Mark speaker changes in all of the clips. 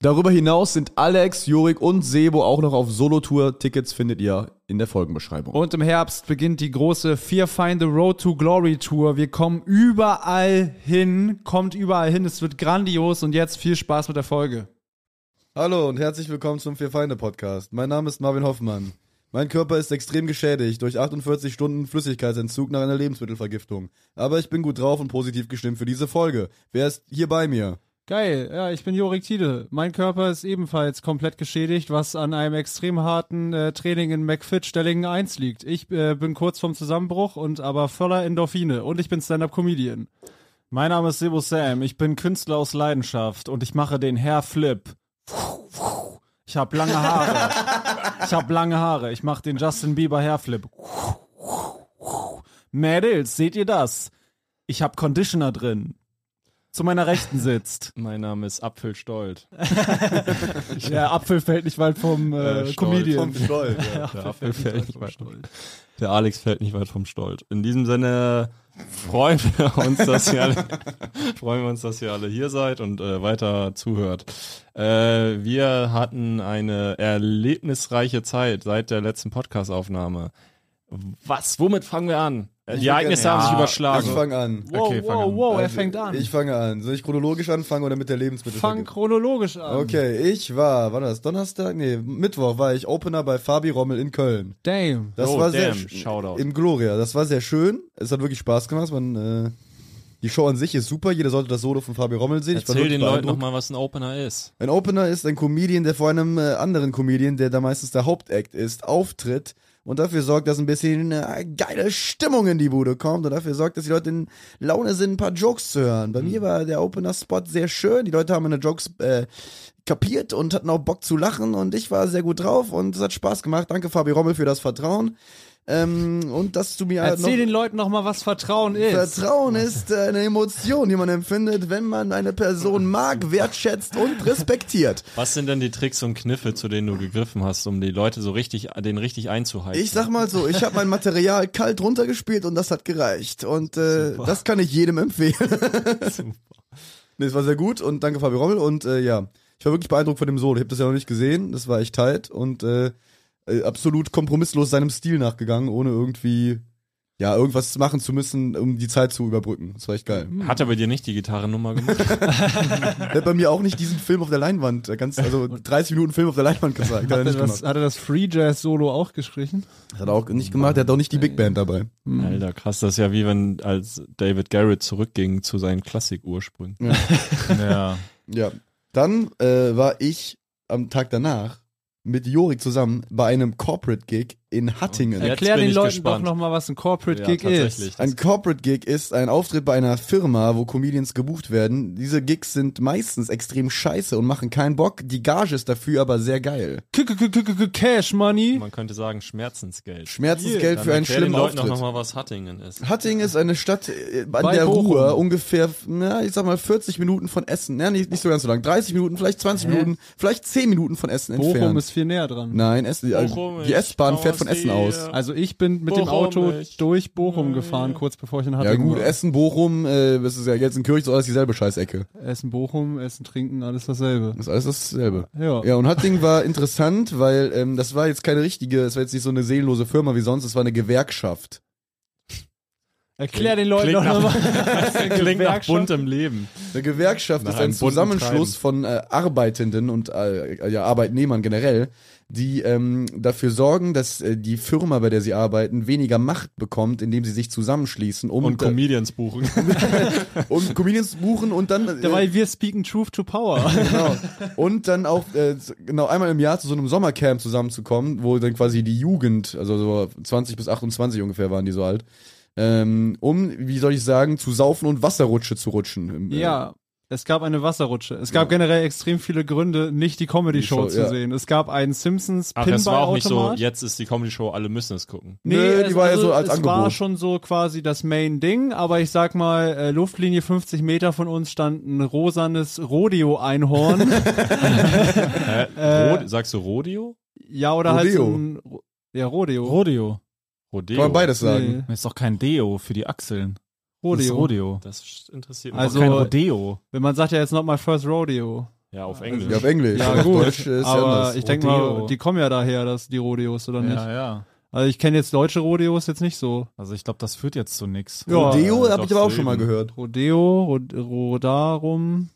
Speaker 1: Darüber hinaus sind Alex, Jurik und Sebo auch noch auf Solo-Tour. Tickets findet ihr in der Folgenbeschreibung.
Speaker 2: Und im Herbst beginnt die große Fear Find the Road to Glory Tour. Wir kommen überall hin, kommt überall hin. Es wird grandios und jetzt viel Spaß mit der Folge.
Speaker 3: Hallo und herzlich willkommen zum Vier Feinde Podcast. Mein Name ist Marvin Hoffmann. Mein Körper ist extrem geschädigt durch 48 Stunden Flüssigkeitsentzug nach einer Lebensmittelvergiftung. Aber ich bin gut drauf und positiv gestimmt für diese Folge. Wer ist hier bei mir?
Speaker 2: Geil, ja, ich bin Jorik Tiede. Mein Körper ist ebenfalls komplett geschädigt, was an einem extrem harten äh, Training in McFit Stellingen 1 liegt. Ich äh, bin kurz vorm Zusammenbruch und aber voller Endorphine und ich bin Stand-Up-Comedian.
Speaker 4: Mein Name ist Sebo Sam, ich bin Künstler aus Leidenschaft und ich mache den Hair Flip. Ich habe lange Haare. Ich habe lange Haare. Ich mache den Justin Bieber Hair Flip. Mädels, seht ihr das? Ich habe Conditioner drin zu meiner Rechten sitzt.
Speaker 5: Mein Name ist Apfel Stolt.
Speaker 2: ja, Apfel fällt nicht weit vom äh, Stolt, Comedian.
Speaker 3: Vom Stolt, ja.
Speaker 5: Der Apfel fällt nicht weit vom Stolt. Der Alex fällt nicht weit vom Stolt. In diesem Sinne freuen wir uns, dass ihr alle, freuen wir uns, dass ihr alle hier seid und äh, weiter zuhört. Äh, wir hatten eine erlebnisreiche Zeit seit der letzten Podcastaufnahme. Was, womit fangen wir an?
Speaker 3: Ich
Speaker 5: Die Ereignisse
Speaker 3: würd
Speaker 5: haben sich
Speaker 3: gerne-
Speaker 5: überschlagen.
Speaker 3: Ich fange an.
Speaker 2: Wow,
Speaker 5: Okay, fang
Speaker 2: wow,
Speaker 5: an.
Speaker 2: wow, er
Speaker 3: Also,
Speaker 2: fängt an.
Speaker 3: Ich
Speaker 2: Ich
Speaker 3: fange an. Soll ich chronologisch anfangen oder mit der
Speaker 2: fang
Speaker 3: Lebensmittelvergiftung?
Speaker 2: chronologisch an.
Speaker 3: Okay, ich war, war das Donnerstag? Nee, Mittwoch war ich Opener bei Fabi Rommel in Köln.
Speaker 2: Damn.
Speaker 3: Das
Speaker 5: Oh,
Speaker 3: war sehr
Speaker 5: damn. Shoutout.
Speaker 3: im Gloria. Das war sehr schön. Es hat wirklich Spaß gemacht. Man, äh, die Show an sich ist super. Jeder sollte das Solo von Fabi Rommel sehen. Ich war
Speaker 5: Erzähl
Speaker 3: wirklich
Speaker 5: den Leuten
Speaker 3: beeindruckt.
Speaker 5: nochmal, was ein Opener ist.
Speaker 3: Ein Opener ist ein Comedian, der vor einem äh, anderen Comedian, der da meistens der Hauptact ist, auftritt und dafür sorgt, dass ein bisschen äh, geile Stimmung in die Bude kommt und dafür sorgt, dass die Leute in Laune sind, ein paar Jokes zu hören. Bei mir war der Opener-Spot sehr schön. Die Leute haben meine Jokes äh, kapiert und hatten auch Bock zu lachen und ich war sehr gut drauf und es hat Spaß gemacht. Danke Fabi Rommel für das Vertrauen. Ähm, und dass du mir halt
Speaker 2: Erzähl
Speaker 3: noch
Speaker 2: den Leuten noch mal, was Vertrauen ist.
Speaker 3: Vertrauen ist äh, eine Emotion, die man empfindet, wenn man eine Person mag, wertschätzt und respektiert.
Speaker 5: Was sind denn die Tricks und Kniffe, zu denen du gegriffen hast, um die Leute so richtig, den richtig einzuhalten?
Speaker 3: Ich sag mal so, ich habe mein Material kalt runtergespielt und das hat gereicht. Und äh, das kann ich jedem empfehlen. nee, es war sehr gut und danke Fabi Rommel. Und äh, ja, ich war wirklich beeindruckt von dem Solo. Ich habe das ja noch nicht gesehen. Das war echt tight und äh, äh, absolut kompromisslos seinem Stil nachgegangen, ohne irgendwie ja irgendwas machen zu müssen, um die Zeit zu überbrücken. Das war echt geil.
Speaker 5: Hat er bei dir nicht die Gitarrennummer gemacht?
Speaker 3: Er hat bei mir auch nicht diesen Film auf der Leinwand, äh, ganz, also 30 Minuten Film auf der Leinwand gezeigt. Hat er
Speaker 2: Hat er,
Speaker 3: nicht
Speaker 2: das,
Speaker 3: gemacht.
Speaker 2: hat er das Free Jazz Solo auch gestrichen? Hm.
Speaker 3: Das hat er auch nicht gemacht. Er hat auch nicht die Big Band dabei.
Speaker 5: Alter, krass, das ist ja wie wenn als David Garrett zurückging zu seinen Klassikursprüngen.
Speaker 6: Ja.
Speaker 3: Ja. Dann äh, war ich am Tag danach mit Jorik zusammen bei einem Corporate Gig in Hattingen.
Speaker 5: Ja, Jetzt
Speaker 2: Erklär
Speaker 5: bin
Speaker 2: den
Speaker 5: ich
Speaker 2: Leuten
Speaker 5: gespannt.
Speaker 2: doch noch mal, was ein Corporate Gig
Speaker 5: tatsächlich.
Speaker 2: ist.
Speaker 3: Ein Corporate Gig ist ein Auftritt bei einer Firma, wo Comedians gebucht werden. Diese Gigs sind meistens extrem scheiße und machen keinen Bock. Die Gage ist dafür aber sehr geil.
Speaker 2: K -k -k -k -k Cash Money.
Speaker 5: Man könnte sagen Schmerzensgeld.
Speaker 3: Schmerzensgeld für einen
Speaker 5: erklär
Speaker 3: schlimmen
Speaker 5: den Leuten
Speaker 3: Auftritt.
Speaker 5: doch nochmal, was Hattingen ist.
Speaker 3: Hattingen ist eine Stadt äh, an
Speaker 2: Bei
Speaker 3: der
Speaker 2: Bochum.
Speaker 3: Ruhr, ungefähr, na, ich sag mal, 40 Minuten von Essen. Ja, nicht, nicht so ganz so lang. 30 Minuten, vielleicht 20 Minuten, vielleicht 10 Minuten von Essen entfernt.
Speaker 2: Bochum ist viel näher dran.
Speaker 3: Nein, Essen,
Speaker 5: Bochum,
Speaker 3: äh, die
Speaker 5: ich
Speaker 3: S-Bahn fährt von
Speaker 5: aus
Speaker 3: Essen
Speaker 5: hier.
Speaker 3: aus. Ah,
Speaker 2: Also ich bin mit dem
Speaker 5: Bochum
Speaker 2: Auto
Speaker 5: nicht. Hm.
Speaker 2: durch Bochum gefahren, kurz bevor ich in
Speaker 3: Ja
Speaker 2: Hattingen
Speaker 3: gut,
Speaker 2: war.
Speaker 3: Essen, Bochum, äh, das ist ja Gelsenkirchen, ist alles dieselbe Scheißecke.
Speaker 2: Essen Bochum, Essen Trinken, alles dasselbe.
Speaker 3: Das ist alles dasselbe.
Speaker 2: Ja.
Speaker 3: Ja, und Hattingen war interessant, weil ähm, das war jetzt keine richtige, es war jetzt nicht so eine seelenlose Firma wie sonst, es war eine Gewerkschaft.
Speaker 2: Erklär den Leuten
Speaker 5: Klingt
Speaker 2: doch noch
Speaker 5: nach-
Speaker 2: mal.
Speaker 5: Klingt nach
Speaker 2: Gewerkschaft.
Speaker 5: buntem Leben.
Speaker 3: Eine Gewerkschaft
Speaker 5: Nach
Speaker 3: ist
Speaker 5: einem
Speaker 3: ein
Speaker 5: bunten
Speaker 3: Zusammenschluss von äh, Arbeitenden und äh, ja, Arbeitnehmern generell, die ähm, dafür sorgen, dass äh, die Firma, bei der sie arbeiten, weniger Macht bekommt, indem sie sich zusammenschließen, um,
Speaker 5: Und Comedians buchen.
Speaker 3: äh, um Comedians buchen und dann äh,
Speaker 2: Dabei wir speaken truth to power.
Speaker 3: genau. Und dann auch äh, genau einmal im Jahr zu so einem Sommercamp zusammenzukommen, wo dann quasi die Jugend, also so 20 bis 28 ungefähr waren die so alt, ähm, um, wie soll ich sagen, zu saufen und Wasserrutsche zu rutschen. Im, äh,
Speaker 2: ja. Es gab eine Wasserrutsche. Es gab generell extrem viele Gründe, nicht die Comedy-Show
Speaker 3: Die Show,
Speaker 2: zu
Speaker 3: ja.
Speaker 2: sehen. Es gab einen Simpsons
Speaker 5: Ach, das war auch nicht so,
Speaker 2: Pinball-Automat.
Speaker 5: jetzt ist die Comedy-Show, alle müssen es gucken.
Speaker 3: Nö, die also war ja so als
Speaker 2: es war
Speaker 3: Angebot.
Speaker 2: schon so quasi das Main-Ding, aber ich sag mal, äh, Luftlinie 50 Meter von uns stand ein rosanes Rodeo-Einhorn.
Speaker 5: Hä?
Speaker 3: Äh.
Speaker 5: Rode- sagst du Rodeo?
Speaker 2: ja, oder halt
Speaker 3: Rodeo.
Speaker 2: so ein... Ro- Ja, Rodeo.
Speaker 4: Rodeo.
Speaker 5: Rodeo.
Speaker 3: Kann man beides sagen.
Speaker 2: Nee,
Speaker 4: Ist doch kein Deo für die Achseln. Das ist
Speaker 2: Rodeo.
Speaker 4: Rodeo.
Speaker 5: Das interessiert mich.
Speaker 2: Also,
Speaker 4: Kein Rodeo.
Speaker 2: wenn man sagt ja jetzt not my first Rodeo.
Speaker 5: ja, auf Englisch.
Speaker 3: Ja, auf Englisch.
Speaker 2: Ja,
Speaker 3: aber auf
Speaker 2: gut.
Speaker 3: Deutsch ist ja
Speaker 2: aber
Speaker 3: anders.
Speaker 2: ich denke
Speaker 4: Rodeo.
Speaker 2: mal, die kommen ja daher, dass die Rodeos, oder nicht?
Speaker 4: Ja, ja.
Speaker 2: Also ich kenne jetzt deutsche Rodeos jetzt nicht so.
Speaker 4: Also ich glaube, das führt jetzt zu nix.
Speaker 2: Ja.
Speaker 3: Rodeo
Speaker 5: äh,
Speaker 3: habe ich aber auch
Speaker 5: doch,
Speaker 3: schon mal
Speaker 5: eben.
Speaker 3: gehört.
Speaker 2: Rodeo, Rod Rodarum,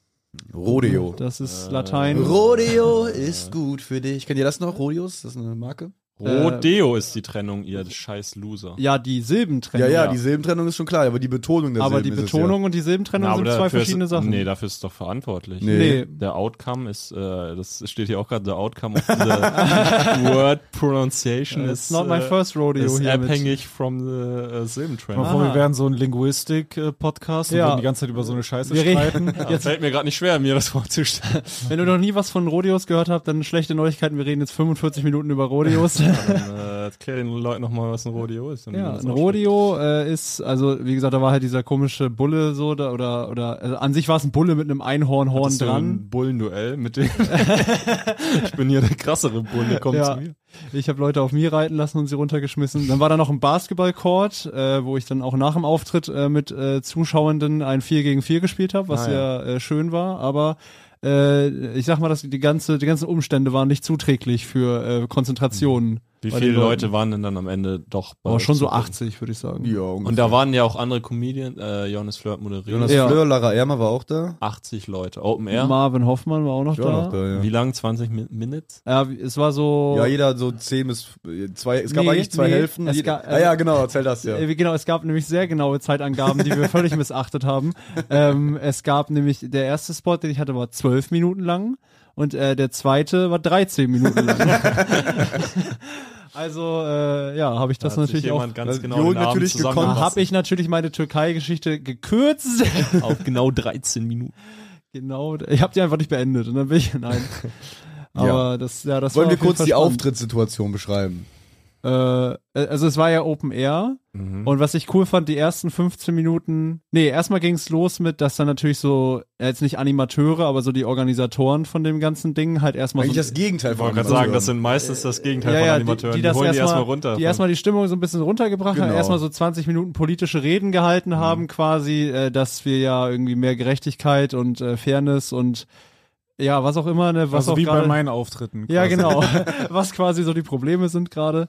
Speaker 3: Rodeo.
Speaker 2: das ist
Speaker 5: Äh,
Speaker 2: Latein.
Speaker 3: Rodeo ist gut für dich. Kennt ihr das noch? Rodeos? Ist das eine Marke? äh,
Speaker 5: Rodeo ist die Trennung, ihr scheiß Loser.
Speaker 2: ja, die
Speaker 3: Ja,
Speaker 2: Silbentrennung.
Speaker 3: ja, die Silbentrennung ist schon klar, aber die Betonung der
Speaker 2: aber die
Speaker 3: Silben ist es
Speaker 2: Betonung und die Silbentrennung
Speaker 5: Na, aber
Speaker 2: sind zwei
Speaker 5: dafür
Speaker 2: verschiedene
Speaker 5: ist,
Speaker 2: Sachen.
Speaker 5: Nee, dafür ist es doch verantwortlich.
Speaker 3: Nee.
Speaker 2: nee.
Speaker 5: Der Outcome ist, äh, das steht hier auch gerade, der Outcome of the word pronunciation
Speaker 2: It's
Speaker 5: ist,
Speaker 2: not my
Speaker 5: äh,
Speaker 2: first rodeo
Speaker 5: ist
Speaker 2: hier.
Speaker 5: abhängig from the äh, Silbentrend.
Speaker 4: Bevor wir werden so ein Linguistik-Podcast
Speaker 2: Ja.
Speaker 4: und würden die ganze Zeit über so eine Scheiße
Speaker 2: Wir reden-
Speaker 4: streiten.
Speaker 5: Jetzt Ah, fällt mir gerade nicht schwer, mir das vorzustellen.
Speaker 2: Wenn du noch nie was von Rodeos gehört habt, dann schlechte Neuigkeiten. Wir reden jetzt 45 Minuten über Rodeos.
Speaker 5: Dann, äh, klär den Leuten nochmal, was ein Rodeo ist. damit
Speaker 2: Ja,
Speaker 5: das
Speaker 2: ein
Speaker 5: auch
Speaker 2: Rodeo äh, ist, also wie gesagt, da war halt dieser komische Bulle so, da, oder, oder also an sich war es ein Bulle mit einem
Speaker 5: versteht.
Speaker 2: Einhornhorn
Speaker 5: Hattest du
Speaker 2: dran.
Speaker 5: ein Bullenduell mit dem. ich bin hier der krassere Bulle, komm
Speaker 2: Ja.
Speaker 5: zu mir.
Speaker 2: Ich habe Leute auf mir reiten lassen und sie runtergeschmissen. Dann war da noch ein Basketballcourt, äh, wo ich dann auch nach dem Auftritt äh, mit äh, Zuschauenden ein 4 gegen 4 gespielt habe, was
Speaker 5: Ah,
Speaker 2: ja, äh, schön war, aber äh, ich sag mal, dass die ganze, die ganzen Umstände waren nicht zuträglich für äh, Konzentrationen.
Speaker 5: Wie
Speaker 2: Bei
Speaker 5: viele
Speaker 2: den Leuten.
Speaker 5: Leute waren denn dann am Ende doch bei
Speaker 2: Aber schon so
Speaker 5: Zugucken?
Speaker 2: 80, würde ich sagen.
Speaker 3: Ja, ungefähr.
Speaker 5: Und da waren ja auch andere Comedian, äh, Jonas Flirt moderiert.
Speaker 3: Jonas
Speaker 2: Ja.
Speaker 3: Fleur, Lara Ermer war auch da.
Speaker 5: 80 Leute. Open Air.
Speaker 2: Marvin Hoffmann war auch noch
Speaker 3: Ich war
Speaker 2: da.
Speaker 3: noch da, ja.
Speaker 5: Wie lang? 20 Min Minutes?
Speaker 2: Ja, es war so.
Speaker 3: Ja, jeder hat so 10 bis äh, zwei. es gab
Speaker 2: Nee,
Speaker 3: eigentlich zwei
Speaker 2: nee,
Speaker 3: Hälften.
Speaker 2: es
Speaker 3: Jed-
Speaker 2: gab-
Speaker 3: ah ja, genau, erzähl das ja.
Speaker 2: Äh, Genau, es gab nämlich sehr genaue Zeitangaben, die wir völlig missachtet haben. Ähm, es gab nämlich, der erste Spot, den ich hatte, war zwölf Minuten lang und äh, der zweite war 13 Minuten lang. also, äh, ja, habe ich das
Speaker 5: hat sich
Speaker 2: natürlich auch.
Speaker 5: jemand ganz
Speaker 3: Also,
Speaker 5: genau
Speaker 3: Jürgen
Speaker 5: den Abend
Speaker 3: natürlich gekonnt.
Speaker 5: zusammengefasst.
Speaker 2: Habe ich natürlich meine Türkei-Geschichte gekürzt.
Speaker 5: auf genau 13 Minuten.
Speaker 2: genau, ich habe die einfach nicht beendet und dann bin ich, nein. Aber das, ja, das
Speaker 3: Wollen
Speaker 2: war
Speaker 3: wir
Speaker 2: auf jeden
Speaker 3: kurz
Speaker 2: Fall
Speaker 3: die
Speaker 2: spannend.
Speaker 3: Auftrittssituation beschreiben?
Speaker 2: Äh, also es war ja Open Air und was ich cool fand, die ersten 15 Minuten, nee, erstmal ging's los mit, dass dann natürlich so, ja, jetzt nicht Animateure, aber so die Organisatoren von dem ganzen Ding halt erstmal
Speaker 3: Eigentlich
Speaker 2: so,
Speaker 3: das Gegenteil
Speaker 5: Ich wollte gerade
Speaker 3: Animateuren.
Speaker 5: sagen, das sind meistens das Gegenteil
Speaker 2: ja,
Speaker 5: von
Speaker 2: ja,
Speaker 5: Animateuren.
Speaker 2: die,
Speaker 5: Die,
Speaker 2: die das
Speaker 5: holen die
Speaker 2: erstmal,
Speaker 5: erstmal runter.
Speaker 2: Die erstmal die Stimmung so ein bisschen runtergebracht haben,
Speaker 3: Genau.
Speaker 2: erstmal so 20 Minuten politische Reden gehalten haben quasi, äh, dass wir ja irgendwie mehr Gerechtigkeit und äh, Fairness und ja, was auch immer, ne, was
Speaker 4: also
Speaker 2: auch
Speaker 4: wie bei
Speaker 2: gerade-
Speaker 4: meinen Auftritten.
Speaker 2: ja,
Speaker 4: quasi.
Speaker 2: genau. Was quasi so die Probleme sind gerade.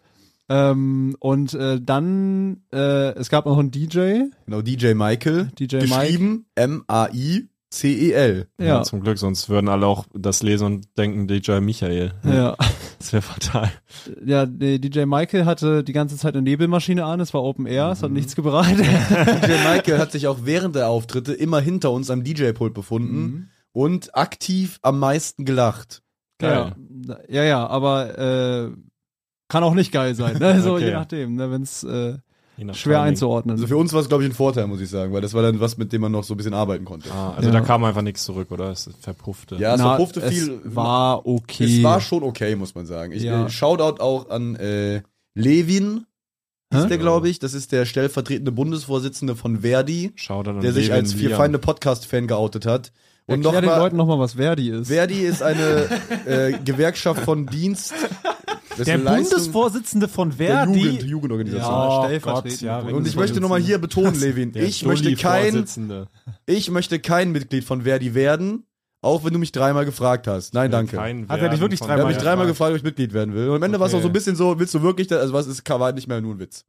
Speaker 2: Ähm, und äh, dann, äh, es gab noch einen DJ,
Speaker 3: Genau, DJ Michael.
Speaker 2: DJ Mike.
Speaker 3: geschrieben M-A-I-C-E-L.
Speaker 5: ja.
Speaker 2: Ja,
Speaker 5: zum Glück, sonst würden alle auch das lesen und denken, DJ Michael.
Speaker 2: ja.
Speaker 5: Das wäre fatal.
Speaker 2: ja, nee, DJ Michael hatte die ganze Zeit eine Nebelmaschine an, es war Open Air, es hat nichts gebracht.
Speaker 3: DJ Michael hat sich auch während der Auftritte immer hinter uns am DJ-Pult befunden und aktiv am meisten gelacht.
Speaker 5: Geil.
Speaker 2: Ja, ja, ja aber äh, kann auch nicht geil sein, ne? so
Speaker 5: Okay.
Speaker 2: je nachdem, ne? wenn es äh,
Speaker 5: Je nach
Speaker 2: schwer
Speaker 5: Timing.
Speaker 2: einzuordnen
Speaker 3: Also für uns war es, glaube ich, ein Vorteil, muss ich sagen, weil das war dann was, mit dem man noch so ein bisschen arbeiten konnte.
Speaker 5: Ah, also
Speaker 2: Ja.
Speaker 5: da kam einfach nichts zurück, oder? Es verpuffte.
Speaker 3: Ja, es
Speaker 2: Na,
Speaker 3: verpuffte viel.
Speaker 2: Es war okay.
Speaker 3: Es war schon okay, muss man sagen. Ich,
Speaker 2: Ja.
Speaker 3: äh, Shoutout auch an äh, Levin, ist
Speaker 2: Hä?
Speaker 3: der, glaube ich. Das ist der stellvertretende Bundesvorsitzende von Verdi,
Speaker 5: Schau dann
Speaker 3: der sich als Vier Feinde Podcast-Fan geoutet hat. Und
Speaker 2: Erklär den
Speaker 3: nochmal,
Speaker 2: Leuten nochmal, was Verdi ist.
Speaker 3: Verdi ist eine äh, Gewerkschaft von Dienst. Das ist
Speaker 6: Der
Speaker 3: eine Leistung-
Speaker 6: Bundesvorsitzende von
Speaker 3: der Jugend,
Speaker 6: Verdi.
Speaker 3: Jugendorganisation.
Speaker 2: ja,
Speaker 4: Oh
Speaker 2: stellvertretend.
Speaker 4: Gott, ja,
Speaker 3: Und ich möchte nochmal hier betonen, Levin, ich möchte, kein,
Speaker 5: Vorsitzende.
Speaker 3: ich möchte kein Mitglied von Verdi werden, auch wenn du mich dreimal gefragt hast.
Speaker 2: Äh,
Speaker 3: Nein, danke.
Speaker 5: Kein
Speaker 4: Hat er dich
Speaker 5: Werden
Speaker 4: wirklich
Speaker 5: von-
Speaker 3: Er hat
Speaker 4: dreimal
Speaker 3: mich dreimal gefragt, ob ich Mitglied werden will. Und am Ende war es auch so ein bisschen so, willst du wirklich, da- also was ist, war nicht mehr nur ein Witz.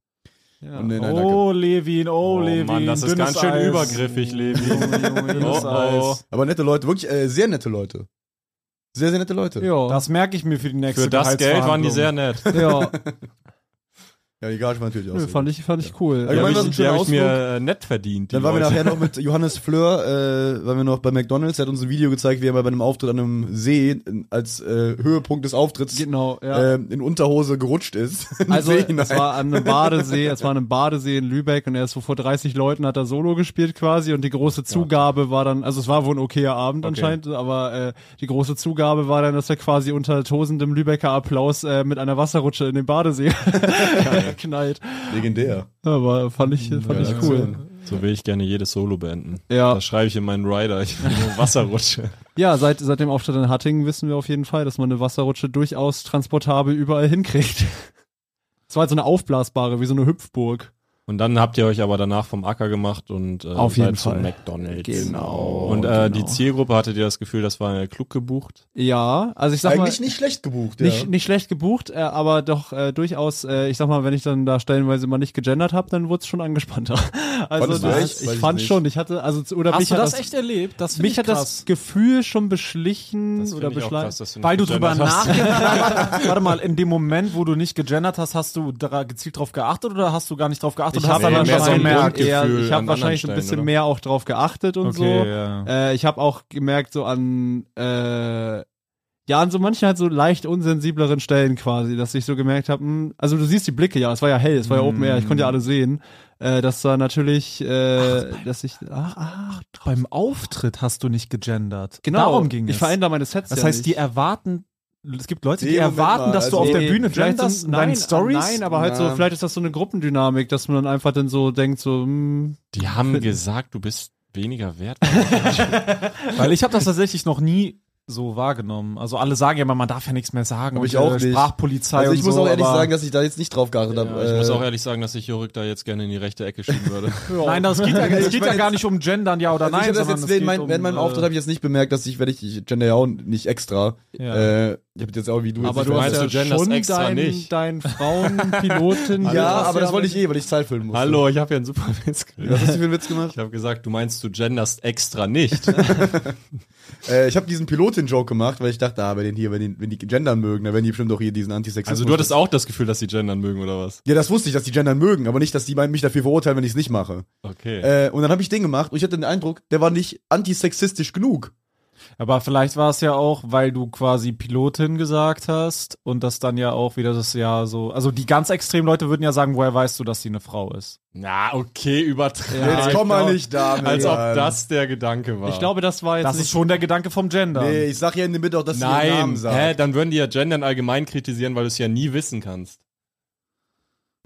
Speaker 2: Ja.
Speaker 3: Und nee, nein, danke.
Speaker 4: Oh, Levin, oh,
Speaker 5: Oh,
Speaker 4: Levin.
Speaker 5: Mann, das ist
Speaker 4: dünnes
Speaker 5: ganz schön
Speaker 4: Eis.
Speaker 5: übergriffig, Levin.
Speaker 4: Junge, Junge,
Speaker 5: Oh,
Speaker 4: dünnes
Speaker 5: oh.
Speaker 4: Eis.
Speaker 3: Aber nette Leute, wirklich äh, sehr nette Leute. Sehr, sehr nette Leute.
Speaker 2: Ja.
Speaker 4: Das merke ich mir für die nächste
Speaker 5: Für das Geld waren die
Speaker 4: Gehaltsverhandlung.
Speaker 5: sehr
Speaker 2: ja.
Speaker 5: nett.
Speaker 3: Ja, die Gage war natürlich auch
Speaker 2: Nö,
Speaker 3: so.
Speaker 2: fand ich, fand ich cool.
Speaker 3: Also
Speaker 5: Die
Speaker 3: ich
Speaker 5: habe
Speaker 3: meine, das ist ein
Speaker 5: ich, die
Speaker 3: schöner
Speaker 5: hab ich mir
Speaker 3: Ausflug.
Speaker 5: äh, nett verdient. die
Speaker 3: Dann waren wir
Speaker 5: Leute.
Speaker 3: nachher noch mit Johannes Fleur, äh, waren wir noch bei McDonalds, der hat uns ein Video gezeigt, wie er mal bei einem Auftritt an einem See in- als äh, Höhepunkt des Auftritts
Speaker 2: Genau,
Speaker 4: Äh,
Speaker 2: ja.
Speaker 3: ähm, in Unterhose gerutscht ist. In den
Speaker 2: Also
Speaker 3: See
Speaker 2: es
Speaker 3: hinein.
Speaker 2: war an einem Badesee, es war an einem Badesee in Lübeck und er ist so vor 30 Leuten hat er Solo gespielt quasi und die große Zugabe war dann, also es war wohl ein okayer Abend anscheinend, aber äh, die große Zugabe war dann, dass er quasi unter tosendem Lübecker Applaus äh, mit einer Wasserrutsche in den Badesee knallt.
Speaker 3: legendär.
Speaker 2: Aber fand ich, fand ich cool.
Speaker 5: So will ich gerne jedes Solo beenden.
Speaker 2: Ja.
Speaker 5: Das schreibe ich in meinen Rider. Ich will nur Wasserrutsche.
Speaker 2: Ja, seit, seit dem Auftritt in Hattingen wissen wir auf jeden Fall, dass man eine Wasserrutsche durchaus transportabel überall hinkriegt. Es war halt so eine aufblasbare, wie so eine Hüpfburg.
Speaker 5: Und dann habt ihr euch aber danach vom Acker gemacht und äh,
Speaker 2: Auf jeden
Speaker 5: seid zu
Speaker 2: Fall.
Speaker 5: McDonalds.
Speaker 2: Genau,
Speaker 5: Und
Speaker 2: genau.
Speaker 5: äh, die Zielgruppe hattet ihr das Gefühl, das war äh, klug gebucht.
Speaker 2: Ja, also ich sag mal.
Speaker 3: Eigentlich nicht schlecht gebucht, ja.
Speaker 2: Nicht, nicht schlecht gebucht, äh, aber doch äh, durchaus, äh, ich sag mal, wenn ich dann da stellenweise mal nicht gegendert habe, dann wurde es schon angespannter. Also
Speaker 3: Fandest du echt?
Speaker 2: das,
Speaker 3: Weiß
Speaker 2: ich
Speaker 3: ich
Speaker 2: fand
Speaker 3: nicht.
Speaker 2: schon, ich hatte, also zu- oder mich hat das,
Speaker 4: erlebt? Das
Speaker 2: mich hat das Gefühl schon beschlichen
Speaker 5: Das
Speaker 2: Hm, oder
Speaker 5: find ich auch krass,
Speaker 2: beschleicht.
Speaker 5: dass nicht
Speaker 4: Weil du drüber
Speaker 5: gegendert hast.
Speaker 4: nachgedacht hast. Warte mal, in dem Moment, wo du nicht gegendert hast, hast du da gezielt drauf geachtet oder hast du gar nicht drauf geachtet?
Speaker 2: Ich habe
Speaker 4: und
Speaker 5: aber
Speaker 4: hast
Speaker 5: mehr so ein
Speaker 4: gemerkt,
Speaker 2: wahrscheinlich eher,
Speaker 5: Grundgefühl
Speaker 2: ich
Speaker 5: an
Speaker 2: habe wahrscheinlich
Speaker 5: anderen
Speaker 2: ein bisschen
Speaker 5: Stellen, oder?
Speaker 2: mehr auch drauf geachtet und
Speaker 4: Okay,
Speaker 2: so.
Speaker 4: ja.
Speaker 2: Äh, ich habe auch gemerkt, so an äh, ja, an so manchen halt so leicht unsensibleren Stellen quasi, dass ich so gemerkt habe, also du siehst die Blicke ja, es war ja hell, es war ja Open Air, ich konnte
Speaker 4: Hm.
Speaker 2: ja alle sehen, äh, dass da natürlich, äh, dass ich, ach,
Speaker 4: Ach, beim Auftritt hast du nicht gegendert.
Speaker 2: genau,
Speaker 4: Darum ging
Speaker 2: ich
Speaker 4: es.
Speaker 2: verändere meine Sets
Speaker 4: Das
Speaker 2: ja
Speaker 4: heißt,
Speaker 2: nicht.
Speaker 4: die erwarten, es gibt Leute, die
Speaker 3: Nee, Moment
Speaker 4: erwarten,
Speaker 3: mal,
Speaker 4: dass du
Speaker 3: also-
Speaker 4: auf der
Speaker 2: Nee,
Speaker 4: Bühne
Speaker 2: vielleicht
Speaker 4: genderst
Speaker 2: so-
Speaker 4: in deinen
Speaker 3: ah,
Speaker 2: nein,
Speaker 4: Stories.
Speaker 2: Nein, aber halt so,
Speaker 3: Na.
Speaker 2: vielleicht ist das so eine Gruppendynamik, dass man dann einfach dann so denkt, so, hm,
Speaker 5: Die haben gesagt, du bist weniger wert.
Speaker 4: Weil ich habe das tatsächlich noch nie so wahrgenommen. Also alle sagen ja immer, man darf ja nichts mehr sagen.
Speaker 3: Hab
Speaker 4: und,
Speaker 3: ich auch
Speaker 4: äh,
Speaker 3: nicht.
Speaker 4: Sprachpolizei
Speaker 3: Also
Speaker 4: und
Speaker 3: ich muss
Speaker 4: so,
Speaker 3: auch ehrlich
Speaker 4: aber-
Speaker 3: sagen, dass ich da jetzt nicht drauf geachtet habe.
Speaker 5: ich muss
Speaker 3: Äh,
Speaker 5: auch ehrlich sagen, dass ich Jorik da jetzt gerne in die rechte Ecke schieben würde.
Speaker 4: Nein, das geht ja, es
Speaker 3: Ich
Speaker 4: geht
Speaker 3: mein
Speaker 4: ja gar
Speaker 3: jetzt-
Speaker 4: nicht um Gendern, ja oder
Speaker 3: Also
Speaker 4: nein.
Speaker 3: ich habe das
Speaker 4: sondern
Speaker 3: jetzt
Speaker 4: es
Speaker 3: während,
Speaker 4: geht
Speaker 3: mein,
Speaker 4: um,
Speaker 3: während meinem
Speaker 4: äh,
Speaker 3: Auftritt habe ich jetzt nicht bemerkt, dass ich, wenn ich ich gender ja auch nicht extra.
Speaker 4: Ja.
Speaker 3: Äh, ich habe jetzt auch wie du. jetzt
Speaker 2: aber
Speaker 3: nicht
Speaker 2: du hast
Speaker 5: meinst,
Speaker 3: verwendet.
Speaker 2: ja
Speaker 5: du genderst
Speaker 2: schon
Speaker 5: extra
Speaker 2: dein,
Speaker 5: nicht.
Speaker 2: dein Frauenpiloten.
Speaker 3: ja, aber das wollte ich eh, weil ich Zahl füllen musste.
Speaker 5: Hallo, ich habe hier einen super Witz
Speaker 3: Was
Speaker 5: gemacht.
Speaker 3: hast du für einen Witz gemacht?
Speaker 5: Ich habe gesagt, du meinst, du genderst extra nicht.
Speaker 3: Äh, ich habe diesen Pilotin-Joke gemacht, weil ich dachte, ah, wenn den hier, wenn, den, wenn die gendern mögen, dann werden die bestimmt doch hier diesen Antisexismus.
Speaker 5: Also du hattest auch das Gefühl, dass die gendern mögen oder was?
Speaker 3: ja, das wusste ich, dass die gendern mögen, aber nicht, dass die mich dafür verurteilen, wenn ich es nicht mache.
Speaker 5: Okay.
Speaker 3: Äh, und dann habe ich den gemacht und ich hatte den Eindruck, der war nicht antisexistisch genug.
Speaker 4: Aber vielleicht war es ja auch, weil du quasi Pilotin gesagt hast und das dann ja auch wieder das ja so. Also die ganz extremen Leute würden ja sagen, woher weißt du, dass sie eine Frau ist?
Speaker 5: Na, okay, übertreibt.
Speaker 3: Jetzt komm mal nicht damit.
Speaker 5: Als ob
Speaker 3: an.
Speaker 5: das der Gedanke war.
Speaker 2: Ich glaube, das war jetzt
Speaker 4: Das
Speaker 2: nicht
Speaker 4: ist schon der Gedanke vom Gender.
Speaker 3: Nee, ich sag ja in der Mitte auch, dass sie ihren
Speaker 5: Nein,
Speaker 3: Namen sagt.
Speaker 5: hä, dann würden die ja Gendern allgemein kritisieren, weil du es ja nie wissen kannst.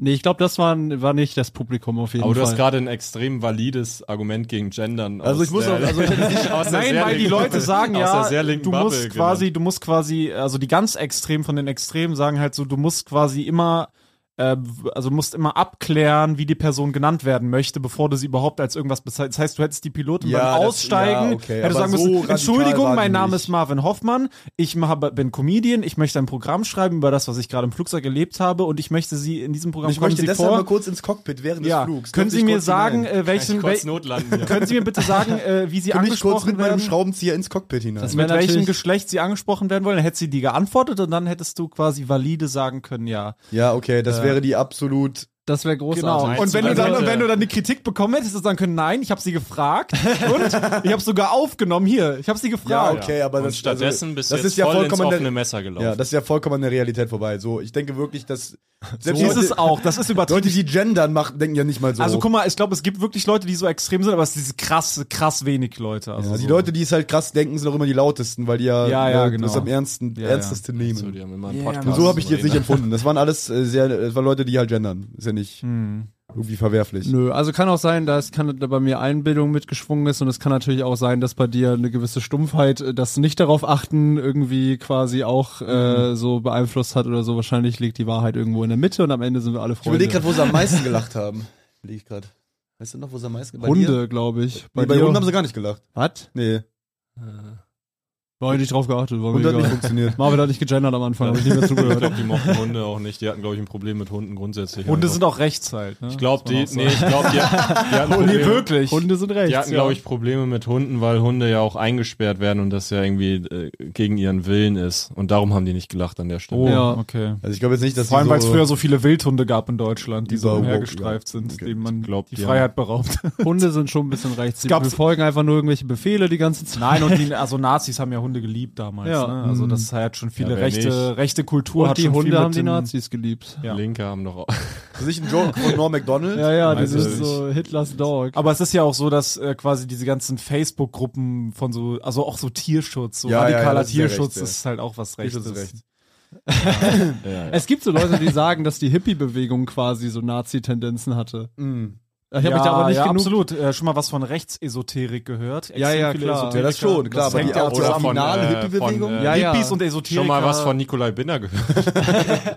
Speaker 2: Nee, ich glaube, das war, war nicht das Publikum auf jeden
Speaker 5: Aber du hast
Speaker 2: Fall.
Speaker 5: gerade ein extrem valides Argument gegen Gendern.
Speaker 3: Also
Speaker 5: aus
Speaker 3: ich muss
Speaker 5: der-
Speaker 3: auch- also ich hätte nicht-
Speaker 5: aus der
Speaker 4: Nein,
Speaker 5: sehr
Speaker 4: weil die
Speaker 5: linken
Speaker 4: Leute
Speaker 5: Bubble-
Speaker 4: sagen
Speaker 5: aus der
Speaker 4: ja,
Speaker 5: sehr linken
Speaker 4: du musst
Speaker 5: Bubble,
Speaker 4: quasi,
Speaker 5: genau.
Speaker 4: du musst quasi, also die ganz Extremen von den Extremen sagen halt so, du musst quasi immer, äh, also musst immer abklären, wie die Person genannt werden möchte, bevor du sie überhaupt als irgendwas bezeichnest. Das heißt, du hättest die Piloten
Speaker 3: Ja,
Speaker 4: beim
Speaker 3: das-
Speaker 4: Aussteigen,
Speaker 3: ja, okay,
Speaker 4: hättest
Speaker 3: aber
Speaker 4: sagen
Speaker 3: so
Speaker 4: müssen,
Speaker 3: radikal war
Speaker 4: Entschuldigung,
Speaker 3: die
Speaker 4: mein Name
Speaker 3: nicht.
Speaker 4: ist Marvin Hoffmann, ich mache, bin Comedian, ich möchte ein Programm schreiben über das, was ich gerade im Flugzeug erlebt habe und ich möchte sie in diesem Programm
Speaker 3: Ich
Speaker 4: kommen
Speaker 3: möchte
Speaker 4: sie
Speaker 3: deshalb
Speaker 4: vor.
Speaker 3: mal kurz ins Cockpit während
Speaker 4: ja,
Speaker 3: des Flugs.
Speaker 4: können
Speaker 3: Dürfte
Speaker 4: Sie
Speaker 3: ich
Speaker 4: mir
Speaker 3: kurz
Speaker 4: sagen,
Speaker 3: hinein?
Speaker 4: äh,
Speaker 5: Kann
Speaker 4: welchen,
Speaker 5: ich kurz
Speaker 4: wel-
Speaker 5: notlanden. Ja.
Speaker 4: können Sie mir bitte sagen, äh, wie Sie
Speaker 3: Kann ich kurz
Speaker 4: angesprochen
Speaker 3: mit meinem
Speaker 4: werden?
Speaker 3: Schraubenzieher ins Cockpit hinein?
Speaker 2: Das
Speaker 4: mit
Speaker 2: Wär
Speaker 4: welchem
Speaker 2: Also natürlich-
Speaker 4: Geschlecht sie angesprochen werden wollen, dann hättest du die geantwortet und dann hättest du quasi valide sagen können, ja. Genau.
Speaker 3: ja, okay, das wäre die absolut.
Speaker 2: Das wäre großartig.
Speaker 5: Nein,
Speaker 4: Und wenn, du
Speaker 5: also-
Speaker 4: dann, und wenn du dann die Kritik bekommen hättest, dann sagen können, nein, ich habe sie gefragt und ich habe sogar aufgenommen. Hier, ich habe sie
Speaker 3: Ja,
Speaker 4: gefragt.
Speaker 3: okay, aber
Speaker 5: Und
Speaker 3: das also
Speaker 5: stattdessen bist du
Speaker 3: das
Speaker 5: jetzt
Speaker 3: ist ja
Speaker 5: voll ins
Speaker 3: vollkommen der-
Speaker 5: offene Messer gelaufen.
Speaker 3: Ja, das ist ja vollkommen an der Realität vorbei. So, ich denke wirklich, dass selbst
Speaker 4: Dieses
Speaker 3: Leute,
Speaker 4: auch, das ist übertrieben.
Speaker 3: Leute, die gendern, machen, denken ja nicht mal so.
Speaker 4: Also guck mal, ich glaube, es gibt wirklich Leute, die so extrem sind, aber es sind krass, krass wenig Leute. Also
Speaker 3: ja, die
Speaker 4: so.
Speaker 3: Leute, die es halt krass denken, sind auch immer die lautesten, weil die ja,
Speaker 4: Ja, ja,
Speaker 3: ne,
Speaker 4: genau.
Speaker 3: das am ernsten,
Speaker 4: Ja,
Speaker 3: ernstesten nehmen.
Speaker 5: so, die haben immer einen
Speaker 4: Yeah,
Speaker 5: Podcast.
Speaker 4: man.
Speaker 3: Und so habe ich die jetzt nicht
Speaker 5: darüber
Speaker 3: empfunden. Das waren alles äh, sehr, das waren Leute, die halt gendern. Ist ja nicht
Speaker 4: Hm.
Speaker 3: irgendwie verwerflich.
Speaker 2: Nö, also kann auch sein, dass kann, da bei mir Einbildung mitgeschwungen ist und es kann natürlich auch sein, dass bei dir eine gewisse Stumpfheit, äh, das nicht darauf achten, irgendwie quasi auch
Speaker 3: Mhm.
Speaker 2: äh, so beeinflusst hat oder so. Wahrscheinlich liegt die Wahrheit irgendwo in der Mitte und am Ende sind wir alle
Speaker 3: Ich
Speaker 2: Freunde.
Speaker 3: überlege gerade, wo sie am meisten gelacht haben. Überleg ich gerade. Weißt du noch, wo sie am meisten bei dir?
Speaker 2: Hunde, glaube ich.
Speaker 3: Nee, bei
Speaker 2: dir?
Speaker 3: Hunden haben sie gar nicht gelacht.
Speaker 2: Was?
Speaker 3: Nee.
Speaker 2: War ich nicht drauf geachtet, war
Speaker 3: Und
Speaker 2: mir
Speaker 3: hat nicht
Speaker 2: egal.
Speaker 3: funktioniert.
Speaker 2: Marvin hat nicht gegendert am Anfang, hab ich nicht mehr
Speaker 5: Ich
Speaker 2: zugehört.
Speaker 5: glaube, die mochten Hunde auch nicht. Die hatten, glaube ich, ein Problem mit Hunden grundsätzlich.
Speaker 4: Hunde
Speaker 5: einfach.
Speaker 4: sind auch rechts halt. Ne?
Speaker 5: Ich glaube, die, nee, ich glaube, die, die hatten
Speaker 4: Nee,
Speaker 5: Probleme,
Speaker 4: wirklich.
Speaker 2: Hunde sind rechts.
Speaker 5: die hatten, glaube ich, Probleme mit Hunden, weil Hunde ja auch eingesperrt werden und das ja irgendwie äh, gegen ihren Willen ist. Und darum haben die nicht gelacht an der Stelle.
Speaker 4: Oh,
Speaker 2: Ja.
Speaker 4: okay.
Speaker 3: Also ich glaube jetzt nicht, dass
Speaker 4: Vor allem,
Speaker 3: die
Speaker 4: weil es
Speaker 3: so-
Speaker 4: früher so viele Wildhunde gab in Deutschland, die
Speaker 3: Die war
Speaker 4: so
Speaker 3: woke,
Speaker 4: hergestreift sind,
Speaker 3: Okay.
Speaker 4: denen man
Speaker 5: Glaubt
Speaker 4: die
Speaker 5: ihr?
Speaker 4: Freiheit beraubt.
Speaker 2: ja. Hunde sind schon ein bisschen rechts. Die
Speaker 4: Gab's-
Speaker 2: befolgen einfach nur irgendwelche Befehle die ganze Zeit.
Speaker 4: Nein, und die, also Nazis haben ja Hunde geliebt damals.
Speaker 2: Ja. Mhm.
Speaker 4: Ne? Also das hat schon viele
Speaker 5: Ja, wer
Speaker 4: rechte,
Speaker 5: nicht?
Speaker 4: rechte Kultur.
Speaker 2: Und
Speaker 4: hat
Speaker 2: die
Speaker 4: schon viel
Speaker 2: Hunde
Speaker 4: mit
Speaker 2: haben die
Speaker 4: den-
Speaker 2: Nazis geliebt.
Speaker 4: Ja.
Speaker 5: Linke haben doch auch.
Speaker 3: Das ist nicht ein Joke von Norm MacDonald.
Speaker 2: Ja, ja, das
Speaker 5: Weiß
Speaker 2: ist
Speaker 5: ich nicht.
Speaker 2: so Hitlers Dog.
Speaker 4: Aber es ist ja auch so, dass äh, quasi diese ganzen Facebook-Gruppen von so, also auch so Tierschutz, so
Speaker 3: Ja, ja, ja,
Speaker 4: radikaler
Speaker 3: das ist sehr
Speaker 4: Tierschutz
Speaker 3: recht, ja.
Speaker 4: ist halt auch was Rechtes.
Speaker 3: Tierschutz ist recht.
Speaker 2: Es gibt so Leute, die sagen, dass die Hippie-Bewegung quasi so Nazi-Tendenzen hatte. Äh, Ich habe
Speaker 4: ja,
Speaker 2: mich da aber nicht
Speaker 4: ja,
Speaker 2: genug.
Speaker 4: absolut. Äh, schon mal was von Rechtsesoterik gehört.
Speaker 2: Ja, ja,
Speaker 4: viele
Speaker 2: klar.
Speaker 4: Esoteriker.
Speaker 3: Ja, das schon, klar. aber
Speaker 4: hängt
Speaker 3: die
Speaker 4: ja
Speaker 3: auch
Speaker 4: auch
Speaker 3: zur
Speaker 5: zusammen.
Speaker 3: finale
Speaker 5: Oder von, äh,
Speaker 3: Hippie-Bewegung.
Speaker 5: von, äh,
Speaker 2: Ja, ja.
Speaker 4: Hippies und Esoteriker.
Speaker 5: Schon mal was von Nikolai Binder gehört.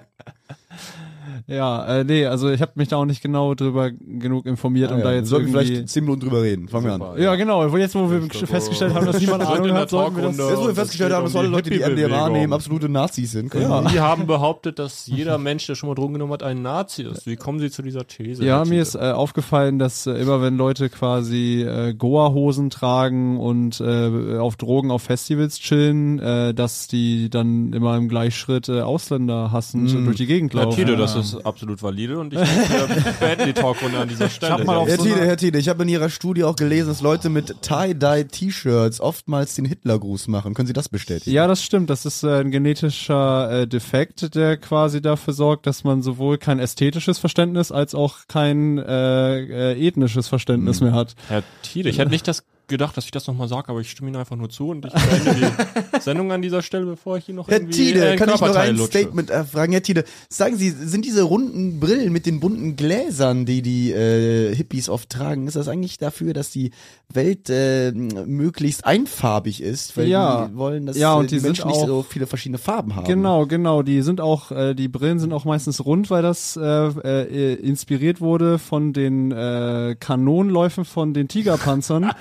Speaker 2: Ja, äh, nee, also ich habe mich da auch nicht genau drüber genug informiert,
Speaker 3: Ah,
Speaker 2: um
Speaker 3: ja.
Speaker 2: da jetzt
Speaker 3: sollten wir
Speaker 2: irgendwie...
Speaker 3: vielleicht zehn Minuten drüber reden. Fangen wir an.
Speaker 5: Super.
Speaker 2: ja, genau. Und Jetzt, wo wir
Speaker 5: Ich glaub,
Speaker 2: festgestellt haben, dass niemand
Speaker 5: Sind
Speaker 2: Ahnung
Speaker 5: in der
Speaker 2: hat, sollten wir das...
Speaker 5: Talkrunde.
Speaker 3: Jetzt, wo wir
Speaker 5: Das
Speaker 3: festgestellt
Speaker 5: geht
Speaker 3: haben,
Speaker 5: um
Speaker 3: dass alle
Speaker 5: die
Speaker 3: Leute, die MDMA
Speaker 5: Hippie-Bewegung.
Speaker 3: nehmen, absolute Nazis sind. können wir-
Speaker 5: Die haben behauptet, dass jeder Mensch, der schon mal Drogen genommen hat, ein Nazi ist. Wie kommen sie zu dieser These?
Speaker 2: Ja, mir ist äh, aufgefallen, dass äh, immer wenn Leute quasi äh, Goa-Hosen tragen und äh, auf Drogen auf Festivals chillen, äh, dass die dann immer im Gleichschritt äh, Ausländer hassend durch die Gegend
Speaker 5: Herr
Speaker 2: laufen.
Speaker 5: Tide, das ist absolut valide und ich wir beenden die Talkrunde an dieser Stelle.
Speaker 4: mal auf
Speaker 3: Herr
Speaker 4: so einer-
Speaker 3: Tide, Herr Tide, ich habe in Ihrer Studie auch gelesen, dass Leute mit Tie-Dye-T-Shirts oftmals den Hitlergruß machen. Können Sie das bestätigen?
Speaker 2: Ja, das stimmt. Das ist äh, ein genetischer äh, Defekt, der quasi dafür sorgt, dass man sowohl kein ästhetisches Verständnis als auch kein äh, äh, ethnisches Verständnis
Speaker 4: Mhm.
Speaker 2: mehr hat.
Speaker 5: Herr Tide, ich hätte nicht das gedacht, dass ich das nochmal sage, aber ich stimme Ihnen einfach nur zu und ich beende die Sendung an dieser Stelle, bevor ich Ihnen noch
Speaker 3: Herr
Speaker 5: irgendwie äh,
Speaker 3: Tide,
Speaker 5: einen
Speaker 3: kann ich noch
Speaker 5: Körperteil
Speaker 3: ein
Speaker 5: lutsche.
Speaker 3: Statement äh, erfragen? Herr Tide, sagen Sie, sind diese runden Brillen mit den bunten Gläsern, die die äh, Hippies oft tragen, ist das eigentlich dafür, dass die Welt äh, möglichst einfarbig ist? Weil
Speaker 2: Ja.
Speaker 3: die wollen, dass
Speaker 2: Ja, und
Speaker 3: äh, die,
Speaker 2: die sind
Speaker 3: Menschen nicht
Speaker 2: auch-
Speaker 3: so viele verschiedene Farben haben.
Speaker 2: Genau, genau. Die sind auch, äh, die Brillen sind auch meistens rund, weil das äh, äh, inspiriert wurde von den äh, Kanonenläufen von den Tigerpanzern,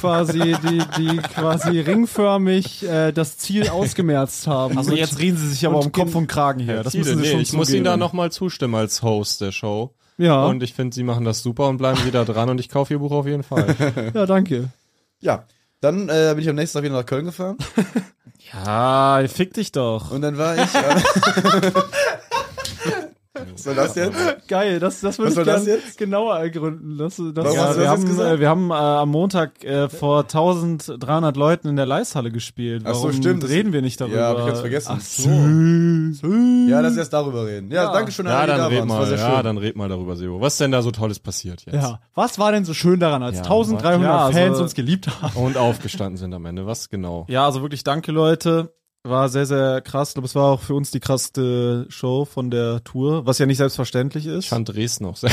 Speaker 2: quasi die, die quasi ringförmig äh, das Ziel ausgemerzt haben.
Speaker 4: Also jetzt reden sie sich aber um Kopf und Kragen her.
Speaker 5: Herr
Speaker 4: Das
Speaker 5: Tide,
Speaker 4: müssen sie
Speaker 5: nee,
Speaker 4: schon
Speaker 5: ich muss Ihnen da
Speaker 4: zugeben.
Speaker 5: nochmal zustimmen als Host der Show.
Speaker 2: ja,
Speaker 5: Und ich finde, Sie machen das super und bleiben wieder dran und ich kaufe Ihr Buch auf jeden Fall.
Speaker 2: ja, danke.
Speaker 3: Ja. Dann äh, bin ich am nächsten Tag wieder nach Köln gefahren
Speaker 4: Ja, fick dich doch.
Speaker 3: und dann war ich. Äh, Was soll das jetzt?
Speaker 2: Geil, das, das
Speaker 3: Was
Speaker 2: würde ich
Speaker 3: soll das
Speaker 2: gerne
Speaker 3: jetzt?
Speaker 2: genauer ergründen. Das, das
Speaker 3: Warum
Speaker 4: Ja,
Speaker 3: hast du
Speaker 4: wir,
Speaker 3: das jetzt
Speaker 4: haben,
Speaker 3: gesagt?
Speaker 4: äh, wir haben äh, am Montag äh, vor 1300 Leuten in der Leishalle gespielt.
Speaker 3: Ach so,
Speaker 4: Warum
Speaker 3: stimmt. Das-
Speaker 4: reden wir nicht darüber?
Speaker 3: Ja, hab ich ganz vergessen.
Speaker 4: Ach so.
Speaker 3: Ja, lass erst darüber reden. Ja, danke schon,
Speaker 5: Ja, dann red
Speaker 3: Das war
Speaker 5: mal,
Speaker 3: sehr
Speaker 5: ja,
Speaker 3: schön.
Speaker 5: dann red mal darüber, Sebo. Was ist denn da so Tolles passiert jetzt?
Speaker 2: ja. Was war denn so schön daran, als
Speaker 5: Ja,
Speaker 2: 1300
Speaker 4: ja, also-
Speaker 2: Fans uns geliebt haben?
Speaker 5: Und aufgestanden sind am Ende. Was genau?
Speaker 4: Ja, also wirklich danke, Leute. War sehr, sehr krass. Ich glaube, es war auch für uns die krasseste Show von der Tour, was ja nicht selbstverständlich ist.
Speaker 5: Ich fand Dresden auch sehr.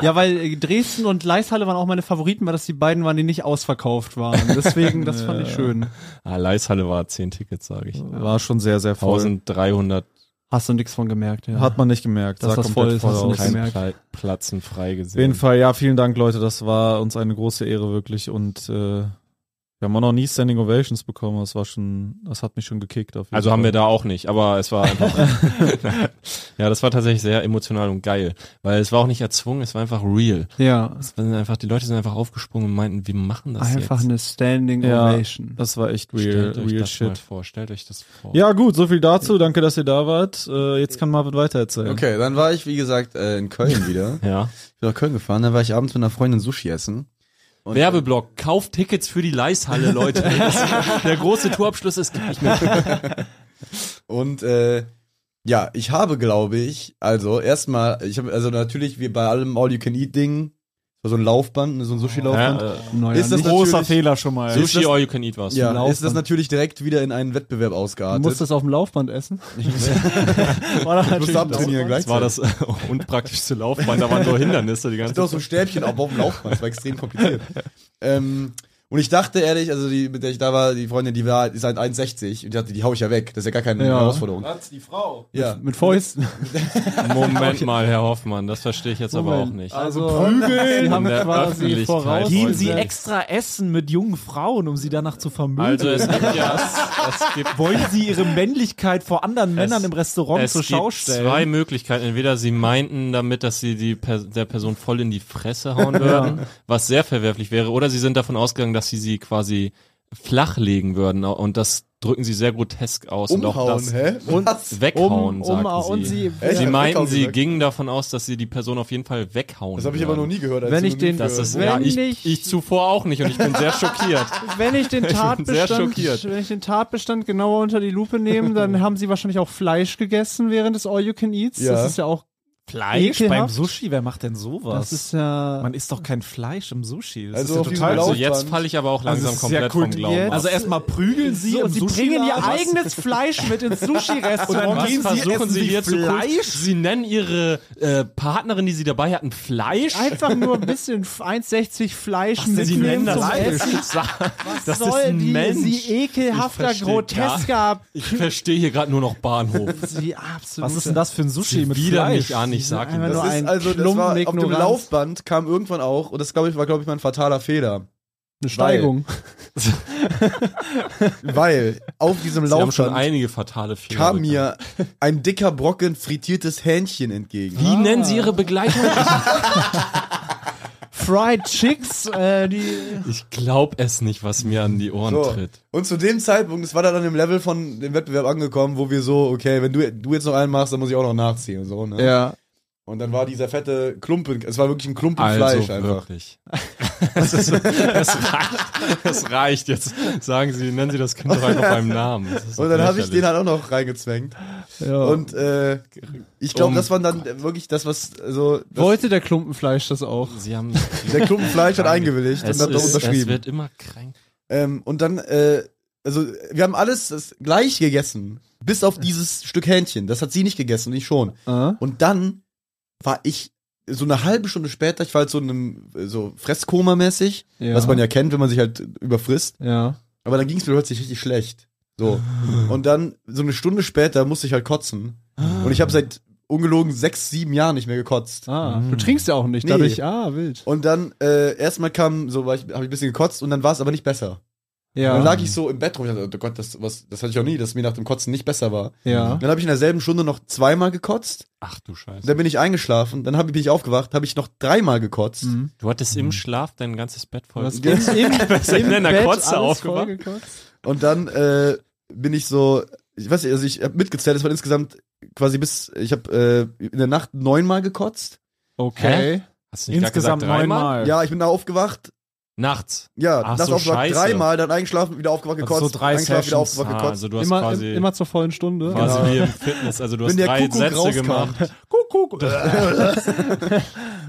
Speaker 2: Ja, weil äh, Dresden und Leishalle waren auch meine Favoriten, weil das die beiden waren, die nicht ausverkauft waren. Deswegen, das fand ich schön.
Speaker 5: Ah, Leishalle war 10 Tickets, sage ich.
Speaker 4: war schon sehr, sehr voll.
Speaker 5: 1300
Speaker 2: Hast du nichts von gemerkt, ja.
Speaker 4: Hat man nicht gemerkt.
Speaker 2: Dass
Speaker 4: Sah
Speaker 2: das
Speaker 4: komplett
Speaker 2: voll ist, hast du
Speaker 4: aus.
Speaker 2: nicht gemerkt.
Speaker 5: kein Pla Platzen frei
Speaker 4: Auf jeden
Speaker 5: gesehen.
Speaker 4: Fall, ja, vielen Dank, Leute. Das war uns eine große Ehre, wirklich. Und äh, wir haben auch noch nie Standing Ovations bekommen. Das war schon, das hat mich schon gekickt. Auf jeden
Speaker 5: Also
Speaker 4: Fall.
Speaker 5: haben wir da auch nicht, aber es war einfach. ja, das war tatsächlich sehr emotional und geil, weil es war auch nicht erzwungen, es war einfach real.
Speaker 2: ja.
Speaker 5: Es waren einfach, die Leute sind einfach aufgesprungen und meinten, wir machen das
Speaker 2: Einfach
Speaker 5: jetzt.
Speaker 2: eine Standing
Speaker 4: Ja.
Speaker 2: Ovation.
Speaker 4: Das war echt real,
Speaker 5: Stellt euch
Speaker 4: real
Speaker 5: das mal
Speaker 4: shit.
Speaker 5: vor, stellt euch das vor.
Speaker 4: Ja, gut, so viel dazu. Danke, dass ihr da wart. Äh, jetzt kann Marvin weitererzählen.
Speaker 3: Okay, dann war ich, wie gesagt, äh, in Köln wieder.
Speaker 5: Ja.
Speaker 3: Ich bin nach Köln gefahren, dann war ich abends mit einer Freundin Sushi essen. Und
Speaker 5: Werbeblock, kauft Tickets für die Leishalle, Leute. der große Tourabschluss ist gleich mit.
Speaker 3: Und äh, ja, ich habe, glaube ich, also erstmal, ich habe, also natürlich, wie bei allem All-You-Can-Eat-Ding, war so ein Laufband, ne, so ein Sushi-Laufband.
Speaker 2: Neuer
Speaker 3: Ist das
Speaker 2: nicht.
Speaker 4: Großer
Speaker 3: natürlich-
Speaker 4: Fehler schon mal.
Speaker 5: Sushi all you can eat was.
Speaker 3: Ja,
Speaker 2: Laufband.
Speaker 3: ist das natürlich direkt wieder in einen Wettbewerb
Speaker 2: Du
Speaker 3: ausgeartet.
Speaker 2: musst das auf dem Laufband essen. war das
Speaker 3: musst abtrainieren gleich.
Speaker 5: Das war das unpraktischste Laufbahn, da waren nur Hindernisse die ganze
Speaker 3: Doch so Stäbchen, aber auf dem Laufband, das war extrem kompliziert. ähm, Und ich dachte ehrlich, also die, mit der ich da war, die Freundin, die war, die ist halt 1,60 und ich dachte, die hau ich ja weg. Das ist ja gar keine
Speaker 2: Ja.
Speaker 3: Herausforderung.
Speaker 4: die Frau.
Speaker 3: Ja.
Speaker 2: Mit Fäusten.
Speaker 5: Moment mal, Herr Hoffmann, das verstehe ich jetzt aber auch nicht.
Speaker 2: Also Prügeln haben
Speaker 5: der
Speaker 2: quasi
Speaker 5: Öffentlichkeit
Speaker 2: voraus.
Speaker 5: Gehen Sie
Speaker 6: extra Essen mit jungen Frauen, um sie danach zu vermögen?
Speaker 5: Also es gibt ja es gibt,
Speaker 6: Wollen sie ihre Männlichkeit vor anderen Männern im Restaurant
Speaker 5: es
Speaker 6: zur
Speaker 5: gibt
Speaker 6: Schau stellen?
Speaker 5: zwei Möglichkeiten. Entweder sie meinten damit, dass sie die per der Person voll in die Fresse hauen würden, was sehr verwerflich wäre, oder sie sind davon ausgegangen, dass sie sie quasi flachlegen würden und das drücken sie sehr grotesk aus und auch
Speaker 3: Umhauen,
Speaker 5: das
Speaker 3: hä?
Speaker 2: Und
Speaker 3: Was?
Speaker 5: weghauen,
Speaker 2: Um-
Speaker 5: sagten
Speaker 2: um-
Speaker 5: sie.
Speaker 2: und sie-
Speaker 3: Echt?
Speaker 5: sie
Speaker 3: Ja,
Speaker 5: meinten,
Speaker 3: weghauen
Speaker 5: sie
Speaker 3: gesagt.
Speaker 5: gingen davon aus, dass sie die Person auf jeden Fall weghauen.
Speaker 3: Das habe ich aber noch nie gehört. als
Speaker 2: Wenn ich
Speaker 3: Synonym
Speaker 2: den-
Speaker 3: für-
Speaker 5: Das ist,
Speaker 2: Wenn
Speaker 5: ja, ich,
Speaker 2: nicht-
Speaker 5: ich, zuvor auch nicht und ich bin sehr schockiert.
Speaker 2: Wenn ich den
Speaker 5: sehr
Speaker 2: Tatbestand,
Speaker 5: schockiert.
Speaker 2: wenn ich den Tatbestand genauer unter die Lupe nehme, dann haben sie wahrscheinlich auch Fleisch gegessen während des All You Can Eats.
Speaker 3: Ja.
Speaker 2: Das ist ja auch,
Speaker 6: Fleisch
Speaker 2: Ekelhaft.
Speaker 6: beim Sushi? Wer macht denn sowas?
Speaker 2: das ist ja.
Speaker 6: Man isst doch kein Fleisch im Sushi. Das
Speaker 3: Also
Speaker 6: ist
Speaker 3: auf
Speaker 6: ja
Speaker 3: diesem
Speaker 6: total
Speaker 5: Also
Speaker 3: Laufband.
Speaker 5: jetzt falle ich aber auch langsam
Speaker 6: Also es ist sehr
Speaker 5: komplett vom
Speaker 6: kultiviert.
Speaker 5: Glauben ab.
Speaker 6: Also erstmal prügeln sie
Speaker 2: so,
Speaker 6: im
Speaker 2: und sie
Speaker 6: Sushi
Speaker 2: bringen ihr
Speaker 6: nach.
Speaker 2: eigenes Fleisch mit ins
Speaker 6: Und dann
Speaker 2: Sushi-Restaurant.
Speaker 6: gehen
Speaker 5: Was
Speaker 6: Sie-
Speaker 5: versuchen
Speaker 6: essen
Speaker 5: Sie
Speaker 6: Sie
Speaker 5: hier zu
Speaker 6: Fleisch?
Speaker 5: kultivieren? Sie nennen Ihre äh, Partnerin, die Sie dabei hatten, Fleisch?
Speaker 2: Einfach nur ein bisschen 1,60 Fleisch
Speaker 5: Sie nennen
Speaker 2: mitnehmen
Speaker 5: das
Speaker 2: zum
Speaker 5: Fleisch.
Speaker 2: Essen.
Speaker 5: Was das ist
Speaker 2: Soll
Speaker 5: ein
Speaker 2: die,
Speaker 5: Mensch.
Speaker 2: sie ekelhafter,
Speaker 5: Ich versteh gar-
Speaker 2: grotesker.
Speaker 5: ich verstehe hier gerade nur noch Bahnhof.
Speaker 2: Sie absolut.
Speaker 6: Was ist denn das für ein Sushi mit
Speaker 5: Wieder
Speaker 6: Fleisch?
Speaker 5: nicht an, ich sag Ihnen
Speaker 2: Einfach
Speaker 5: das.
Speaker 2: nur
Speaker 3: Das
Speaker 2: ein
Speaker 3: ist also, das
Speaker 2: Klumpen
Speaker 3: war auf dem
Speaker 2: Ignoranz.
Speaker 3: Laufband kam irgendwann auch, und das glaube ich war, glaube ich, mal ein fataler Fehler.
Speaker 2: Eine Steigung.
Speaker 3: Weil auf diesem
Speaker 5: Sie haben schon
Speaker 3: Laufband
Speaker 5: einige fatale Fehler.
Speaker 3: kam
Speaker 5: begangen.
Speaker 3: mir ein dicker Brocken frittiertes Hähnchen entgegen.
Speaker 5: Wie nennen Sie Ihre Begleitung?
Speaker 2: Fried Chicks, äh, die.
Speaker 5: Ich glaube es nicht, was mir an die Ohren
Speaker 3: So.
Speaker 5: tritt.
Speaker 3: Und zu dem Zeitpunkt, es war dann an dem Level von dem Wettbewerb angekommen, wo wir so, okay, wenn du, du jetzt noch einen machst, dann muss ich auch noch nachziehen und so, ne?
Speaker 1: Ja.
Speaker 3: Und dann war dieser fette Klumpen, es war wirklich ein Klumpen
Speaker 5: Also
Speaker 3: Fleisch einfach.
Speaker 5: wirklich. Das, ist, das, reicht, das reicht jetzt. Sagen Sie, nennen Sie das Kind doch einfach beim Namen. Das ist doch
Speaker 3: Und dann habe ich
Speaker 5: lächerlich.
Speaker 3: den halt auch noch reingezwängt.
Speaker 2: Ja.
Speaker 3: Und äh, ich glaube,
Speaker 5: Um
Speaker 3: das war dann wirklich das, was also das,
Speaker 2: wollte der Klumpenfleisch das auch?
Speaker 5: Sie haben
Speaker 3: der Klumpen Fleisch hat eingewilligt
Speaker 5: es,
Speaker 3: und hat da
Speaker 5: ist, es
Speaker 3: unterschrieben.
Speaker 5: wird immer krank.
Speaker 3: Ähm, und dann, äh, also wir haben alles das gleich gegessen, bis auf dieses Stück Hähnchen. Das hat sie nicht gegessen, und ich schon.
Speaker 2: Äh?
Speaker 3: Und dann war ich so eine halbe Stunde später, ich war halt so in einem äh, so Fresskoma mäßig,
Speaker 2: Ja.
Speaker 3: was man ja kennt, wenn man sich halt überfrisst.
Speaker 2: Ja.
Speaker 3: Aber dann ging es mir plötzlich richtig schlecht. So. Und dann, so eine Stunde später, musste ich halt kotzen. Und ich habe seit ungelogen sechs, sieben Jahren nicht mehr gekotzt.
Speaker 2: Ah, du trinkst ja auch nicht,
Speaker 3: Nee.
Speaker 2: dadurch, ah, wild.
Speaker 3: Und dann, äh, erstmal kam, so war ich, habe ich ein bisschen gekotzt und dann war es aber nicht besser.
Speaker 2: Ja,
Speaker 3: Dann lag ich so im Bett rum. Ich dachte, oh Gott, das, was, das hatte ich auch nie, dass mir nach dem Kotzen nicht besser war.
Speaker 2: ja.
Speaker 3: Dann habe ich in derselben Stunde noch zweimal gekotzt.
Speaker 5: Ach du Scheiße.
Speaker 3: Dann bin ich eingeschlafen. Dann hab, bin ich aufgewacht, habe ich noch dreimal gekotzt.
Speaker 2: Mhm.
Speaker 5: Du hattest im Schlaf dein ganzes Bett voll.
Speaker 2: Was im, im,
Speaker 5: Besser in
Speaker 2: im
Speaker 5: deiner
Speaker 2: Bett
Speaker 5: Kotze
Speaker 2: alles
Speaker 5: aufgewacht?
Speaker 2: vollgekotzt?
Speaker 3: Und dann äh, bin ich so, ich weiß nicht, also ich habe mitgezählt, es waren insgesamt quasi bis, ich habe äh, in der Nacht neunmal gekotzt.
Speaker 2: Okay.
Speaker 5: Hast du nicht
Speaker 6: Insgesamt
Speaker 5: gerade gesagt, dreimal?
Speaker 6: neunmal.
Speaker 3: Ja, ich bin da aufgewacht,
Speaker 5: Nachts.
Speaker 3: ja,
Speaker 5: Ach
Speaker 3: das
Speaker 5: so,
Speaker 3: aufgewacht,
Speaker 5: scheiße.
Speaker 3: dreimal, dann eingeschlafen, wieder aufgewacht,
Speaker 6: Also so
Speaker 3: gekotzt,
Speaker 6: drei
Speaker 3: eingeschlafen, wieder
Speaker 6: Sessions.
Speaker 3: aufgewacht,
Speaker 5: Ah,
Speaker 3: gekotzt.
Speaker 5: also du hast
Speaker 2: Immer,
Speaker 5: quasi,
Speaker 2: im, immer zur vollen Stunde.
Speaker 5: quasi
Speaker 3: Genau.
Speaker 5: wie im Fitness. Also du hast
Speaker 3: Wenn der
Speaker 5: drei
Speaker 3: Kuckuck
Speaker 5: Sätze
Speaker 3: rauskam.
Speaker 5: gemacht.
Speaker 3: Kuckuck.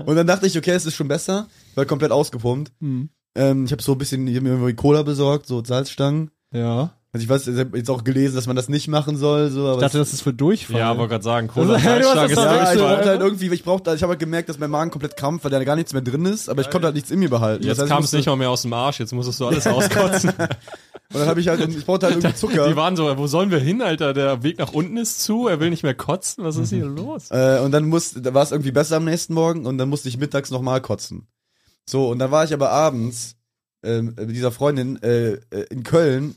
Speaker 3: Und dann dachte ich, okay, es ist schon besser, ich war komplett ausgepumpt.
Speaker 2: Hm.
Speaker 3: Ähm, ich habe so ein bisschen, ich hab mir irgendwie Cola besorgt, so Salzstangen.
Speaker 2: Ja.
Speaker 3: Also ich weiß, ich habe jetzt auch gelesen, dass man das nicht machen soll, so, aber
Speaker 2: Ich dachte,
Speaker 3: es-
Speaker 2: das ist für Durchfall.
Speaker 5: Ja, aber gerade sagen,
Speaker 2: Also,
Speaker 5: Cola
Speaker 2: du hast
Speaker 5: Einschlag
Speaker 2: das
Speaker 5: ist
Speaker 2: doch
Speaker 3: Ja, ich
Speaker 2: Durchfall.
Speaker 3: brauchte halt irgendwie, ich brauchte, ich habe halt gemerkt, dass mein Magen komplett krampf war, da gar nichts mehr drin ist, aber ich konnte halt nichts in mir behalten.
Speaker 5: Jetzt
Speaker 3: Das heißt, ich
Speaker 5: kam es
Speaker 3: musste-
Speaker 5: nicht mal mehr aus dem Arsch, jetzt musstest du alles auskotzen.
Speaker 3: Und dann habe ich halt, ich brauchte halt irgendwie
Speaker 5: Die
Speaker 3: Zucker.
Speaker 5: waren so, wo sollen wir hin, Alter? Der Weg nach unten ist zu, er will nicht mehr kotzen, was ist hier los?
Speaker 3: Äh, und dann musste, da war es irgendwie besser am nächsten Morgen und dann musste ich mittags nochmal kotzen. So, und dann war ich aber abends ähm, mit dieser Freundin äh, äh, in Köln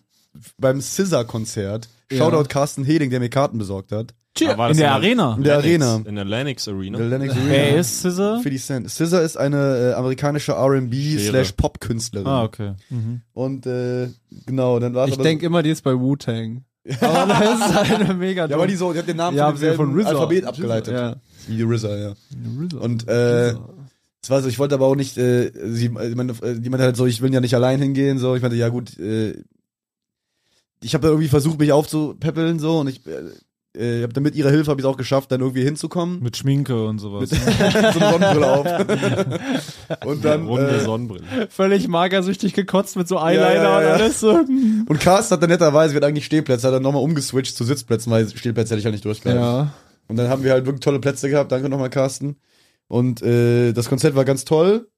Speaker 3: beim Scissor-Konzert. Shoutout Carsten Heding, der mir Karten besorgt hat.
Speaker 5: Aber war
Speaker 6: In der
Speaker 5: das in der-
Speaker 6: Arena.
Speaker 3: In der
Speaker 5: Lennox,
Speaker 3: Arena.
Speaker 5: In der Lennox Arena.
Speaker 3: Der Lennox Arena.
Speaker 6: Wer ist Scissor?
Speaker 3: 50 Cent. Scissor ist eine äh, amerikanische
Speaker 5: Schere.
Speaker 3: R&B-Pop-Künstlerin.
Speaker 6: Ah, okay.
Speaker 3: Und äh, genau, dann war es
Speaker 2: Mhm. ich
Speaker 3: aber-
Speaker 2: denke immer, die ist bei Wu-Tang. Aber das ist halt eine mega
Speaker 3: Ja, aber die so, die hat den Namen
Speaker 2: Ja,
Speaker 3: von, demselben
Speaker 2: von RZA.
Speaker 3: Alphabet abgeleitet.
Speaker 2: Ja.
Speaker 3: Wie RZA, ja.
Speaker 2: RZA.
Speaker 3: Und äh, es war so, ich wollte aber auch nicht, äh, sie, äh, meine, äh, die meinte halt so, ich will ja nicht allein hingehen, so. Ich meinte, ja gut, äh, ich habe irgendwie versucht, mich aufzupäppeln, so, und ich äh, äh, habe dann mit ihrer Hilfe habe ich es auch geschafft, dann irgendwie hinzukommen.
Speaker 6: Mit Schminke und sowas.
Speaker 3: Mit so einer Sonnenbrille auf. und dann,
Speaker 5: Runde
Speaker 3: äh,
Speaker 5: Sonnenbrille.
Speaker 2: Völlig magersüchtig gekotzt mit so
Speaker 3: Ja,
Speaker 2: Eyeliner
Speaker 3: ja, ja, ja.
Speaker 2: und alles. So.
Speaker 3: und Carsten hat dann netterweise, wir hatten eigentlich Stehplätze, hat dann nochmal umgeswitcht zu Sitzplätzen, weil Stehplätze hätte ich ja nicht durchgehalten.
Speaker 2: Ja.
Speaker 3: Und dann haben wir halt wirklich tolle Plätze gehabt. Danke nochmal, Carsten. Und äh, das Konzert war ganz toll.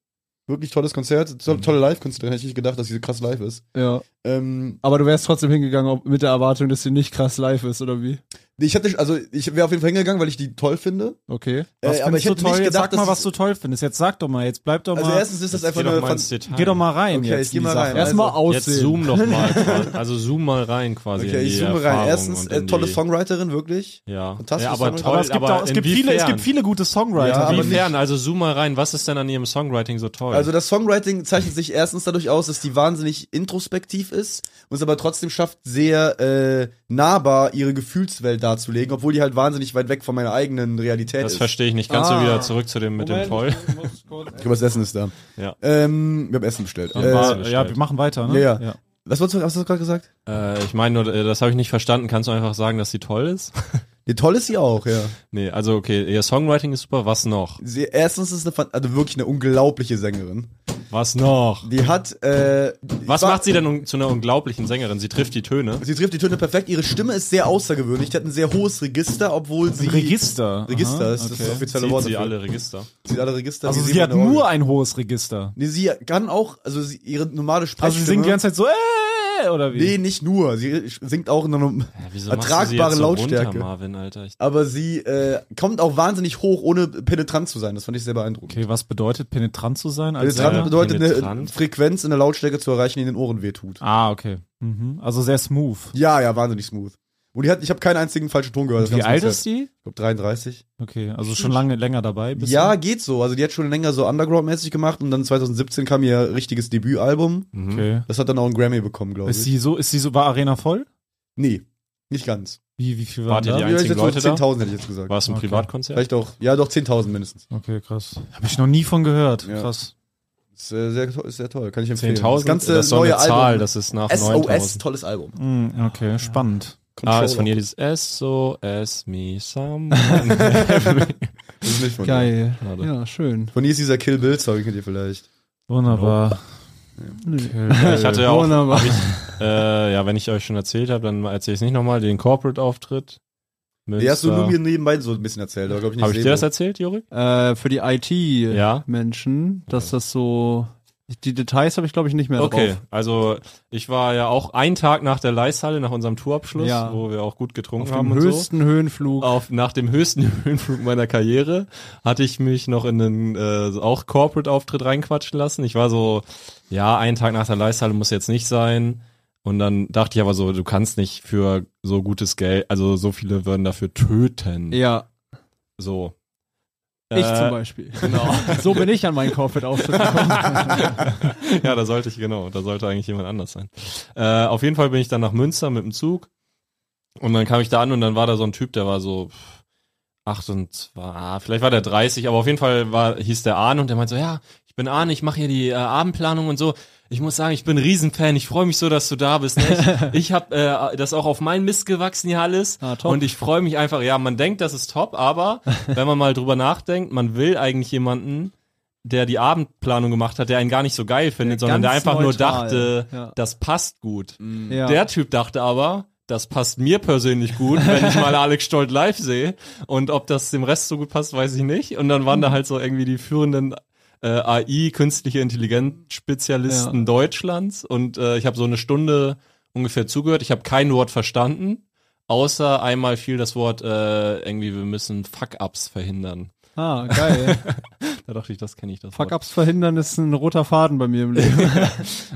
Speaker 3: Wirklich tolles Konzert,
Speaker 5: Mhm.
Speaker 3: to tolle Live-Konzert. Hätte ich nicht gedacht, dass sie so krass live ist.
Speaker 2: Ja.
Speaker 3: Ähm,
Speaker 2: Aber du wärst trotzdem hingegangen ob, mit der Erwartung, dass sie nicht krass live ist, oder wie?
Speaker 3: ich hätte, also ich wäre auf jeden Fall hingegangen, weil ich die toll finde.
Speaker 2: Okay.
Speaker 3: Äh, aber ich
Speaker 4: so
Speaker 3: hätte
Speaker 4: toll?
Speaker 3: nicht
Speaker 4: jetzt
Speaker 3: gedacht,
Speaker 4: sag mal,
Speaker 3: dass
Speaker 4: was du toll findest. Jetzt sag doch mal, jetzt bleib doch
Speaker 3: also
Speaker 4: mal.
Speaker 3: erstens ist das einfach
Speaker 5: Geh doch
Speaker 3: nur
Speaker 5: mal ins
Speaker 3: Fan-
Speaker 5: Detail.
Speaker 4: geh doch mal rein.
Speaker 3: Okay,
Speaker 4: jetzt
Speaker 3: ich geh
Speaker 4: in die
Speaker 3: mal
Speaker 4: Sache.
Speaker 3: rein.
Speaker 4: Erstmal
Speaker 3: Also,
Speaker 2: aussehen.
Speaker 5: Jetzt zoom doch mal. quasi. Also zoom mal rein quasi.
Speaker 3: Okay,
Speaker 5: in die
Speaker 3: ich zoome rein.
Speaker 5: Erfahrung
Speaker 3: Erstens,
Speaker 5: und
Speaker 3: äh,
Speaker 5: in
Speaker 3: tolle
Speaker 5: die-
Speaker 3: Songwriterin, wirklich.
Speaker 5: Ja.
Speaker 3: Fantastisch,
Speaker 5: ja, aber
Speaker 3: Songwriter.
Speaker 5: toll.
Speaker 3: Aber
Speaker 4: es gibt, auch, es, gibt viele, es gibt viele gute
Speaker 3: Ja,
Speaker 4: Songwriter.
Speaker 3: aber nicht-
Speaker 5: Inwiefern? Also zoom mal rein. Was ist denn an ihrem Songwriting so toll?
Speaker 3: Also das Songwriting zeichnet sich erstens dadurch aus, dass die wahnsinnig introspektiv ist und es aber trotzdem schafft, sehr äh, nahbar ihre Gefühlswelt darzulegen, obwohl die halt wahnsinnig weit weg von meiner eigenen Realität
Speaker 5: das
Speaker 3: ist.
Speaker 5: verstehe ich nicht. Kannst
Speaker 3: Ah.
Speaker 5: du wieder zurück zu dem mit dem Toll?
Speaker 3: Ich glaube, das Essen ist da.
Speaker 5: Ja.
Speaker 3: Ähm, ich habe Essen bestellt.
Speaker 5: Und
Speaker 3: Äh,
Speaker 5: war-
Speaker 4: ja, wir machen weiter,
Speaker 3: ja,
Speaker 4: ne?
Speaker 3: ja. Was wolltest du, hast du gerade gesagt?
Speaker 5: Äh, ich meine nur, äh, das habe ich nicht verstanden. Kannst du einfach sagen, dass sie toll ist?
Speaker 3: Nee, toll ist sie auch, ja.
Speaker 5: nee, also okay, ihr Songwriting ist super. Was noch?
Speaker 3: Sie, erstens ist es eine, fan- also wirklich eine unglaubliche Sängerin.
Speaker 5: Was noch?
Speaker 3: Die hat, äh,
Speaker 5: Was
Speaker 3: war-
Speaker 5: macht sie denn un- zu einer unglaublichen Sängerin? Sie trifft die Töne.
Speaker 3: Sie trifft die Töne perfekt. Ihre Stimme ist sehr außergewöhnlich. Die hat ein sehr hohes Register, obwohl sie.
Speaker 4: Register.
Speaker 3: Register
Speaker 4: Aha,
Speaker 3: ist das
Speaker 4: okay.
Speaker 3: offizielle
Speaker 5: Zieht
Speaker 3: Wort.
Speaker 5: sie
Speaker 3: dafür.
Speaker 5: alle Register.
Speaker 3: Zieht alle Register.
Speaker 4: Also
Speaker 3: die
Speaker 4: sie
Speaker 3: sehen
Speaker 4: hat
Speaker 3: meine Augen.
Speaker 4: nur ein hohes Register.
Speaker 3: Nee, sie kann auch, also sie, ihre normale Sprechstimme.
Speaker 4: Also sie singt die ganze Zeit so, äh, oder wie?
Speaker 3: Nee, nicht nur. Sie singt auch in einer.
Speaker 5: Ja, wieso machst du sie
Speaker 3: Ertragbare
Speaker 5: jetzt so
Speaker 3: Lautstärke.
Speaker 5: Runter, Marvin, Alter. Ich,
Speaker 3: Aber sie äh, kommt auch wahnsinnig hoch, ohne penetrant zu sein. Das fand ich sehr beeindruckend.
Speaker 4: Okay, was bedeutet penetrant zu sein? Als
Speaker 3: Penetrant
Speaker 5: Ja,
Speaker 3: bedeutet eine
Speaker 5: penetrant.
Speaker 3: Frequenz in der Lautstärke zu erreichen, die in den Ohren wehtut.
Speaker 4: Ah, okay. Mhm. Also sehr smooth.
Speaker 3: Ja, ja, wahnsinnig smooth. Und die hat, ich habe keinen einzigen falschen Ton gehört. das
Speaker 4: Wie
Speaker 3: ganze
Speaker 4: alt
Speaker 3: Konzert.
Speaker 4: ist die?
Speaker 3: Ich glaube 33.
Speaker 4: Okay, also schon lange länger dabei. bist
Speaker 3: Ja,
Speaker 4: du?
Speaker 3: geht so. Also die hat schon länger so Underground-mäßig gemacht und dann 2017 kam ihr richtiges Debütalbum.
Speaker 5: Mhm.
Speaker 4: Okay.
Speaker 3: Das hat dann auch einen Grammy bekommen, glaube ich.
Speaker 4: Ist sie so, ist sie so, war Arena voll?
Speaker 3: nee, nicht ganz.
Speaker 4: Wie, wie viel waren
Speaker 5: Wart ihr
Speaker 4: da?
Speaker 5: die
Speaker 3: Ja, ich
Speaker 5: einzigen
Speaker 3: hätte so
Speaker 5: Leute da?
Speaker 3: 10.000 hätte ich jetzt gesagt.
Speaker 5: War es ein
Speaker 4: Okay.
Speaker 5: Privatkonzert?
Speaker 3: Vielleicht auch, ja doch, 10.000 mindestens.
Speaker 4: Okay, krass. Habe ich noch nie von gehört.
Speaker 3: Ja.
Speaker 4: Krass.
Speaker 3: Ist, äh, sehr, to- ist sehr toll, kann ich empfehlen.
Speaker 5: 10.000?
Speaker 3: Das ganze
Speaker 5: das ist doch
Speaker 3: neue
Speaker 5: eine Zahl,
Speaker 3: Album.
Speaker 5: das ist nach
Speaker 3: SOS,
Speaker 5: 9.000.
Speaker 3: tolles Album.
Speaker 5: Hm,
Speaker 4: Mm, okay, spannend.
Speaker 5: Ah, ist von ihr dieses SOS me someone.
Speaker 3: Das ist nicht von ihr.
Speaker 2: Geil.
Speaker 5: Schade.
Speaker 2: Ja, schön.
Speaker 3: Von ihr ist dieser Kill Bill-Song, kennt ihr vielleicht.
Speaker 4: Wunderbar.
Speaker 5: ich hatte ja auch,
Speaker 2: Wunderbar.
Speaker 5: hab ich, äh, ja, wenn ich euch schon erzählt habe, dann erzähle ich es nicht nochmal, den Corporate-Auftritt. mit,
Speaker 3: Die hast du
Speaker 5: äh,
Speaker 3: nur mir nebenbei so ein bisschen erzählt, aber glaube ich nicht.
Speaker 5: Habe ich dir
Speaker 3: Sebo.
Speaker 5: das erzählt, Juri?
Speaker 2: Äh, für die IT-Menschen,
Speaker 5: Ja.
Speaker 2: dass das so. Die Details habe ich, glaube ich, nicht mehr
Speaker 5: Okay,
Speaker 2: drauf.
Speaker 5: also ich war ja auch einen Tag nach der Leisthalle, nach unserem Tourabschluss,
Speaker 2: Ja.
Speaker 5: wo wir auch gut getrunken
Speaker 2: Auf
Speaker 5: haben
Speaker 2: dem
Speaker 5: und so. Oh.
Speaker 2: höchsten Höhenflug.
Speaker 5: Auf, nach dem höchsten Höhenflug meiner Karriere hatte ich mich noch in einen äh, auch Corporate-Auftritt reinquatschen lassen. Ich war so, ja, einen Tag nach der Leisthalle muss jetzt nicht sein. Und dann dachte ich aber so, du kannst nicht für so gutes Geld, also so viele würden dafür töten.
Speaker 2: Ja,
Speaker 5: So.
Speaker 2: ich zum
Speaker 5: Äh,
Speaker 2: Beispiel. Genau. so bin ich an meinen Corporate-Auftritt gekommen.
Speaker 5: ja, da sollte ich, genau, da sollte eigentlich jemand anders sein. Äh, auf jeden Fall bin ich dann nach Münster mit dem Zug und dann kam ich da an und dann war da so ein Typ, der war so pff, 28, ah, vielleicht war der 30, aber auf jeden Fall war, hieß der Arne und der meinte so, ja, ich bin Arne, ich mache hier die äh, Abendplanung und so. Ich muss sagen, ich bin ein Riesenfan, ich freue mich so, dass du da bist. Ne? Ich, ich habe äh, das auch auf meinen Mist gewachsen hier alles
Speaker 2: Ah, top.
Speaker 5: und ich freue mich einfach, ja, man denkt, das ist top, aber wenn man mal drüber nachdenkt, man will eigentlich jemanden, der die Abendplanung gemacht hat, der einen gar nicht so geil findet, sondern der
Speaker 2: ganz
Speaker 5: einfach nur
Speaker 2: neutral,
Speaker 5: dachte,
Speaker 2: ja.
Speaker 5: das passt gut.
Speaker 2: ja.
Speaker 5: Der Typ dachte aber, das passt mir persönlich gut, wenn ich mal Alex Stolt live sehe. Und ob das dem Rest so gut passt, weiß ich nicht. Und dann
Speaker 2: Mhm.
Speaker 5: waren da halt so irgendwie die führenden äh, AI, künstliche Intelligenz-Spezialisten
Speaker 2: Ja.
Speaker 5: Deutschlands. Und äh, ich habe so eine Stunde ungefähr zugehört. Ich habe kein Wort verstanden. Außer einmal fiel das Wort äh, irgendwie, wir müssen Fuck-Ups verhindern.
Speaker 2: Ah, geil.
Speaker 5: Da dachte ich, das kenne ich das Wort.
Speaker 2: Fuck-Ups verhindern ist ein roter Faden bei mir im Leben.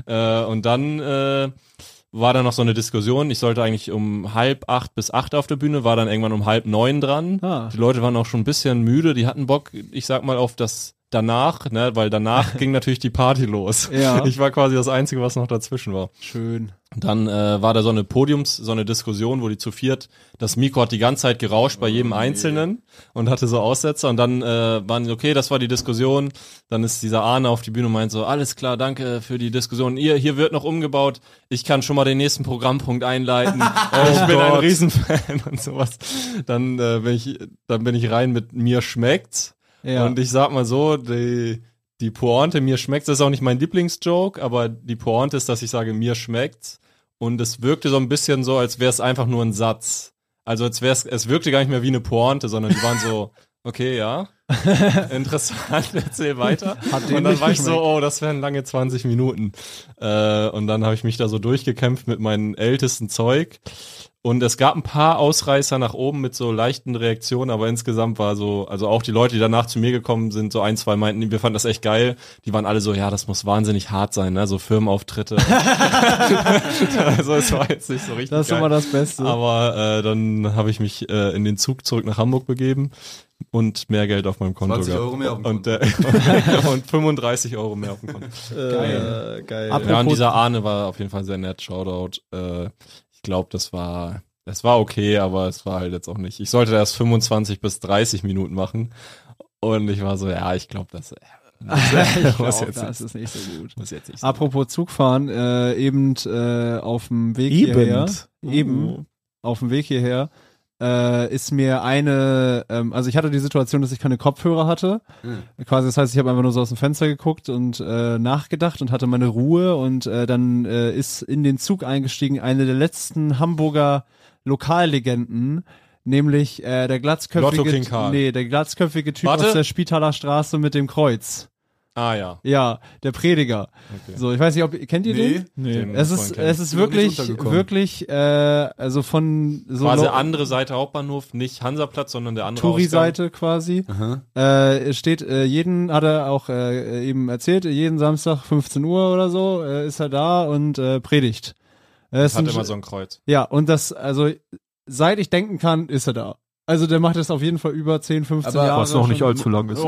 Speaker 5: Äh, und dann äh, war da noch so eine Diskussion. Ich sollte eigentlich um halb acht bis acht auf der Bühne, war dann irgendwann um halb neun dran.
Speaker 2: Ah.
Speaker 5: Die Leute waren auch schon ein bisschen müde, die hatten Bock, ich sag mal, auf das danach, ne, weil danach ging natürlich die Party los.
Speaker 2: Ja.
Speaker 5: Ich war quasi das Einzige, was noch dazwischen war.
Speaker 2: Schön.
Speaker 5: Dann äh, war da so eine Podiums, so eine Diskussion, wo die zu viert, das Mikro hat die ganze Zeit gerauscht bei
Speaker 2: Oh
Speaker 5: jedem Einzelnen und hatte so Aussetzer und dann äh, waren die, okay, das war die Diskussion, dann ist dieser Arne auf die Bühne und meint so, alles klar, danke für die Diskussion, ihr, hier wird noch umgebaut, ich kann schon mal den nächsten Programmpunkt einleiten,
Speaker 2: Oh
Speaker 5: Äh, ich bin ein Riesenfan und sowas. Dann, äh, bin ich, dann bin ich rein mit mir schmeckt's
Speaker 2: Ja.
Speaker 5: und ich sag mal so, die, die Pointe, mir schmeckt's, das ist auch nicht mein Lieblingsjoke, aber die Pointe ist, dass ich sage, mir schmeckt's. Und es wirkte so ein bisschen so, als wäre es einfach nur ein Satz. Also als wäre es, es wirkte gar nicht mehr wie eine Pointe, sondern die waren so, okay, ja. interessant, erzähl weiter.
Speaker 2: Hat den
Speaker 5: und dann
Speaker 2: nicht
Speaker 5: war ich so,
Speaker 2: geschmeckt.
Speaker 5: oh, das wären lange 20 Minuten. Äh, und dann habe ich mich da so durchgekämpft mit meinem ältesten Zeug. Und es gab ein paar Ausreißer nach oben mit so leichten Reaktionen, aber insgesamt war so, also auch die Leute, die danach zu mir gekommen sind, so ein, zwei meinten, wir fanden das echt geil. Die waren alle so, ja, das muss wahnsinnig hart sein, ne? So Firmenauftritte. also es war jetzt nicht so richtig.
Speaker 2: Das ist
Speaker 5: geil.
Speaker 2: immer das ne? Beste.
Speaker 5: Aber äh, dann habe ich mich äh, in den Zug zurück nach Hamburg begeben und mehr Geld auf meinem Konto
Speaker 3: 20
Speaker 5: gehabt.
Speaker 3: Euro mehr auf dem
Speaker 5: und, äh, und 35 Euro mehr auf dem Konto.
Speaker 3: Geil. Äh, geil.
Speaker 2: Ab-
Speaker 5: Ja, und
Speaker 2: Apropos-
Speaker 5: dieser Arne war auf jeden Fall sehr nett. Shoutout. Äh, ich glaube, das war, das war okay, aber es war halt jetzt auch nicht. Ich sollte erst 25 bis 30 Minuten machen. Und ich war so, ja, ich glaube, das äh,
Speaker 2: ich
Speaker 5: muss
Speaker 2: glaub,
Speaker 5: jetzt
Speaker 2: das ist nicht so gut.
Speaker 5: muss jetzt nicht sein.
Speaker 2: Apropos Zugfahren, äh, eben äh, auf dem Weg hierher, Mhm. eben auf dem Weg hierher, äh, ist mir eine, ähm, also ich hatte die Situation, dass ich keine Kopfhörer hatte.
Speaker 5: Hm.
Speaker 2: Quasi, das heißt, ich habe einfach nur so aus dem Fenster geguckt und äh, nachgedacht und hatte meine Ruhe und äh, dann äh, ist in den Zug eingestiegen eine der letzten Hamburger Lokallegenden. Nämlich äh, der
Speaker 5: Lotto King
Speaker 2: glatzköpfige
Speaker 5: Karl.
Speaker 2: nee, der glatzköpfige Typ
Speaker 5: Warte.
Speaker 2: aus der Spitaler Straße mit dem Kreuz.
Speaker 5: Ah ja.
Speaker 2: Ja, der Prediger.
Speaker 5: Okay.
Speaker 2: So, ich weiß nicht, ob kennt ihr den?
Speaker 5: Den
Speaker 2: Es
Speaker 5: Freund
Speaker 2: ist,
Speaker 5: kenn ich.
Speaker 2: es ist
Speaker 3: Bin noch nicht
Speaker 2: wirklich,
Speaker 3: untergekommen.
Speaker 2: wirklich, äh, also von so
Speaker 5: quasi
Speaker 2: Lo-
Speaker 5: andere Seite Hauptbahnhof, nicht Hansaplatz, sondern der andere Ausgang.
Speaker 2: Touri-Seite quasi. Äh, es steht äh, jeden, hat er auch äh, eben erzählt, jeden Samstag 15 Uhr oder so äh, ist er da und äh, predigt. Äh, ist
Speaker 5: Hat
Speaker 2: ein-
Speaker 5: immer so ein Kreuz.
Speaker 2: ja, und das, also seit ich denken kann, ist er da. Also der macht das auf jeden Fall über 10, 15
Speaker 3: Aber-
Speaker 2: Jahre.
Speaker 3: Was
Speaker 2: schon. Oh.
Speaker 7: lang ist.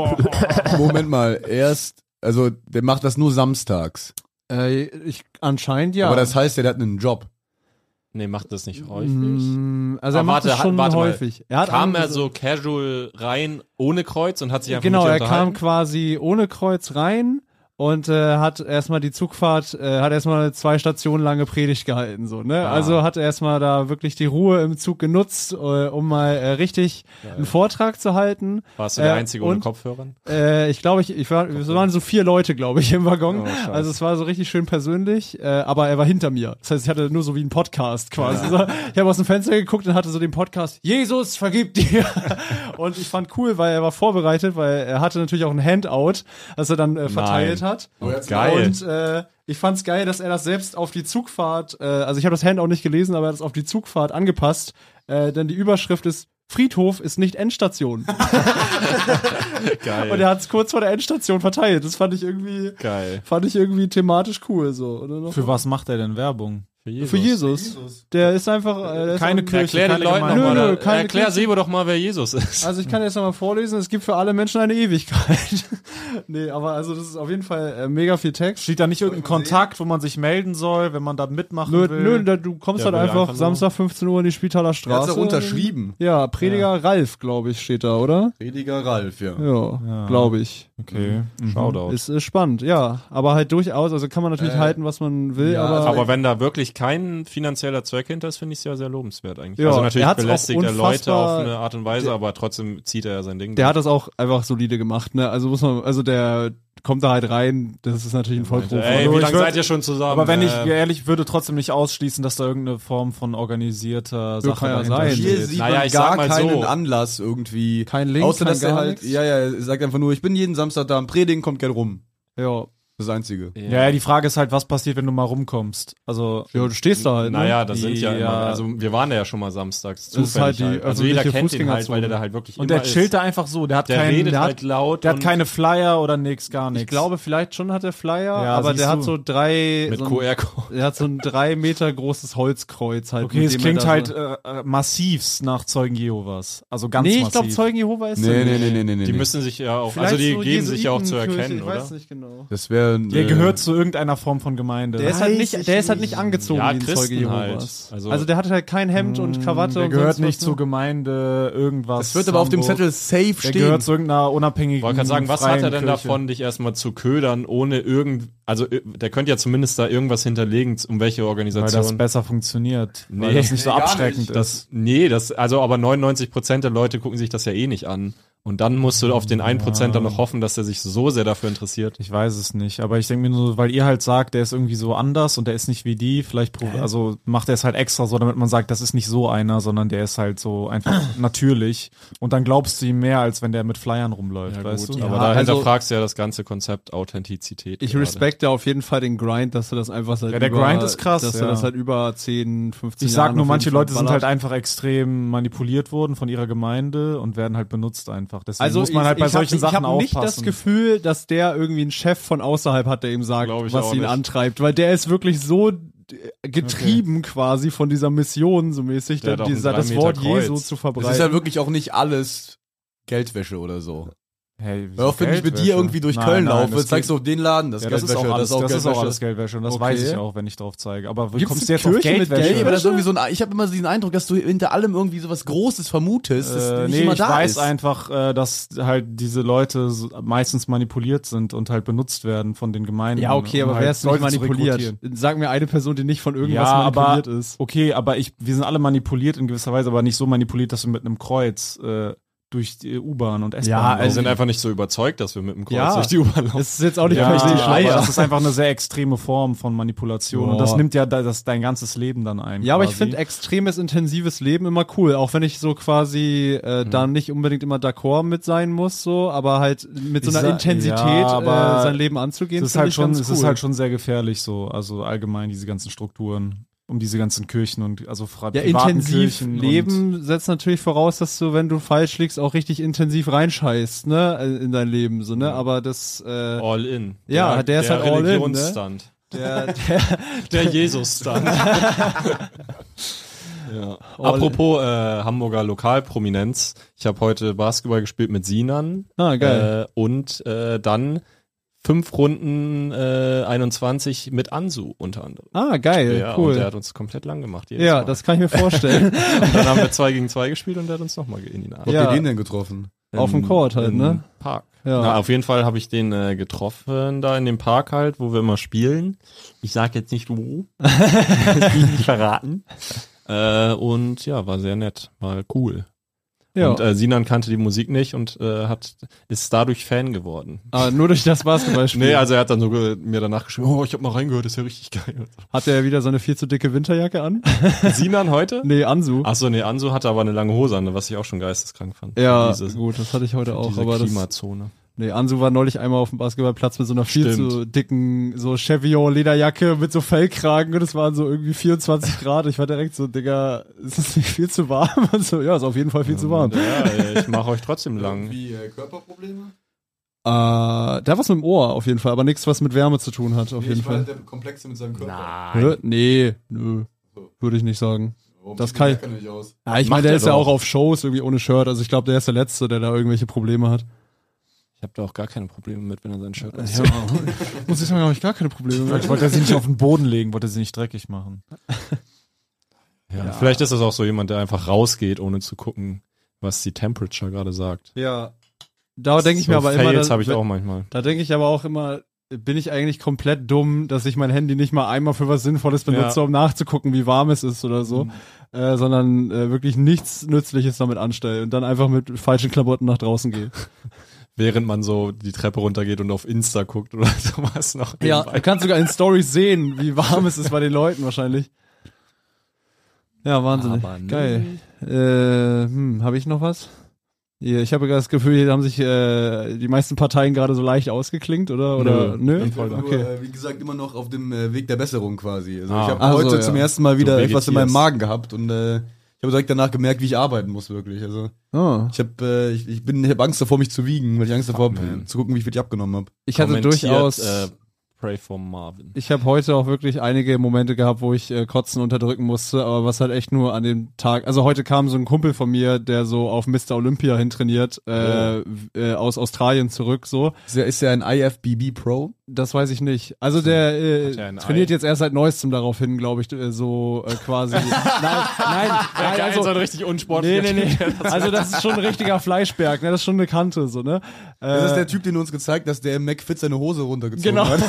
Speaker 3: Moment mal, erst, also der macht das nur samstags.
Speaker 2: Äh, ich, anscheinend ja.
Speaker 3: Aber das heißt, der hat einen Job.
Speaker 5: Nee, macht das nicht häufig.
Speaker 2: Mm, Also er
Speaker 5: Aber
Speaker 2: macht
Speaker 5: Ah, warte,
Speaker 2: das schon
Speaker 5: hat- warte mal.
Speaker 2: häufig. Er hat
Speaker 5: kam
Speaker 2: ange-
Speaker 5: er so casual rein, ohne Kreuz und hat sich einfach
Speaker 2: Genau,
Speaker 5: mit dir
Speaker 2: er kam
Speaker 5: unterhalten?
Speaker 2: quasi ohne Kreuz rein und äh, hat erstmal die Zugfahrt, äh, hat erstmal zwei Stationen lange Predigt gehalten, so, ne?
Speaker 5: Ah.
Speaker 2: Also hat er erstmal da wirklich die Ruhe im Zug genutzt, äh, um mal äh, richtig einen Vortrag zu halten.
Speaker 5: Warst du der
Speaker 2: äh,
Speaker 5: Einzige ohne
Speaker 2: und-
Speaker 5: Kopfhörern?
Speaker 2: Äh, ich glaube, ich, ich war, es waren so vier Leute, glaube ich, im Waggon.
Speaker 5: Oh,
Speaker 2: also es war so richtig schön persönlich, äh, aber er war hinter mir. Das heißt, ich hatte nur so wie einen Podcast quasi. So, ich habe aus dem Fenster geguckt und hatte so den Podcast, Jesus, vergib dir. und ich fand cool, weil er war vorbereitet, weil er hatte natürlich auch ein Handout, das er dann äh, verteilt
Speaker 5: Nein. Oh,
Speaker 2: hat.
Speaker 5: Geil.
Speaker 2: Und äh, ich fand's geil, dass er das selbst auf die Zugfahrt, äh, also ich habe das Handout nicht gelesen, aber er hat es auf die Zugfahrt angepasst, äh, denn die Überschrift ist Friedhof ist nicht Endstation.
Speaker 5: Geil.
Speaker 2: Und er hat es kurz vor der Endstation verteilt. Das fand ich irgendwie,
Speaker 5: Geil.
Speaker 2: fand ich irgendwie thematisch cool so. Oder noch?
Speaker 4: Für was macht er denn Werbung?
Speaker 2: Für Jesus. Der ist einfach äh, der ist
Speaker 4: Keine
Speaker 2: auch-
Speaker 4: Kirche.
Speaker 5: Erklär den
Speaker 4: keine
Speaker 5: Leuten
Speaker 4: Gemeinde.
Speaker 2: Nö,
Speaker 5: nochmal.
Speaker 2: nö, keine
Speaker 5: Erklär
Speaker 2: Kirche.
Speaker 5: Sebo doch mal, wer Jesus ist.
Speaker 2: Also ich kann jetzt nochmal vorlesen. Es gibt für alle Menschen eine Ewigkeit. nee, aber also das ist auf jeden Fall äh, mega viel Text.
Speaker 4: Steht da nicht irgendein Kontakt, wo man sich melden soll, wenn man da mitmachen
Speaker 2: Nö,
Speaker 4: will?
Speaker 2: nö, da- du kommst halt
Speaker 5: Der will
Speaker 2: einfach
Speaker 5: einfach nur-
Speaker 2: Samstag 15 Uhr in die Spitaler
Speaker 3: Der hat's
Speaker 2: Straße.
Speaker 3: doch unterschrieben.
Speaker 2: Ja, Prediger Ralf, glaube ich, steht da, oder?
Speaker 3: Prediger Ralf, ja.
Speaker 2: Ja, glaube ich.
Speaker 4: Okay.
Speaker 5: Shoutout.
Speaker 2: Ist äh, spannend, ja. Aber halt durchaus, also kann man natürlich
Speaker 3: Äh,
Speaker 2: halten, was man will,
Speaker 3: ja, also
Speaker 2: aber.
Speaker 5: aber wenn da wirklich kein finanzieller Zweck hinter ist, finde ich es ja sehr lobenswert eigentlich.
Speaker 2: Ja,
Speaker 5: also
Speaker 2: er
Speaker 5: natürlich
Speaker 2: hat's auch
Speaker 5: belästigt er Leute
Speaker 2: unfassbar-
Speaker 5: auf eine Art und Weise, aber trotzdem zieht er ja sein Ding.
Speaker 2: der hat das auch einfach solide gemacht, ne? Also muss man, also der kommt da halt rein, das ist natürlich ein Vollprofi.
Speaker 5: Äh, Ey, wie
Speaker 4: ich
Speaker 5: lange
Speaker 4: würd-
Speaker 5: seid ihr schon zusammen?
Speaker 4: Aber wenn ich
Speaker 5: Äh,
Speaker 4: ehrlich würde, trotzdem nicht ausschließen, dass da irgendeine Form von organisierter Sache
Speaker 2: kann ja
Speaker 4: dahinter
Speaker 2: sein.
Speaker 4: steht.
Speaker 3: Hier sieht
Speaker 5: Naja,
Speaker 3: man
Speaker 5: ich sag
Speaker 3: gar
Speaker 5: mal
Speaker 3: keinen
Speaker 5: so.
Speaker 3: Anlass irgendwie.
Speaker 2: Kein Link,
Speaker 3: Außer,
Speaker 2: kein
Speaker 3: dass er
Speaker 2: gar
Speaker 3: halt,
Speaker 2: nichts.
Speaker 3: ja, ja, er sagt einfach nur, ich bin jeden Samstag da am Predigen, kommt gern rum.
Speaker 2: Ja.
Speaker 3: Das Einzige.
Speaker 4: Ja, ja, die Frage ist halt, was passiert, wenn du mal rumkommst? Also,
Speaker 2: ja, du stehst da halt, ne?
Speaker 5: Naja, das sind ja,
Speaker 4: Ja.
Speaker 5: immer, also wir waren ja schon mal samstags.
Speaker 2: Das
Speaker 5: Zufällig
Speaker 2: ist halt die
Speaker 5: Also jeder
Speaker 2: öffentliche
Speaker 5: kennt ihn halt, weil
Speaker 2: Fußgängerzone.
Speaker 5: der da halt wirklich
Speaker 4: und
Speaker 5: immer
Speaker 4: der chillt
Speaker 5: ist.
Speaker 4: da einfach so. Der hat
Speaker 5: Der
Speaker 4: keinen,
Speaker 5: redet
Speaker 4: der
Speaker 5: halt
Speaker 4: hat,
Speaker 5: laut.
Speaker 4: der hat
Speaker 5: und
Speaker 4: keine Flyer oder nix, gar nichts.
Speaker 2: Ich glaube, vielleicht schon hat er Flyer,
Speaker 4: Ja,
Speaker 2: aber der
Speaker 4: siehst
Speaker 2: hat
Speaker 4: du.
Speaker 2: so drei.
Speaker 5: mit
Speaker 2: so ein,
Speaker 5: QR-Code.
Speaker 2: er hat so ein drei Meter großes Holzkreuz halt.
Speaker 4: Okay,
Speaker 2: mit
Speaker 4: es
Speaker 2: dem er
Speaker 4: klingt
Speaker 2: da
Speaker 4: halt
Speaker 2: so-
Speaker 4: äh, äh, massivs nach Zeugen Jehovas. Also ganz
Speaker 2: nee,
Speaker 4: massiv.
Speaker 2: ich glaube, Zeugen Jehova ist
Speaker 3: Nee,
Speaker 2: er
Speaker 3: nee,
Speaker 2: nicht.
Speaker 3: nee, nee, nee, nee.
Speaker 5: Die
Speaker 3: nee.
Speaker 5: müssen sich ja auch,
Speaker 2: Vielleicht
Speaker 5: also die
Speaker 2: so
Speaker 5: geben sich ja auch zu
Speaker 2: Jesuitenkirche,
Speaker 5: erkennen,
Speaker 2: Ich weiß
Speaker 5: oder?
Speaker 2: nicht genau.
Speaker 3: Das äh, wäre.
Speaker 4: Der gehört zu irgendeiner Form von Gemeinde.
Speaker 2: Der ist halt nicht, der ist halt nicht angezogen
Speaker 5: Ja,
Speaker 2: wie ein Zeuge
Speaker 5: Christen halt.
Speaker 2: Jehovas.
Speaker 5: Also-
Speaker 2: also der hatte halt kein Hemd und Krawatte
Speaker 4: Mm, der
Speaker 2: und
Speaker 4: gehört
Speaker 2: sonst was,
Speaker 4: nicht
Speaker 2: ne?
Speaker 4: zur Gemeinde, irgendwas.
Speaker 3: Das wird aber auf dem
Speaker 4: Hamburg.
Speaker 3: Zettel safe
Speaker 4: Der
Speaker 3: stehen.
Speaker 4: gehört zu irgendeiner unabhängigen.
Speaker 5: Ich wollte gerade sagen, was
Speaker 4: freien
Speaker 5: hat er denn
Speaker 4: Kirche.
Speaker 5: davon, dich erstmal zu ködern, ohne irgend, also ö- der könnte ja zumindest da irgendwas hinterlegen, um welche
Speaker 4: Weil das
Speaker 5: Organisation.
Speaker 4: besser funktioniert.
Speaker 5: Nee.
Speaker 4: Weil das nicht so
Speaker 3: Nee, gar
Speaker 4: abschreckend
Speaker 3: nicht.
Speaker 4: ist.
Speaker 5: nee, das, also aber 99 Prozent der Leute gucken sich das ja eh nicht an. Und dann musst du auf den 1% dann noch hoffen, dass er sich so sehr dafür interessiert.
Speaker 4: Ich weiß es nicht, aber ich denke mir nur, weil ihr halt sagt, der ist irgendwie so anders und der ist nicht wie die, vielleicht pro- also macht er es halt extra so, damit man sagt, das ist nicht so einer, sondern der ist halt so einfach natürlich. Und dann glaubst du ihm mehr, als wenn der mit Flyern rumläuft, weißt du? halt,
Speaker 5: aber
Speaker 4: Aber
Speaker 5: da
Speaker 2: also-
Speaker 5: hinterfragst du ja das ganze Konzept Authentizität.
Speaker 2: Ich
Speaker 5: gerade.
Speaker 2: respekte auf jeden Fall den Grind, dass er das einfach seit
Speaker 4: Ja, der
Speaker 2: über,
Speaker 4: Grind ist krass,
Speaker 2: dass
Speaker 4: ja.
Speaker 2: er das halt über 10, 15
Speaker 4: ich sag
Speaker 2: Jahren
Speaker 4: nur,
Speaker 2: auf
Speaker 4: manche
Speaker 2: jeden Fall
Speaker 4: Leute sind halt
Speaker 2: ballert.
Speaker 4: einfach extrem manipuliert worden von ihrer Gemeinde und werden halt benutzt einfach. Deswegen
Speaker 2: also
Speaker 4: muss man halt
Speaker 2: ich,
Speaker 4: bei
Speaker 2: ich
Speaker 4: solchen
Speaker 2: hab,
Speaker 4: Sachen
Speaker 2: ich hab nicht
Speaker 4: aufpassen.
Speaker 2: das Gefühl, dass der irgendwie einen Chef von außerhalb hat, der ihm sagt,
Speaker 5: Glaub ich
Speaker 2: was
Speaker 5: auch
Speaker 2: ihn
Speaker 5: nicht.
Speaker 2: antreibt, weil der ist wirklich so d- getrieben quasi von dieser Mission so mäßig, der
Speaker 5: Der hat auch ein
Speaker 2: dieser, das
Speaker 5: drei Meter
Speaker 2: Wort
Speaker 5: Kreuz.
Speaker 2: Jesu zu verbreiten.
Speaker 1: Das ist halt wirklich auch nicht alles Geldwäsche oder so.
Speaker 4: hey, wieso
Speaker 1: Hör auf, wenn ich mit
Speaker 4: Geldwäsche?
Speaker 1: dir irgendwie durch
Speaker 4: Nein,
Speaker 1: Köln
Speaker 4: nein,
Speaker 1: laufe,
Speaker 4: das
Speaker 1: zeigst
Speaker 4: geht-
Speaker 1: du auf den Laden, das,
Speaker 4: ja,
Speaker 1: ist
Speaker 4: das ist
Speaker 1: Geldwäsche,
Speaker 4: auch alles,
Speaker 1: das ist auch Geldwäsche.
Speaker 4: Geldwäsche und das
Speaker 1: Okay.
Speaker 4: weiß ich auch, wenn ich drauf zeige. Aber wie
Speaker 2: Gibt's
Speaker 4: kommst du
Speaker 2: eine
Speaker 4: jetzt auf
Speaker 2: Kirche mit
Speaker 4: Geldwäsche?
Speaker 1: Ey, aber das
Speaker 2: Geldwäsche?
Speaker 1: ist irgendwie so ein, ich habe immer so diesen Eindruck, dass du hinter allem irgendwie sowas Großes vermutest, das
Speaker 4: Äh,
Speaker 1: nicht
Speaker 4: nee,
Speaker 1: immer
Speaker 4: ich
Speaker 1: da
Speaker 4: weiß
Speaker 1: ist.
Speaker 4: einfach, äh, dass halt diese Leute so- meistens manipuliert sind und halt benutzt werden von den Gemeinden.
Speaker 2: ja, okay,
Speaker 4: um
Speaker 2: aber
Speaker 4: halt
Speaker 2: wer ist nicht
Speaker 4: Leute zu
Speaker 2: manipuliert?
Speaker 4: rekrutieren.
Speaker 2: Sag mir eine Person, die nicht von irgendwas
Speaker 4: Ja, aber
Speaker 2: manipuliert ist.
Speaker 4: okay, aber ich, wir sind alle manipuliert in gewisser Weise, aber nicht so manipuliert, dass wir mit einem Kreuz äh, durch die U-Bahn und S-Bahn
Speaker 2: Ja,
Speaker 4: laufen.
Speaker 5: Wir
Speaker 2: also-
Speaker 5: sind einfach nicht so überzeugt, dass wir mit dem Kreuz
Speaker 2: Ja.
Speaker 5: durch die U-Bahn laufen.
Speaker 2: Es ist jetzt auch nicht
Speaker 4: ja,
Speaker 2: völlig die
Speaker 4: aber
Speaker 2: Schleier.
Speaker 4: das ist einfach eine sehr extreme Form von Manipulation und das
Speaker 2: Boah.
Speaker 4: nimmt ja da- das dein ganzes Leben dann ein.
Speaker 2: Ja, aber ich
Speaker 4: quasi.
Speaker 2: finde extremes, intensives Leben immer cool, auch wenn ich so quasi äh,
Speaker 4: Mhm.
Speaker 2: da nicht unbedingt immer d'accord mit sein muss, so, aber halt mit so
Speaker 4: Ich
Speaker 2: einer
Speaker 4: sa-
Speaker 2: Intensität
Speaker 4: ja, aber
Speaker 2: äh, sein Leben anzugehen,
Speaker 4: es ist
Speaker 2: find
Speaker 4: halt
Speaker 2: ich
Speaker 4: schon,
Speaker 2: ganz
Speaker 4: es
Speaker 2: cool.
Speaker 4: ist halt schon sehr gefährlich so, also allgemein diese ganzen Strukturen um diese ganzen Kirchen und also fra-
Speaker 2: ja,
Speaker 4: privaten
Speaker 2: intensiv
Speaker 4: Kirchen und-
Speaker 2: Leben setzt natürlich voraus, dass du, wenn du falsch liegst, auch richtig intensiv reinscheißt, ne, äh, in dein Leben, so,
Speaker 4: Mhm.
Speaker 2: ne, aber das, äh,
Speaker 4: Oh.
Speaker 5: All in.
Speaker 2: Ja, der ist halt all in, ne?
Speaker 5: Religionsstand.
Speaker 2: der,
Speaker 5: Der Jesus-Stand. ja. Apropos äh, Hamburger Lokalprominenz. Ich habe heute Basketball gespielt mit Sinan.
Speaker 2: ah, geil.
Speaker 5: Äh, und äh, dann fünf Runden äh, 21 mit Ansu unter anderem.
Speaker 2: ah, geil,
Speaker 5: ja, Und der
Speaker 2: cool.
Speaker 5: hat uns komplett lang gemacht. jedes
Speaker 2: Ja,
Speaker 5: Mal.
Speaker 2: das kann ich mir vorstellen.
Speaker 5: und dann haben wir zwei gegen zwei gespielt und der hat uns nochmal in die Nase.
Speaker 1: Habt
Speaker 2: ja.
Speaker 1: ihr den denn getroffen?
Speaker 2: Auf dem Court halt,
Speaker 5: im
Speaker 2: ne?
Speaker 5: Park.
Speaker 2: Ja.
Speaker 5: Na, auf jeden Fall habe ich den äh, getroffen da in dem Park halt, wo wir immer spielen. Ich sag jetzt nicht wo. Das will ich nicht verraten. Äh, und ja, war sehr nett, war cool.
Speaker 2: ja.
Speaker 5: Und äh, Sinan kannte die Musik nicht und äh, hat ist dadurch Fan geworden.
Speaker 2: ah, nur durch das Basketballspiel.
Speaker 5: Nee, also er hat dann so ge- mir danach geschrieben, oh, ich habe mal reingehört, ist ja richtig geil.
Speaker 2: Hat er wieder seine viel zu dicke Winterjacke an?
Speaker 5: Sinan heute?
Speaker 2: Nee, Ansu.
Speaker 5: Achso, nee, Anso hatte aber eine lange Hose an, was ich auch schon geisteskrank fand.
Speaker 2: Ja,
Speaker 5: Diese,
Speaker 2: gut, das hatte ich heute auch.
Speaker 5: diese
Speaker 2: Aber das,
Speaker 5: Klimazone.
Speaker 2: nee, Ansu war neulich einmal auf dem Basketballplatz mit so einer viel
Speaker 5: Stimmt.
Speaker 2: zu dicken, so Chevillon-Lederjacke mit so Fellkragen und es waren so irgendwie 24 Grad. Ich war direkt so, Digga, ist das nicht viel zu warm? Und so, ja, ist auf jeden Fall viel zu warm.
Speaker 5: Ja, ey, ich mache euch trotzdem lang.
Speaker 1: Wie Körperprobleme?
Speaker 2: Äh, da was mit dem Ohr auf jeden Fall, aber nichts, was mit Wärme zu tun hat, auf jeden Fall.
Speaker 1: der Komplexe mit seinem
Speaker 5: Nein.
Speaker 2: Hä? Nee, nö. Würde ich nicht sagen. das sieht die kann- Jacke
Speaker 1: nicht aus.
Speaker 2: Ja, ich
Speaker 5: Macht
Speaker 2: meine, der
Speaker 5: er
Speaker 2: ist ja
Speaker 5: doch.
Speaker 2: auch auf Shows irgendwie ohne Shirt. Also ich glaube, der ist der Letzte, der da irgendwelche Probleme hat.
Speaker 5: Ich habe da auch gar keine Probleme mit, wenn er sein Shirt anzieht.
Speaker 2: Muss ich sagen, habe ich gar keine Probleme mit.
Speaker 4: Vielleicht wollte er sie nicht auf den Boden legen, wollte er sie nicht dreckig machen.
Speaker 5: Ja, Vielleicht ist das auch so jemand, der einfach rausgeht, ohne zu gucken, was die Temperature gerade sagt.
Speaker 2: Ja. Da denke ich
Speaker 5: so
Speaker 2: mir aber immer,
Speaker 5: Fails
Speaker 2: dass,
Speaker 5: habe ich auch manchmal.
Speaker 2: da denke ich aber auch immer, bin ich eigentlich komplett dumm, dass ich mein Handy nicht mal einmal für was Sinnvolles benutze, um nachzugucken, wie warm es ist oder so, äh, sondern äh, wirklich nichts Nützliches damit anstelle und dann einfach mit falschen Klamotten nach draußen gehe.
Speaker 5: Während man so die Treppe runtergeht und auf Insta guckt oder sowas noch.
Speaker 2: Ja,
Speaker 5: nebenbei.
Speaker 2: du kannst sogar in Stories sehen, wie warm es ist bei den Leuten wahrscheinlich. Ja, wahnsinnig.
Speaker 5: Aber nö.
Speaker 2: Geil. Äh, hm, habe ich noch was? Hier, ich habe gerade das Gefühl, hier haben sich äh, die meisten Parteien gerade so leicht ausgeklingt, oder? Oder nö?
Speaker 1: Ich bin nur,
Speaker 2: Okay.
Speaker 1: äh, wie gesagt, immer noch auf dem äh, Weg der Besserung quasi. Also
Speaker 5: Ah.
Speaker 1: ich habe
Speaker 2: Ach so,
Speaker 1: heute
Speaker 2: ja.
Speaker 1: zum ersten Mal wieder
Speaker 5: Du
Speaker 1: etwas in
Speaker 5: vegetierst.
Speaker 1: meinem Magen gehabt und äh, ich habe direkt danach gemerkt, wie ich arbeiten muss wirklich. Also
Speaker 2: Oh.
Speaker 1: ich habe äh, ich, ich bin ich hab Angst davor, mich zu wiegen, weil ich Angst davor habe, zu gucken, wie viel ich abgenommen habe.
Speaker 2: Ich hatte
Speaker 5: Kommentiert,
Speaker 2: also durchaus.
Speaker 5: Äh, Pray for Marvin.
Speaker 2: ich habe heute auch wirklich einige Momente gehabt, wo ich äh, Kotzen unterdrücken musste, aber was halt echt nur an dem Tag. Also heute kam so ein Kumpel von mir, der so auf Mr. Olympia hintrainiert, äh, w- äh, aus Australien zurück, so.
Speaker 1: Ist ja, ist ja ein IFBB Pro.
Speaker 2: Das weiß ich nicht. Also der äh,
Speaker 4: ja ein
Speaker 2: trainiert
Speaker 4: Ei.
Speaker 2: jetzt erst seit Neuestem darauf hin, glaube ich, äh, so äh, quasi. nein, nein, nein, also,
Speaker 5: richtig
Speaker 2: nee,
Speaker 5: unsportlich.
Speaker 2: nee, nee. Also das ist schon ein richtiger Fleischberg, ne? Das ist schon eine Kante, so, ne?
Speaker 3: Das ist
Speaker 2: Äh,
Speaker 3: der Typ, den du uns gezeigt hast, der im McFit seine Hose runtergezogen
Speaker 2: Genau.
Speaker 3: hat.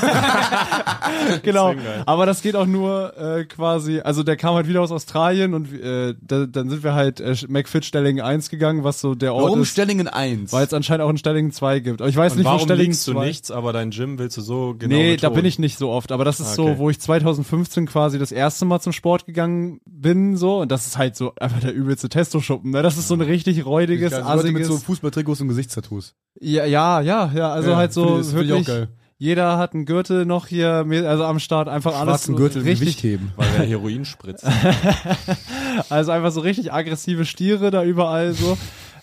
Speaker 2: genau.
Speaker 5: Deswegen geil.
Speaker 2: Aber das geht auch nur äh, quasi, also der kam halt wieder aus Australien und äh, da, dann sind wir halt äh, McFit Stellingen 1 gegangen, was so der Ort
Speaker 3: Warum
Speaker 2: ist,
Speaker 3: Stellingen 1?
Speaker 2: weil es anscheinend auch in Stellingen 2 gibt. Aber ich weiß
Speaker 5: Und
Speaker 2: nicht, wo
Speaker 5: warum
Speaker 2: Stellingen
Speaker 5: liegst
Speaker 2: 2
Speaker 5: du nichts, aber dein Gym willst du so genau
Speaker 2: Nee, da
Speaker 5: betonen?
Speaker 2: bin ich nicht so oft, aber
Speaker 3: Ah,
Speaker 2: das ist
Speaker 5: Okay.
Speaker 2: so, wo ich 2015 quasi das erste Mal zum Sport gegangen bin, so, und das ist halt so einfach der übelste Testo-Schuppen, ne? Das ist so ein richtig räudiges,
Speaker 3: Also Leute mit
Speaker 2: assiges.
Speaker 3: so Fußballtrikots und Gesichtstattoos.
Speaker 2: ja, ja, ja, ja, also
Speaker 3: Ja,
Speaker 2: halt so
Speaker 3: find ich- find ich auch
Speaker 2: wirklich.
Speaker 3: geil.
Speaker 2: Jeder hat einen Gürtel noch hier, mir- also am Start einfach alles
Speaker 3: Schwarzen
Speaker 2: so
Speaker 3: Gürtel
Speaker 2: richtig,
Speaker 3: Gewicht heben.
Speaker 5: Weil er Heroin spritzt.
Speaker 2: also einfach so richtig aggressive Stiere da überall so.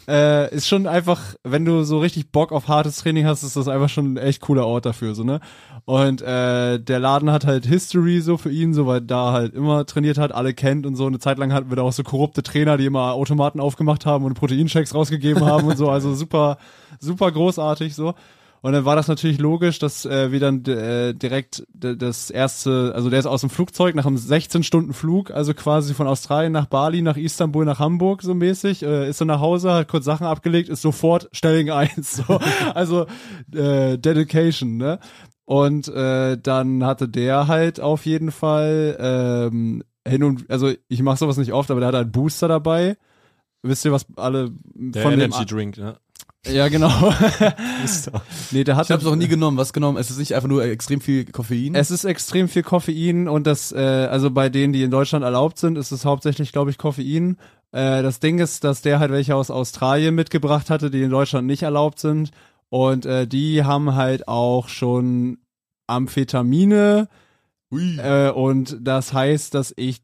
Speaker 2: Äh, ist schon einfach, wenn du so richtig Bock auf hartes Training hast, ist das einfach schon ein echt cooler Ort dafür, so, ne? Und äh, der Laden hat halt History so für ihn, so weil da halt immer trainiert hat, alle kennt und so. Eine Zeit lang hatten wir da auch so korrupte Trainer, die immer Automaten aufgemacht haben und Proteinshakes rausgegeben haben und so. Also super, super großartig so. Und dann war das natürlich logisch, dass äh, wir dann äh, direkt d- das erste, also der ist aus dem Flugzeug nach einem 16-Stunden-Flug, also quasi von Australien nach Bali, nach Istanbul, nach Hamburg so mäßig, äh, ist dann nach Hause, hat kurz Sachen abgelegt, ist sofort Stelling 1. So. Also äh, Dedication, ne? Und äh, dann hatte der halt auf jeden Fall ähm, hin und also ich mache sowas nicht oft, aber der hat halt Booster dabei. Wisst ihr, was alle
Speaker 5: Der
Speaker 2: von dem
Speaker 5: Energy Drink, ne?
Speaker 2: Ja, genau. nee, der hat
Speaker 3: Ich hab's noch nie genommen. Was genommen? Es ist nicht einfach nur extrem viel Koffein.
Speaker 2: Es ist extrem viel Koffein und das, äh, also bei denen, die in Deutschland erlaubt sind, ist es hauptsächlich, glaube ich, Koffein. Äh, das Ding ist, dass der halt welche aus Australien mitgebracht hatte, die in Deutschland nicht erlaubt sind. Und äh, die haben halt auch schon Amphetamine. Äh, und das heißt, dass ich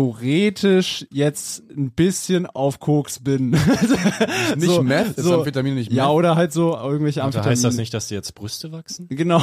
Speaker 2: theoretisch jetzt ein bisschen auf Koks bin.
Speaker 3: nicht
Speaker 2: so,
Speaker 3: Meth, ist
Speaker 2: so-
Speaker 3: Amphetamine nicht Meth.
Speaker 2: ja, oder halt so irgendwelche
Speaker 5: Da
Speaker 2: Amphetamine.
Speaker 5: heißt das nicht, dass dir jetzt Brüste wachsen?
Speaker 2: Genau.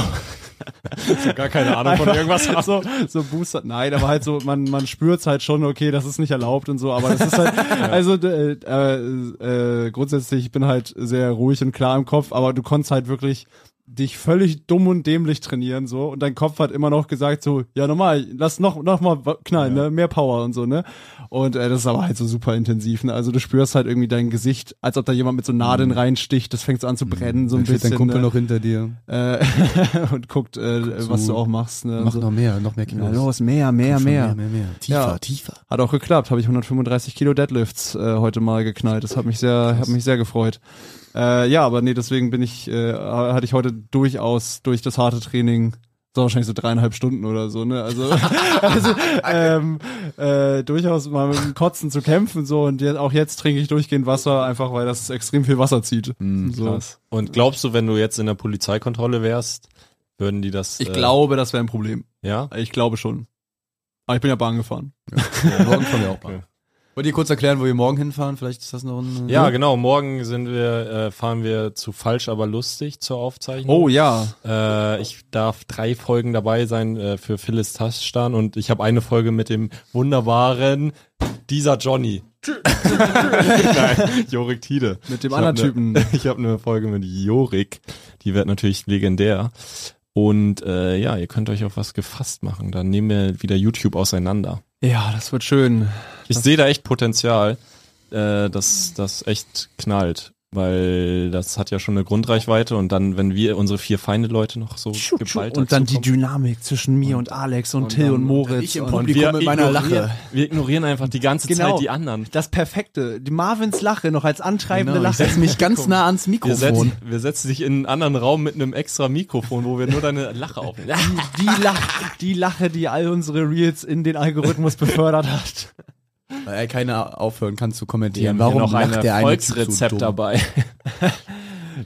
Speaker 5: Gar keine Ahnung von
Speaker 2: Einfach
Speaker 5: irgendwas. haben.
Speaker 2: so, so Booster. Nein, aber halt so, man, man spürt's halt schon, okay, das ist nicht erlaubt und so, aber das ist halt, also äh, äh, äh, grundsätzlich, ich bin halt sehr ruhig und klar im Kopf, aber du konntest halt wirklich dich völlig dumm und dämlich trainieren so und dein Kopf hat immer noch gesagt so ja nochmal lass noch noch mal wa- knallen ne mehr Power und so ne und äh, das ist aber halt so super intensiv ne also du spürst halt irgendwie dein Gesicht als ob da jemand mit so Nadeln
Speaker 5: Mhm.
Speaker 2: reinsticht das fängt so an zu brennen so
Speaker 3: Dann
Speaker 2: ein
Speaker 3: steht
Speaker 2: bisschen
Speaker 3: dein Kumpel
Speaker 2: ne?
Speaker 3: noch hinter dir.
Speaker 2: äh, und guckt, äh, was du
Speaker 3: zu.
Speaker 2: auch machst. Ne?
Speaker 3: Mach
Speaker 2: so.
Speaker 3: noch mehr, noch mehr Kilos.
Speaker 2: mehr, mehr,
Speaker 3: Schon mehr, mehr, mehr. Tiefer,
Speaker 2: Ja.
Speaker 3: tiefer.
Speaker 2: Hat auch geklappt, habe ich 135 Kilo Deadlifts äh, heute mal geknallt. Das hat mich sehr, hat mich sehr gefreut. Äh, ja, aber nee, deswegen bin ich, äh, hatte ich heute durchaus durch das harte Training, so wahrscheinlich so dreieinhalb Stunden oder so, ne? Also, also ähm, äh, durchaus mal mit dem Kotzen zu kämpfen so und jetzt, auch jetzt trinke ich durchgehend Wasser, einfach weil das extrem viel Wasser zieht.
Speaker 3: Mm,
Speaker 2: so.
Speaker 5: Krass. Und glaubst du, wenn du jetzt in der Polizeikontrolle wärst, würden die das.
Speaker 2: Ich
Speaker 5: äh,
Speaker 2: glaube, das wäre ein Problem.
Speaker 5: Ja?
Speaker 2: Ich glaube schon. Aber ich bin ja Bahn gefahren.
Speaker 3: morgen fahren wir auch mal.
Speaker 5: Okay.
Speaker 3: Wollt ihr kurz erklären, wo wir morgen hinfahren? Vielleicht ist das noch ein. ne?
Speaker 5: Ja, genau. Morgen sind wir, äh, fahren wir zu falsch, aber lustig zur Aufzeichnung.
Speaker 2: Oh ja,
Speaker 5: Äh, ich darf drei Folgen dabei sein äh, für Phyllis Taschstan und ich habe eine Folge mit dem wunderbaren dieser Johnny. Nein, Jorik Tiede.
Speaker 2: mit dem
Speaker 5: Ich hab
Speaker 2: anderen
Speaker 5: ne-
Speaker 2: Typen.
Speaker 5: Ich habe eine Folge mit Jorik. Die wird natürlich legendär. Und äh, ja, ihr könnt euch auf was gefasst machen. Dann nehmen wir wieder YouTube auseinander.
Speaker 2: Ja, das wird schön.
Speaker 5: Ich sehe da echt Potenzial, äh, dass das echt knallt. Weil das hat ja schon eine Grundreichweite und dann, wenn wir unsere vier feine Leute noch so geballt
Speaker 2: Und dann
Speaker 5: dazu
Speaker 2: die
Speaker 5: kommen-
Speaker 2: Dynamik zwischen mir und, Alex und, Till und Moritz.
Speaker 3: ich im
Speaker 2: und-
Speaker 3: Publikum.
Speaker 5: wir
Speaker 3: mit meiner Lache.
Speaker 5: ignorieren- Wir ignorieren einfach die ganze
Speaker 2: Genau.
Speaker 5: Zeit die anderen.
Speaker 2: Das Perfekte. Die Marvins Lache noch als antreibende
Speaker 3: Genau, ich
Speaker 2: Lache.
Speaker 3: setze mich ganz nah ans
Speaker 5: Wir
Speaker 3: Mikrofon.
Speaker 5: setzen, wir setzen dich in einen anderen Raum mit einem extra Mikrofon, wo wir nur deine Lache aufnehmen.
Speaker 2: Die, die, Lache die Lache, die all unsere Reels in den Algorithmus befördert hat.
Speaker 3: Weil Äh, keiner aufhören kann zu
Speaker 5: Wir
Speaker 3: kommentieren.
Speaker 5: haben
Speaker 3: Warum
Speaker 5: hier noch
Speaker 3: lacht
Speaker 5: ein
Speaker 3: der eine Typ so
Speaker 5: Volksrezept
Speaker 3: dumm?
Speaker 5: dabei.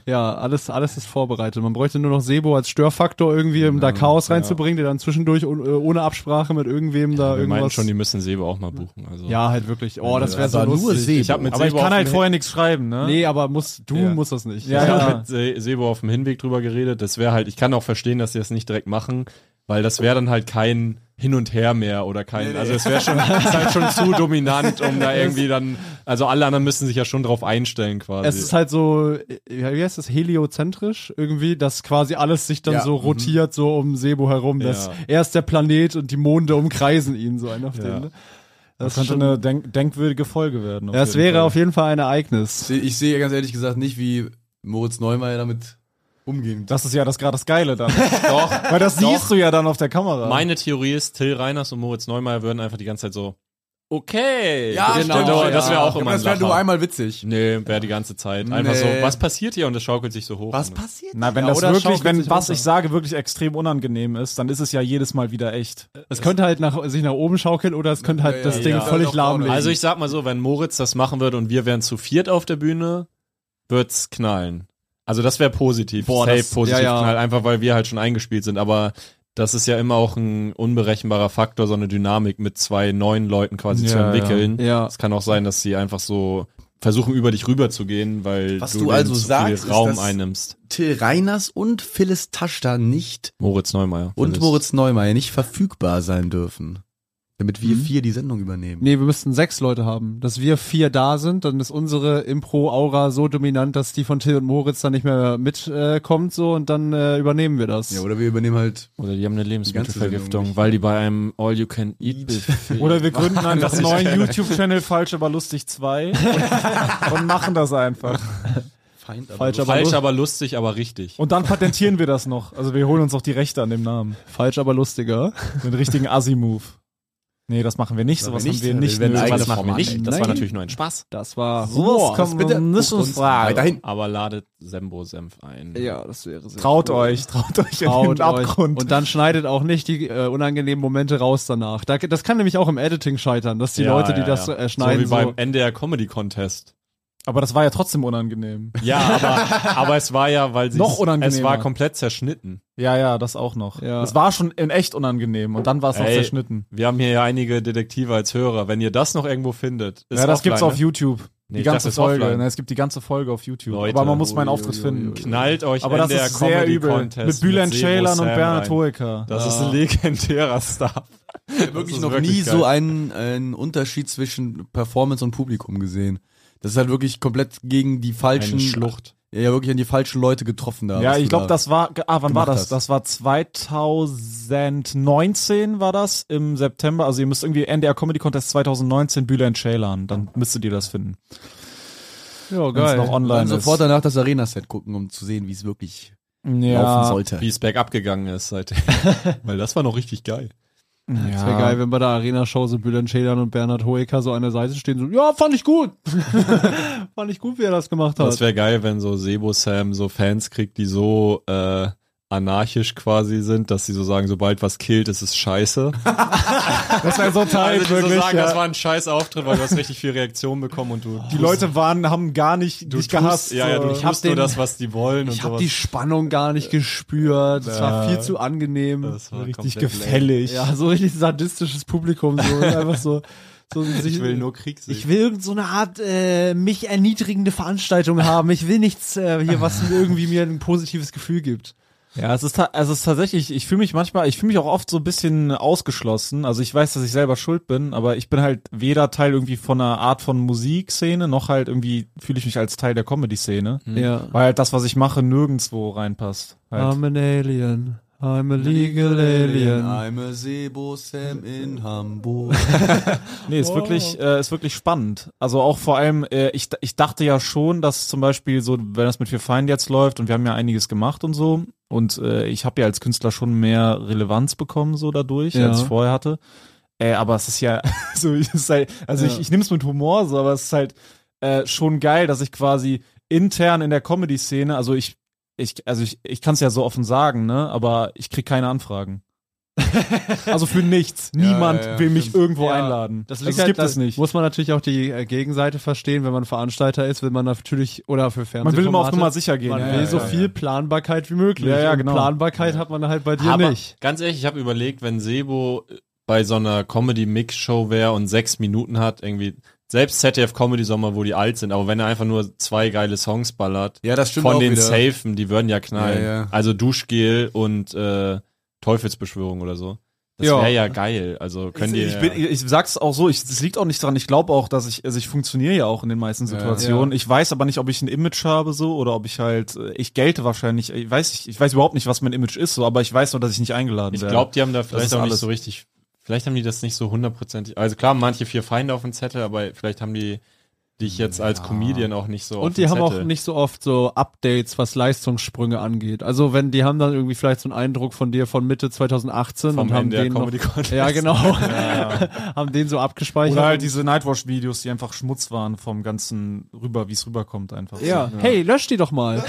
Speaker 2: Ja, alles, alles ist vorbereitet. Man bräuchte nur noch Sebo als Störfaktor irgendwie, um da Chaos reinzubringen, der dann zwischendurch un- äh, ohne Absprache mit irgendwem da
Speaker 5: Wir meinen
Speaker 2: irgendwas...
Speaker 5: schon, die müssen Sebo auch mal buchen. Also.
Speaker 2: ja, halt wirklich. Oh, das wäre so
Speaker 3: Aber nur
Speaker 2: lustig.
Speaker 3: Sebo.
Speaker 5: Ich habe mit
Speaker 4: Aber ich
Speaker 5: Sebo
Speaker 4: kann
Speaker 5: auf
Speaker 4: halt
Speaker 5: dem
Speaker 4: vorher nichts schreiben, ne?
Speaker 2: Nee, aber musst, du
Speaker 5: Ja.
Speaker 2: musst das nicht.
Speaker 4: Ja,
Speaker 5: Ich
Speaker 4: ja.
Speaker 5: habe mit Se- Sebo auf dem Hinweg drüber geredet. Das wäre halt, ich kann auch verstehen, dass sie das nicht direkt machen, weil das wäre dann halt kein hin und her mehr oder kein. Also es wäre schon ist halt schon zu dominant, um da irgendwie dann. Also alle anderen müssen sich ja schon drauf einstellen quasi.
Speaker 2: Es ist halt so, äh, wie heißt das, heliozentrisch irgendwie, dass quasi alles sich dann
Speaker 3: Ja,
Speaker 2: so rotiert, so um Sebo herum. Dass
Speaker 5: Ja.
Speaker 2: er ist der Planet und die Monde umkreisen ihn so ein auf
Speaker 5: Ja.
Speaker 2: den.
Speaker 4: Das
Speaker 2: Das, ist
Speaker 4: könnte
Speaker 2: schon,
Speaker 4: eine denk denkwürdige Folge werden. auf
Speaker 2: ja, es
Speaker 4: jeden
Speaker 2: wäre
Speaker 4: Fall.
Speaker 2: auf jeden Fall ein Ereignis.
Speaker 1: Ich sehe ganz ehrlich gesagt nicht, wie Moritz Neumeier damit umgehen
Speaker 4: Das ist ja das gerade das Geile dann.
Speaker 5: doch.
Speaker 4: Weil das
Speaker 5: Doch.
Speaker 4: siehst du ja dann auf der Kamera.
Speaker 5: Meine Theorie ist, Till Reiners und Moritz Neumeier würden einfach die ganze Zeit so. Okay. Genau,
Speaker 1: ja.
Speaker 5: Das wäre auch immer ein
Speaker 1: Das wäre nur
Speaker 5: Lacher.
Speaker 1: einmal witzig.
Speaker 5: Nee, wäre die ganze Zeit. Einfach
Speaker 1: Nee.
Speaker 5: so, was passiert hier? Und es schaukelt sich so hoch. Und-
Speaker 1: passiert?
Speaker 4: Na, wenn
Speaker 2: Ja,
Speaker 4: das
Speaker 2: oder
Speaker 4: wirklich,
Speaker 2: schaukelt
Speaker 4: wenn
Speaker 2: sich
Speaker 4: was
Speaker 2: runter.
Speaker 4: ich sage, wirklich extrem unangenehm ist, dann ist es ja jedes Mal wieder echt.
Speaker 2: Es könnte halt nach, sich nach oben schaukeln oder es könnte halt
Speaker 1: ja,
Speaker 2: das
Speaker 1: ja,
Speaker 2: Ding
Speaker 1: ja.
Speaker 2: völlig
Speaker 1: Doch,
Speaker 2: lahmlegen.
Speaker 5: Also ich sag mal so, wenn Moritz das machen würde und wir wären zu viert auf der Bühne, wird's knallen. Also das wäre positiv.
Speaker 1: Boah,
Speaker 5: Safe
Speaker 1: das-
Speaker 5: positiv
Speaker 1: ja, ja.
Speaker 5: knallen, einfach weil wir halt schon eingespielt sind. Aber das ist ja immer auch ein unberechenbarer Faktor, so eine Dynamik mit zwei neuen Leuten quasi zu
Speaker 4: Ja, ja.
Speaker 5: entwickeln.
Speaker 2: Ja.
Speaker 5: Es kann auch sein, dass sie einfach so versuchen, über dich rüberzugehen, weil
Speaker 3: Was
Speaker 5: du,
Speaker 3: du
Speaker 5: denen
Speaker 3: also
Speaker 5: zu
Speaker 3: sagst, ist,
Speaker 5: viel Raum
Speaker 3: dass-
Speaker 5: einnimmst.
Speaker 1: Till Reiners und Phyllis Taschda nicht
Speaker 5: Moritz Neumeier.
Speaker 1: und
Speaker 5: Phyllis.
Speaker 1: Moritz Neumeier nicht verfügbar sein dürfen. Damit wir vier die Sendung übernehmen.
Speaker 2: Nee, wir müssten sechs Leute haben. Dass wir vier da sind, dann ist unsere Impro-Aura so dominant, dass die von Till und Moritz dann nicht mehr mitkommt äh, kommt, so und dann äh, übernehmen wir das.
Speaker 1: Ja, oder wir übernehmen halt.
Speaker 5: Oder die haben eine
Speaker 1: Sendung
Speaker 5: Lebensmittelvergiftung,
Speaker 1: nicht.
Speaker 5: weil die bei einem All-You-Can-Eat-Buffet
Speaker 4: Oder wir gründen einen neuen YouTube-Channel Falsch aber lustig 2 und, und machen das einfach.
Speaker 1: Feind, aber
Speaker 2: falsch, aber
Speaker 5: Falsch,
Speaker 2: lust-
Speaker 5: aber lustig, aber richtig.
Speaker 4: Und dann patentieren wir das noch. Also wir holen uns auch die Rechte an dem Namen.
Speaker 2: falsch, aber lustiger.
Speaker 4: So einen richtigen Assi-Move. Nee, das machen wir nicht.
Speaker 1: Machen
Speaker 4: Sowas
Speaker 1: wir
Speaker 4: haben
Speaker 1: nicht.
Speaker 4: wir nicht.
Speaker 1: Wir werden
Speaker 4: nötig.
Speaker 1: eigene
Speaker 5: das machen wir
Speaker 1: Format,
Speaker 5: nicht. Das war
Speaker 2: Nein.
Speaker 5: natürlich nur ein Spaß.
Speaker 2: Das war
Speaker 1: Oh,
Speaker 4: Sowas
Speaker 2: Humor.
Speaker 4: kann man nicht in Frage.
Speaker 1: Weiterhin.
Speaker 5: Aber ladet Sembo Senf ein.
Speaker 2: Ja, das wäre sehr
Speaker 4: Traut euch, traut euch in
Speaker 2: Traut
Speaker 4: den
Speaker 2: euch.
Speaker 4: Abgrund.
Speaker 2: Und dann schneidet auch nicht die äh, unangenehmen Momente raus danach. Da, das kann nämlich auch im Editing scheitern, dass die
Speaker 5: Ja,
Speaker 2: Leute, die
Speaker 5: ja,
Speaker 2: das
Speaker 5: ja.
Speaker 2: äh, schneiden,
Speaker 5: So wie beim
Speaker 2: so-
Speaker 5: NDR Comedy Contest.
Speaker 4: Aber das war ja trotzdem unangenehm.
Speaker 5: Ja, aber, aber es war ja, weil sie.
Speaker 4: Noch unangenehmer.
Speaker 5: Es war komplett zerschnitten.
Speaker 4: Ja, ja, das auch noch.
Speaker 2: Ja.
Speaker 4: Das war schon in echt unangenehm und dann war es noch
Speaker 5: Ey.
Speaker 4: zerschnitten.
Speaker 5: Wir haben hier ja einige Detektive als Hörer. Wenn ihr das noch irgendwo findet, ist ne?
Speaker 4: ja, das gibt's auf
Speaker 5: YouTube.
Speaker 4: YouTube.
Speaker 5: Nee,
Speaker 4: die
Speaker 5: ich
Speaker 4: ganze
Speaker 5: dachte, es ist
Speaker 4: Folge.
Speaker 5: offline.
Speaker 4: Ne, es gibt die ganze Folge auf YouTube.
Speaker 5: Leute.
Speaker 4: Aber man muss meinen Auftritt finden.
Speaker 5: Knallt euch
Speaker 4: Aber das
Speaker 5: NDR
Speaker 4: ist sehr
Speaker 5: Comedy
Speaker 4: übel.
Speaker 5: Contest
Speaker 4: mit Bülent
Speaker 5: Sebo
Speaker 4: Ceylan und
Speaker 5: Sam
Speaker 4: Bernhard Ah.
Speaker 5: rein.
Speaker 4: Hoeker.
Speaker 5: Das ist ein legendärer Stuff.
Speaker 1: Ich habe wirklich
Speaker 5: ist
Speaker 1: noch
Speaker 5: wirklich
Speaker 1: nie
Speaker 5: geil.
Speaker 1: so einen, einen Unterschied zwischen Performance und Publikum gesehen. Das ist halt wirklich komplett gegen die falschen. Ja, ja, wirklich an die falschen Leute getroffen da.
Speaker 4: Ja,
Speaker 1: was
Speaker 4: ich
Speaker 1: du
Speaker 4: glaube,
Speaker 1: da-
Speaker 4: das war, ge- ah, wann war
Speaker 1: gemacht
Speaker 4: das?
Speaker 1: hast.
Speaker 4: Das war 2019 war das, im September. Also ihr müsst irgendwie NDR Comedy Contest 2019 Bülent Ceylan, dann müsstet ihr das finden.
Speaker 5: Oh,
Speaker 2: ja,
Speaker 4: Wenn es
Speaker 2: geil.
Speaker 4: noch online
Speaker 1: Dann
Speaker 4: ist.
Speaker 1: sofort danach das Arena-Set gucken, um zu sehen, wie es wirklich laufen
Speaker 4: ja,
Speaker 1: sollte.
Speaker 5: Wie es bergab gegangen ist seitdem. Weil das war noch richtig geil.
Speaker 2: Das wäre geil, wenn bei der Arena-Show so Bülent Schädern und Bernhard Hoeker so an der Seite stehen, so, ja, fand ich gut. fand ich gut, wie er das gemacht hat.
Speaker 5: Das wäre geil, wenn so Sebo Sam so Fans kriegt, die so äh, anarchisch quasi sind, dass sie so sagen, sobald was killt, ist es scheiße.
Speaker 4: Das wäre so tight,
Speaker 5: also die
Speaker 4: wirklich.
Speaker 5: so sagen,
Speaker 4: ja.
Speaker 5: das war ein scheiß Auftritt, weil du hast richtig viel Reaktion bekommen und du
Speaker 4: die Leute waren, haben gar nicht
Speaker 5: du
Speaker 4: dich
Speaker 5: tust,
Speaker 4: gehasst. äh,
Speaker 5: ja, ja,
Speaker 4: so.
Speaker 5: du
Speaker 2: hab
Speaker 5: tust nur
Speaker 2: den-
Speaker 5: das, was die wollen und
Speaker 2: ich habe
Speaker 5: sowas.
Speaker 2: die Spannung gar nicht gespürt. Das war viel zu angenehm.
Speaker 5: das war
Speaker 4: richtig
Speaker 5: komplett
Speaker 4: gefällig.
Speaker 2: Ja, so richtig sadistisches Publikum, so einfach so. so
Speaker 5: lame. Ich will nur Krieg sehen.
Speaker 2: Ich will irgend so eine Art äh, mich erniedrigende Veranstaltung haben. Ich will nichts äh, hier, was mir irgendwie mir ein positives Gefühl gibt.
Speaker 4: Ja, es ist, ta- also es ist tatsächlich, ich fühle mich manchmal, ich fühle mich auch oft so ein bisschen ausgeschlossen. Also ich weiß, dass ich selber schuld bin, aber ich bin halt weder Teil irgendwie von einer Art von Musikszene, noch halt irgendwie fühle ich mich als Teil der Comedy-Szene.
Speaker 2: Ja.
Speaker 4: Weil halt das, was ich mache, nirgendwo reinpasst. Halt.
Speaker 2: I'm an Alien. I'm a legal Alien.
Speaker 1: I'm a Sebo Sam in Hamburg.
Speaker 4: Nee, ist wirklich, äh, ist wirklich spannend. Also auch vor allem, äh, ich, ich dachte ja schon, dass zum Beispiel so, wenn das mit Wir Feind jetzt läuft und wir haben ja einiges gemacht und so, und äh, ich habe ja als Künstler schon mehr Relevanz bekommen so dadurch,
Speaker 2: Ja.
Speaker 4: als ich vorher hatte. Äh, aber es ist ja, so, es ist halt, also ich, ich nehme es mit Humor so, aber es ist halt äh, schon geil, dass ich quasi intern in der Comedy-Szene, also ich, ich, also ich, ich kann es ja so offen sagen, ne, aber ich krieg keine Anfragen. also für nichts.
Speaker 1: Ja,
Speaker 4: Niemand
Speaker 1: ja, ja,
Speaker 4: will mich
Speaker 1: stimmt.
Speaker 4: irgendwo
Speaker 2: Ja,
Speaker 4: einladen.
Speaker 2: Das,
Speaker 4: also,
Speaker 2: liegt
Speaker 4: das
Speaker 2: halt,
Speaker 4: gibt
Speaker 2: da
Speaker 4: es nicht.
Speaker 2: Muss man natürlich auch die äh, Gegenseite verstehen, wenn man Veranstalter ist, will man natürlich oder für Fernsehen.
Speaker 4: Man will immer auf Nummer sicher gehen.
Speaker 2: Man
Speaker 4: Ja,
Speaker 2: will
Speaker 4: ja,
Speaker 2: so
Speaker 4: ja,
Speaker 2: viel Planbarkeit wie möglich.
Speaker 4: Ja, ja,
Speaker 2: Und
Speaker 4: genau.
Speaker 2: Planbarkeit hat man halt bei dir
Speaker 5: Aber
Speaker 2: nicht.
Speaker 5: ganz ehrlich, ich habe überlegt, wenn Sebo äh, bei so einer Comedy-Mix-Show wäre und sechs Minuten hat, irgendwie, selbst ZDF Comedy Sommer, wo die alt sind, aber wenn er einfach nur zwei geile Songs ballert,
Speaker 1: ja, das stimmt
Speaker 5: von
Speaker 1: auch
Speaker 5: den
Speaker 1: wieder.
Speaker 5: Safen, die würden ja knallen.
Speaker 1: Ja, ja.
Speaker 5: Also Duschgel und äh, Teufelsbeschwörung oder so. Das
Speaker 2: Ja.
Speaker 5: wäre ja geil. Also können die.
Speaker 4: ich, bin, ich sag's auch so, ich- es liegt auch nicht dran. Ich glaube auch, dass ich, also ich funktioniere ja auch in den meisten Situationen. Ich weiß aber nicht, ob ich ein Image habe so oder ob ich halt, äh, ich gelte wahrscheinlich, ich weiß, ich, ich weiß überhaupt nicht, was mein Image ist so, aber ich weiß nur, dass ich nicht eingeladen
Speaker 5: Ich
Speaker 4: werde.
Speaker 5: glaube, die haben da vielleicht
Speaker 4: ist
Speaker 5: auch nicht
Speaker 4: alles.
Speaker 5: so richtig. Vielleicht haben die das nicht so hundertprozentig. Also klar, manche vier Feinde auf dem Zettel, aber vielleicht haben die dich jetzt als Comedian auch nicht so. auf
Speaker 2: Und die
Speaker 5: dem
Speaker 2: haben auch
Speaker 5: Zettel.
Speaker 2: nicht so oft so Updates, was Leistungssprünge angeht. Also wenn die haben dann irgendwie vielleicht so einen Eindruck von dir von Mitte 2018
Speaker 5: vom
Speaker 2: und haben
Speaker 5: Ende der
Speaker 2: den noch,
Speaker 5: Comedy Contest.
Speaker 2: ja genau, haben den so abgespeichert.
Speaker 4: oder halt diese Nightwatch-Videos, die einfach Schmutz waren vom ganzen rüber, wie es rüberkommt einfach.
Speaker 2: ja. hey, lösch die doch mal.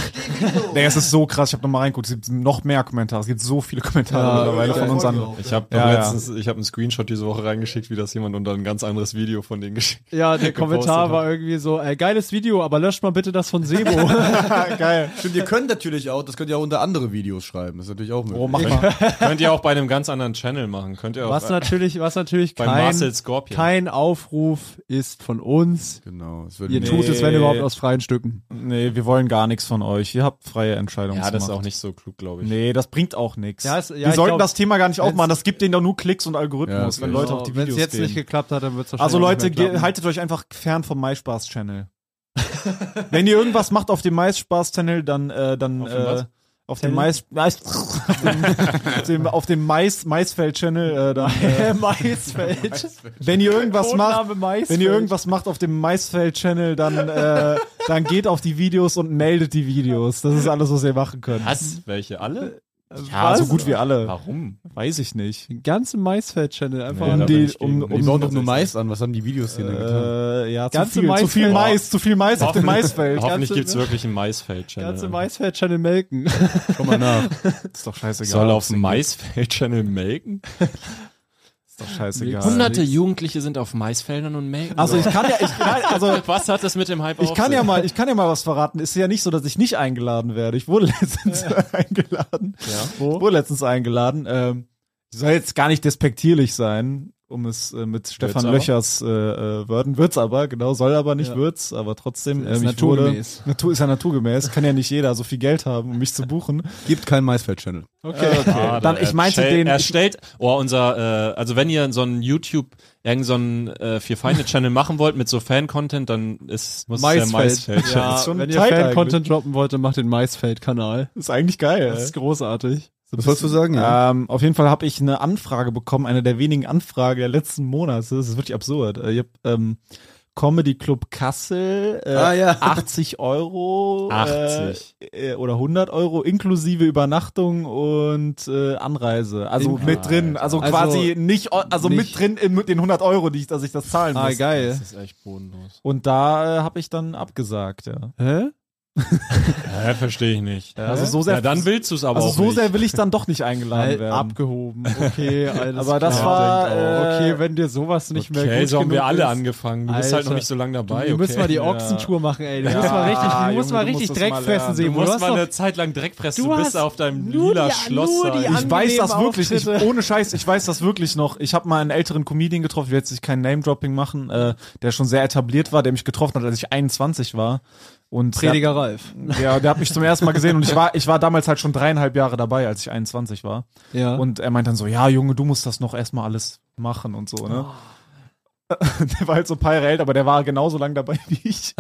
Speaker 4: Nee, es ist so krass. Ich habe nochmal reingeguckt. Es gibt noch mehr Kommentare. Es gibt so viele Kommentare mittlerweile von uns an.
Speaker 5: Ich habe
Speaker 4: Ja, ja.
Speaker 5: letztens, ich habe einen Screenshot diese Woche reingeschickt, wie das jemand unter ein ganz anderes Video von denen geschickt.
Speaker 2: Ja, der Kommentar
Speaker 5: hat.
Speaker 2: war irgendwie so, äh, geiles Video, aber löscht mal bitte das von Sebo.
Speaker 1: Stimmt, ihr könnt natürlich auch, das könnt ihr auch unter andere Videos schreiben. Das ist natürlich auch möglich.
Speaker 4: mach mal.
Speaker 5: Könnt ihr auch bei einem ganz anderen Channel machen. Könnt ihr auch
Speaker 2: was
Speaker 5: äh,
Speaker 2: natürlich, was natürlich
Speaker 5: bei
Speaker 2: kein,
Speaker 5: Marcel Scorpion.
Speaker 2: kein Aufruf ist von uns.
Speaker 1: Genau. Das würde
Speaker 2: Ihr
Speaker 1: nee.
Speaker 2: tut es, wenn
Speaker 4: Nee.
Speaker 2: überhaupt, aus freien Stücken.
Speaker 4: Nee, wir wollen gar nichts von euch. Ihr habt freie Entscheidungsmacht.
Speaker 5: ja, das ist auch nicht so klug, glaube ich.
Speaker 4: Nee, das bringt auch nichts.
Speaker 2: Ja, es- ja,
Speaker 4: wir
Speaker 2: ich
Speaker 4: sollten
Speaker 2: glaub,
Speaker 4: das Thema gar nicht
Speaker 2: wenn's-
Speaker 4: aufmachen. Das gibt denen doch nur Klicks und
Speaker 1: Ja,
Speaker 4: Algorithmus,
Speaker 1: okay.
Speaker 4: wenn Leute auf die
Speaker 2: Wenn es
Speaker 4: Videos
Speaker 2: jetzt
Speaker 4: gehen.
Speaker 2: nicht geklappt hat, dann wird es wahrscheinlich
Speaker 4: also Leute,
Speaker 2: nicht mehr
Speaker 4: ge-
Speaker 2: klappen.
Speaker 4: haltet euch einfach fern vom MySpaß-Channel. wenn ihr irgendwas macht auf dem MySpaß-Channel, dann, äh, dann,
Speaker 5: Auf dem was?
Speaker 4: äh, auf dem Mais, Mais auf dem, auf dem Mais, Maisfeld-Channel, äh, dann, äh, Maisfeld. Wenn ihr irgendwas macht,
Speaker 2: Codename Maisfeld.
Speaker 4: wenn ihr irgendwas macht auf dem Maisfeld-Channel, dann, äh, dann geht auf die Videos und meldet die Videos. Das ist alles, was ihr machen könnt.
Speaker 5: Was? Welche? Alle? Also
Speaker 4: Ja, so gut wie alle.
Speaker 5: Warum?
Speaker 4: Weiß ich nicht.
Speaker 2: Den ganzen Maisfeld-Channel einfach
Speaker 5: Ja,
Speaker 4: Um
Speaker 5: da
Speaker 4: die-
Speaker 5: bin ich
Speaker 4: um-
Speaker 5: gegen.
Speaker 4: um-
Speaker 1: Die bauen doch nur Mais an. Was haben die Videos denn getan?
Speaker 4: Äh, ja, zu
Speaker 2: Ganze Oh.
Speaker 4: viel, zu viel
Speaker 2: Maisfeld.
Speaker 4: Mais, zu viel Mais auf dem Maisfeld.
Speaker 5: Hoffentlich
Speaker 2: Ganze-
Speaker 5: gibt's
Speaker 4: ne?
Speaker 5: wirklich einen Maisfeld-Channel.
Speaker 2: ganze Maisfeld-Channel melken.
Speaker 1: Schau mal nach.
Speaker 4: Ist doch scheißegal.
Speaker 5: Soll auf dem Maisfeld-Channel melken?
Speaker 4: Ist doch scheißegal.
Speaker 5: Jugendliche sind auf Maisfeldern und melken.
Speaker 4: Also ich kann ja, ich, nein, also
Speaker 5: was hat das mit dem Hype
Speaker 4: ich kann ja mal, ich kann ja mal was verraten. Ist ja nicht so, dass ich nicht eingeladen werde. Ich wurde letztens eingeladen.
Speaker 5: Ja.
Speaker 4: Ich wurde letztens eingeladen. Ähm, ich soll jetzt gar nicht despektierlich sein, um es äh, mit Stefan
Speaker 5: aber?
Speaker 4: Löchers äh, äh, Wörtern. Wird's aber, genau, soll aber nicht, wird's, aber trotzdem.
Speaker 2: Ist
Speaker 4: ähm, ich
Speaker 2: naturgemäß.
Speaker 4: Wurde, Natur ist ja naturgemäß. Kann ja nicht jeder so viel Geld haben, um mich zu buchen.
Speaker 1: Gibt kein Maisfeld-Channel.
Speaker 5: Okay.
Speaker 4: Dann, ich meinte den-
Speaker 5: Er stellt, oh, unser, äh, also wenn ihr so einen YouTube, irgend so einen äh, vier Feinde Channel machen wollt mit so Fan-Content, dann ist muss es der Maisfeld Channel.
Speaker 2: Ja,
Speaker 4: Ist schon
Speaker 2: wenn ihr
Speaker 4: tight eigentlich.
Speaker 2: Fan-Content droppen wollt, dann macht den Maisfeld-Kanal.
Speaker 4: Ist eigentlich geil.
Speaker 2: Das
Speaker 4: ey.
Speaker 2: ist großartig.
Speaker 1: Was wolltest du sagen? Ja.
Speaker 4: Ähm, auf jeden Fall habe ich eine Anfrage bekommen, eine der wenigen Anfragen der letzten Monate. Das ist wirklich absurd. Äh, Ich hab, ähm, Comedy Club Kassel, äh,
Speaker 1: Ah, ja.
Speaker 4: 80 Euro
Speaker 5: 80.
Speaker 4: Äh, äh, oder 100 Euro inklusive Übernachtung und äh, Anreise. Also
Speaker 2: In-
Speaker 4: mit drin, also,
Speaker 2: Also
Speaker 4: quasi nicht, o- also
Speaker 2: nicht-
Speaker 4: mit drin in, mit den 100 Euro, die ich, dass ich das zahlen muss.
Speaker 2: Ah, geil.
Speaker 5: ist echt bodenlos.
Speaker 4: Und da äh, habe ich dann abgesagt, ja.
Speaker 2: Hä?
Speaker 5: Ja, verstehe ich nicht.
Speaker 4: Also so sehr,
Speaker 5: ja, dann willst du es aber
Speaker 4: also
Speaker 5: auch
Speaker 4: so
Speaker 5: nicht.
Speaker 4: sehr will ich dann doch nicht eingeladen
Speaker 2: Äh,
Speaker 4: werden.
Speaker 2: abgehoben. Okay, alles
Speaker 4: Aber das
Speaker 2: klar.
Speaker 4: war,
Speaker 2: Denk auch,
Speaker 4: äh,
Speaker 2: okay, wenn dir sowas nicht mehr
Speaker 5: okay,
Speaker 2: gut
Speaker 5: so haben wir
Speaker 2: genug
Speaker 5: alle
Speaker 2: ist,
Speaker 5: angefangen. Du bist halt noch
Speaker 2: Alter.
Speaker 5: nicht so lange dabei.
Speaker 2: Du
Speaker 5: okay.
Speaker 2: musst mal die Ochsentour machen, ey. Du
Speaker 4: Ja,
Speaker 2: musst mal richtig, du musst
Speaker 4: Junge,
Speaker 2: mal
Speaker 4: du
Speaker 2: richtig
Speaker 4: musst das
Speaker 2: Dreck
Speaker 4: mal
Speaker 2: fressen
Speaker 4: lernen.
Speaker 5: du
Speaker 2: sehen.
Speaker 5: musst
Speaker 2: hast
Speaker 5: mal
Speaker 2: doch-
Speaker 5: eine Zeit lang Dreck fressen.
Speaker 2: Du
Speaker 5: Du
Speaker 2: hast
Speaker 5: bist auf deinem
Speaker 2: nur
Speaker 5: lila
Speaker 2: die-
Speaker 5: Schloss.
Speaker 2: nur die
Speaker 5: Alter.
Speaker 4: Ich weiß das
Speaker 2: angenehmen
Speaker 4: wirklich. Ich,
Speaker 2: Auftritte.
Speaker 4: ohne Scheiß, ich weiß das wirklich noch. Ich habe mal einen älteren Comedian getroffen, ich will jetzt nicht kein Name-Dropping machen, äh, der schon sehr etabliert war, der mich getroffen hat, als ich 21 war. Und
Speaker 2: Prediger Ralf.
Speaker 4: Der, der, der hat mich zum ersten Mal gesehen und ich war, ich war damals halt schon dreieinhalb Jahre dabei, als ich 21 war.
Speaker 2: Ja.
Speaker 4: Und er meint dann so, ja, Junge, du musst das noch erstmal alles machen und so, ne? Der war halt so ein paar Jahre älter, aber der war genauso lang dabei wie ich.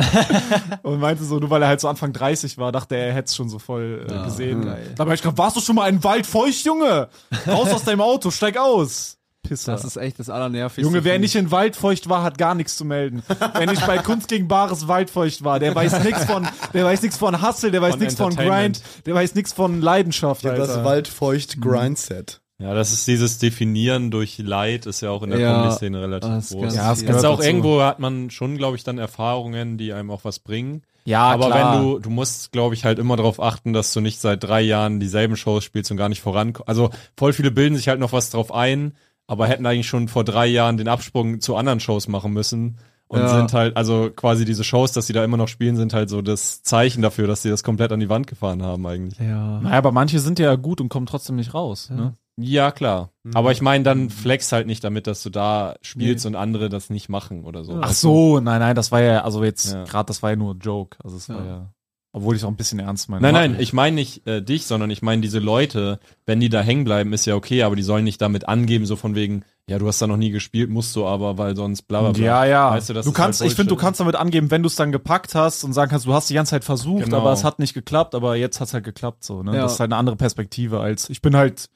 Speaker 4: und meinte so, nur weil er halt so Anfang 30 war, dachte er, er hätte es schon so voll äh, gesehen. Dabei hab ich gedacht, warst du schon mal in Wald feucht, Junge? Raus aus deinem Auto, steig aus. Pisser.
Speaker 2: das ist echt das Allernervigste.
Speaker 4: Junge, wer
Speaker 2: finde
Speaker 4: nicht in Waldfeucht war, hat gar nichts zu melden. wer nicht bei Kunst gegen Bares Waldfeucht war, der weiß nichts von, der weiß nichts von Hustle, der weiß
Speaker 5: Von
Speaker 4: nichts von Grind,
Speaker 5: Entertainment.
Speaker 4: der weiß nichts von Leidenschaft, Alter.
Speaker 3: Das waldfeucht Grindset.
Speaker 5: Ja, das ist dieses Definieren durch Leid, ist ja auch in der
Speaker 2: Ja,
Speaker 5: Comedy-Szene relativ
Speaker 2: das ist
Speaker 5: groß.
Speaker 2: ganz
Speaker 4: Ja, es
Speaker 5: Das
Speaker 4: gehört
Speaker 5: ist auch
Speaker 4: dazu.
Speaker 5: irgendwo hat man schon, glaube ich, dann Erfahrungen, die einem auch was bringen.
Speaker 4: Ja,
Speaker 5: Aber
Speaker 4: Ah, klar.
Speaker 5: wenn du, du musst, glaube ich, halt immer darauf achten, dass du nicht seit drei Jahren dieselben Shows spielst und gar nicht vorankommst. Also voll viele bilden sich halt noch was drauf ein, aber hätten eigentlich schon vor drei Jahren den Absprung zu anderen Shows machen müssen. Und
Speaker 2: Ja.
Speaker 5: sind halt, also quasi diese Shows, dass sie da immer noch spielen, sind halt so das Zeichen dafür, dass sie das komplett an die Wand gefahren haben eigentlich.
Speaker 2: ich. Ja.
Speaker 4: Naja, aber manche sind ja gut und kommen trotzdem nicht raus. Ne?
Speaker 5: Ja, klar. Aber ich meine, dann flex halt nicht damit, dass du da spielst und andere das nicht machen oder so.
Speaker 4: Ach so, nein, nein, das war ja, also jetzt
Speaker 5: Ja.
Speaker 4: gerade, das war ja nur ein Joke. Also es war
Speaker 2: Ja.
Speaker 4: ja. Obwohl ich auch ein bisschen ernst meine.
Speaker 5: Nein, nein, ich meine nicht äh, dich, sondern ich meine diese Leute, wenn die da hängen bleiben, ist ja okay, aber die sollen nicht damit angeben, so von wegen, ja, du hast da noch nie gespielt, musst du aber, weil sonst bla bla bla.
Speaker 4: Ja, ja.
Speaker 5: Weißt du, das
Speaker 4: du
Speaker 5: ist
Speaker 4: kannst,
Speaker 5: halt
Speaker 4: ich finde, du
Speaker 5: Bullshit.
Speaker 4: kannst damit angeben, wenn du es dann gepackt hast und sagen kannst, du hast die ganze Zeit versucht,
Speaker 5: Genau.
Speaker 4: aber es hat nicht geklappt, aber jetzt hat's halt geklappt, so, ne?
Speaker 2: Ja.
Speaker 4: Das ist halt eine andere Perspektive als, ich bin halt,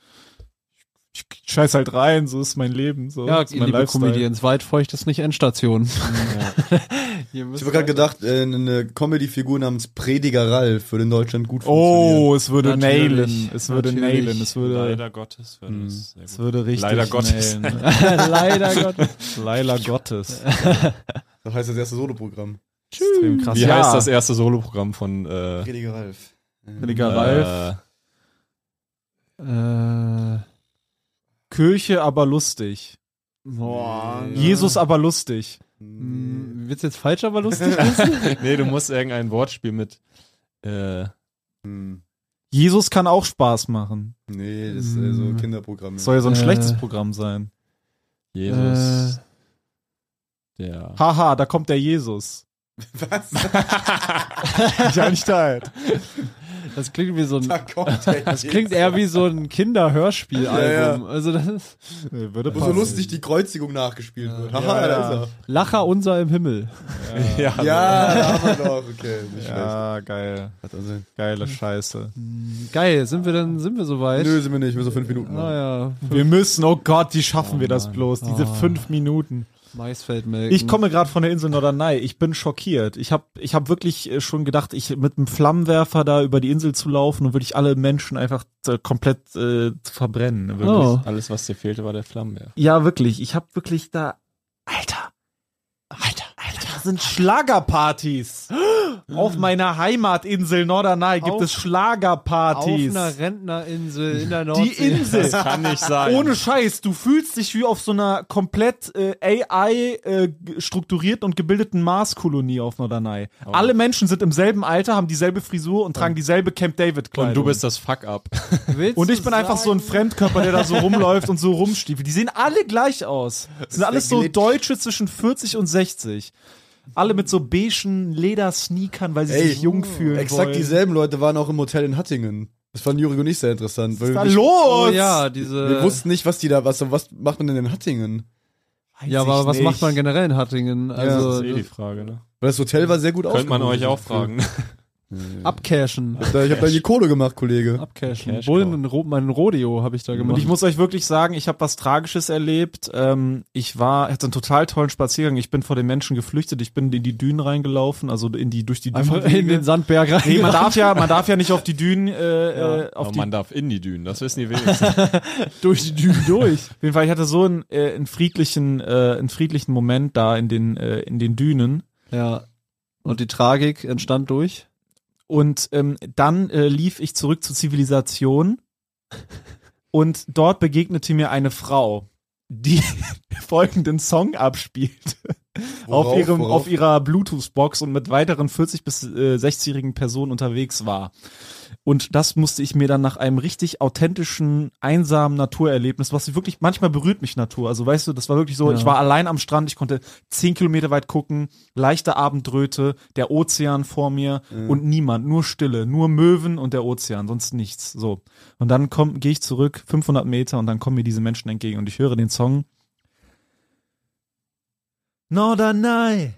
Speaker 4: ich, ich scheiß halt rein, so ist mein Leben, so.
Speaker 2: Ja,
Speaker 4: ist mein
Speaker 2: liebe Comedians, waldfeucht ist nicht Endstation. Ihr müsst
Speaker 3: Ich habe gerade gedacht, äh, eine Comedy-Figur namens Prediger Ralf würde in Deutschland gut funktionieren.
Speaker 4: Oh, es würde
Speaker 2: Natürlich,
Speaker 4: nailen, es würde
Speaker 2: natürlich.
Speaker 4: nailen, es würde,
Speaker 5: Leider Gottes wäre das sehr
Speaker 4: es
Speaker 5: gut.
Speaker 4: würde richtig
Speaker 5: Leider Gottes.
Speaker 4: nailen.
Speaker 2: Leider Gott.
Speaker 4: Leider Gottes.
Speaker 3: Das heißt das erste Solo-Programm.
Speaker 4: Extrem krass.
Speaker 5: Wie
Speaker 4: ja.
Speaker 5: heißt das erste Soloprogramm von äh,
Speaker 3: Prediger Ralf.
Speaker 4: Prediger Ralf. Äh, Kirche aber lustig.
Speaker 3: Boah,
Speaker 4: Jesus aber lustig.
Speaker 3: Nee.
Speaker 2: Hm, Wird's jetzt falsch, aber lustig?
Speaker 5: Äh, nee, du musst irgendein Wortspiel mit äh,
Speaker 3: Hm.
Speaker 4: Jesus kann auch Spaß machen.
Speaker 3: Nee, das ist äh, so
Speaker 2: Mm.
Speaker 3: Kinderprogramm.
Speaker 4: Das Hm. soll ja so ein
Speaker 2: Äh.
Speaker 4: schlechtes Programm sein. Äh.
Speaker 5: Jesus. Der.
Speaker 4: Haha, da kommt der Jesus.
Speaker 3: Was?
Speaker 4: Ja, nicht da.
Speaker 2: Das klingt wie so ein,
Speaker 3: Da kommt der
Speaker 2: das klingt eher wie so ein Kinderhörspielalbum.
Speaker 3: Ja,
Speaker 2: Also das ist
Speaker 4: Würde
Speaker 3: Wo so
Speaker 4: passen.
Speaker 3: lustig die Kreuzigung nachgespielt wird. Haha,
Speaker 4: ja,
Speaker 3: da ist
Speaker 2: Lacher unser im Himmel.
Speaker 5: Ja.
Speaker 3: er. Ja, da haben wir doch. Okay, nicht
Speaker 4: Ja, geil.
Speaker 3: schlecht. Hat er Sinn.
Speaker 4: Geile Scheiße.
Speaker 2: Geil, sind wir denn, sind wir soweit?
Speaker 3: Nö, sind wir nicht. Wir sind so fünf Minuten.
Speaker 4: Ah,
Speaker 3: noch.
Speaker 2: Naja,
Speaker 4: Wir müssen, oh Gott, wie schaffen wir das bloß? Diese fünf Minuten.
Speaker 2: Maisfeldmelken.
Speaker 4: Ich komme gerade von der Insel Norderney. Ich bin schockiert. Ich habe ich hab wirklich äh, schon gedacht, ich mit einem Flammenwerfer da über die Insel zu laufen und würde ich alle Menschen einfach äh, komplett äh, verbrennen. Wirklich.
Speaker 2: Oh.
Speaker 5: Alles, was dir fehlte, war der Flammenwerfer.
Speaker 4: Ja, wirklich. Ich habe wirklich da. Alter. Alter, Alter. Das sind Schlagerpartys. Auf meiner Heimatinsel Norderney gibt
Speaker 2: Auf-
Speaker 4: es
Speaker 2: auf
Speaker 4: Schlagerpartys.
Speaker 2: einer Rentnerinsel in der
Speaker 4: Die
Speaker 2: Nordsee.
Speaker 4: Insel.
Speaker 5: Kann nicht sein.
Speaker 4: Ohne Scheiß, du fühlst dich wie auf so einer komplett äh, AI äh, g- strukturierten und gebildeten Marskolonie auf Norderney. Alle Menschen sind im selben Alter, haben dieselbe Frisur und tragen dieselbe Camp David Kleidung.
Speaker 5: Und du bist das Fuck-up.
Speaker 2: Willst
Speaker 4: und
Speaker 2: du
Speaker 4: ich bin einfach so ein
Speaker 2: sagen-
Speaker 4: Fremdkörper, der da so rumläuft und so rumstiefelt. Die sehen alle gleich aus. Das sind alles
Speaker 3: der
Speaker 4: so
Speaker 3: Glitch.
Speaker 4: Deutsche zwischen 40 und 60. Alle mit so beigen Ledersneakern, weil sie
Speaker 3: Ey, Uh,
Speaker 4: sich jung fühlen
Speaker 3: Exakt
Speaker 4: wollen.
Speaker 3: dieselben Leute waren auch im Hotel in Hattingen. Das fanden Juri und ich sehr interessant. Weil
Speaker 4: Was
Speaker 3: wir,
Speaker 4: ist da los?
Speaker 2: Oh ja,
Speaker 3: wir
Speaker 2: diese.
Speaker 3: wussten nicht, was die da, was, was macht man denn in Hattingen?
Speaker 4: Weiß
Speaker 2: Ja, aber
Speaker 4: ich
Speaker 2: was
Speaker 4: nicht.
Speaker 2: macht man genau? generell in Hattingen?
Speaker 5: das
Speaker 2: Also
Speaker 5: ist eh die
Speaker 2: ja,
Speaker 5: Frage, ne?
Speaker 3: Weil das Hotel war sehr gut
Speaker 5: Könnte man euch
Speaker 3: ausgebucht.
Speaker 5: auch fragen.
Speaker 2: abcashen.
Speaker 3: Da- Ich habe da die Kohle gemacht, Kollege.
Speaker 2: Abcashen.
Speaker 5: Cash
Speaker 2: Bullen und Ro mein Rodeo habe ich da
Speaker 4: Und
Speaker 2: gemacht.
Speaker 4: ich muss euch wirklich sagen, ich habe was Tragisches erlebt. Ähm, ich war, hatte einen total tollen Spaziergang. Ich bin vor den Menschen geflüchtet. Ich bin in die Dünen reingelaufen, also in die durch die Dünen.
Speaker 2: einfach in den Sandberg rein.
Speaker 4: Nee, man darf ja, man darf ja nicht auf die Dünen, äh, äh, auf
Speaker 5: Aber
Speaker 4: die
Speaker 5: man darf in die Dünen, das wissen die wenigsten.
Speaker 4: durch die Dünen durch. Auf jeden Fall, ich hatte so einen, äh, einen friedlichen, äh, einen friedlichen Moment da in den, äh, in den Dünen.
Speaker 2: Ja. Und die Tragik entstand durch.
Speaker 4: Und ähm, dann äh, lief ich zurück zur Zivilisation und dort begegnete mir eine Frau, die folgenden Song abspielt. auf,
Speaker 3: Worauf,
Speaker 4: ihrem,
Speaker 3: worauf?
Speaker 4: auf ihrer Bluetooth-Box und mit weiteren 40- bis äh, 60-jährigen Personen unterwegs war. Und das musste ich mir dann nach einem richtig authentischen, einsamen Naturerlebnis, was wirklich, manchmal berührt mich Natur. Also weißt du, das war wirklich so,
Speaker 2: Ja.
Speaker 4: ich war allein am Strand, ich konnte zehn Kilometer weit gucken, leichte Abendröte, der Ozean vor mir
Speaker 3: Mhm.
Speaker 4: und niemand, nur Stille, nur Möwen und der Ozean, sonst nichts. So. Und dann komm- gehe ich zurück 500 Meter und dann kommen mir diese Menschen entgegen und ich höre den Song. Norderney,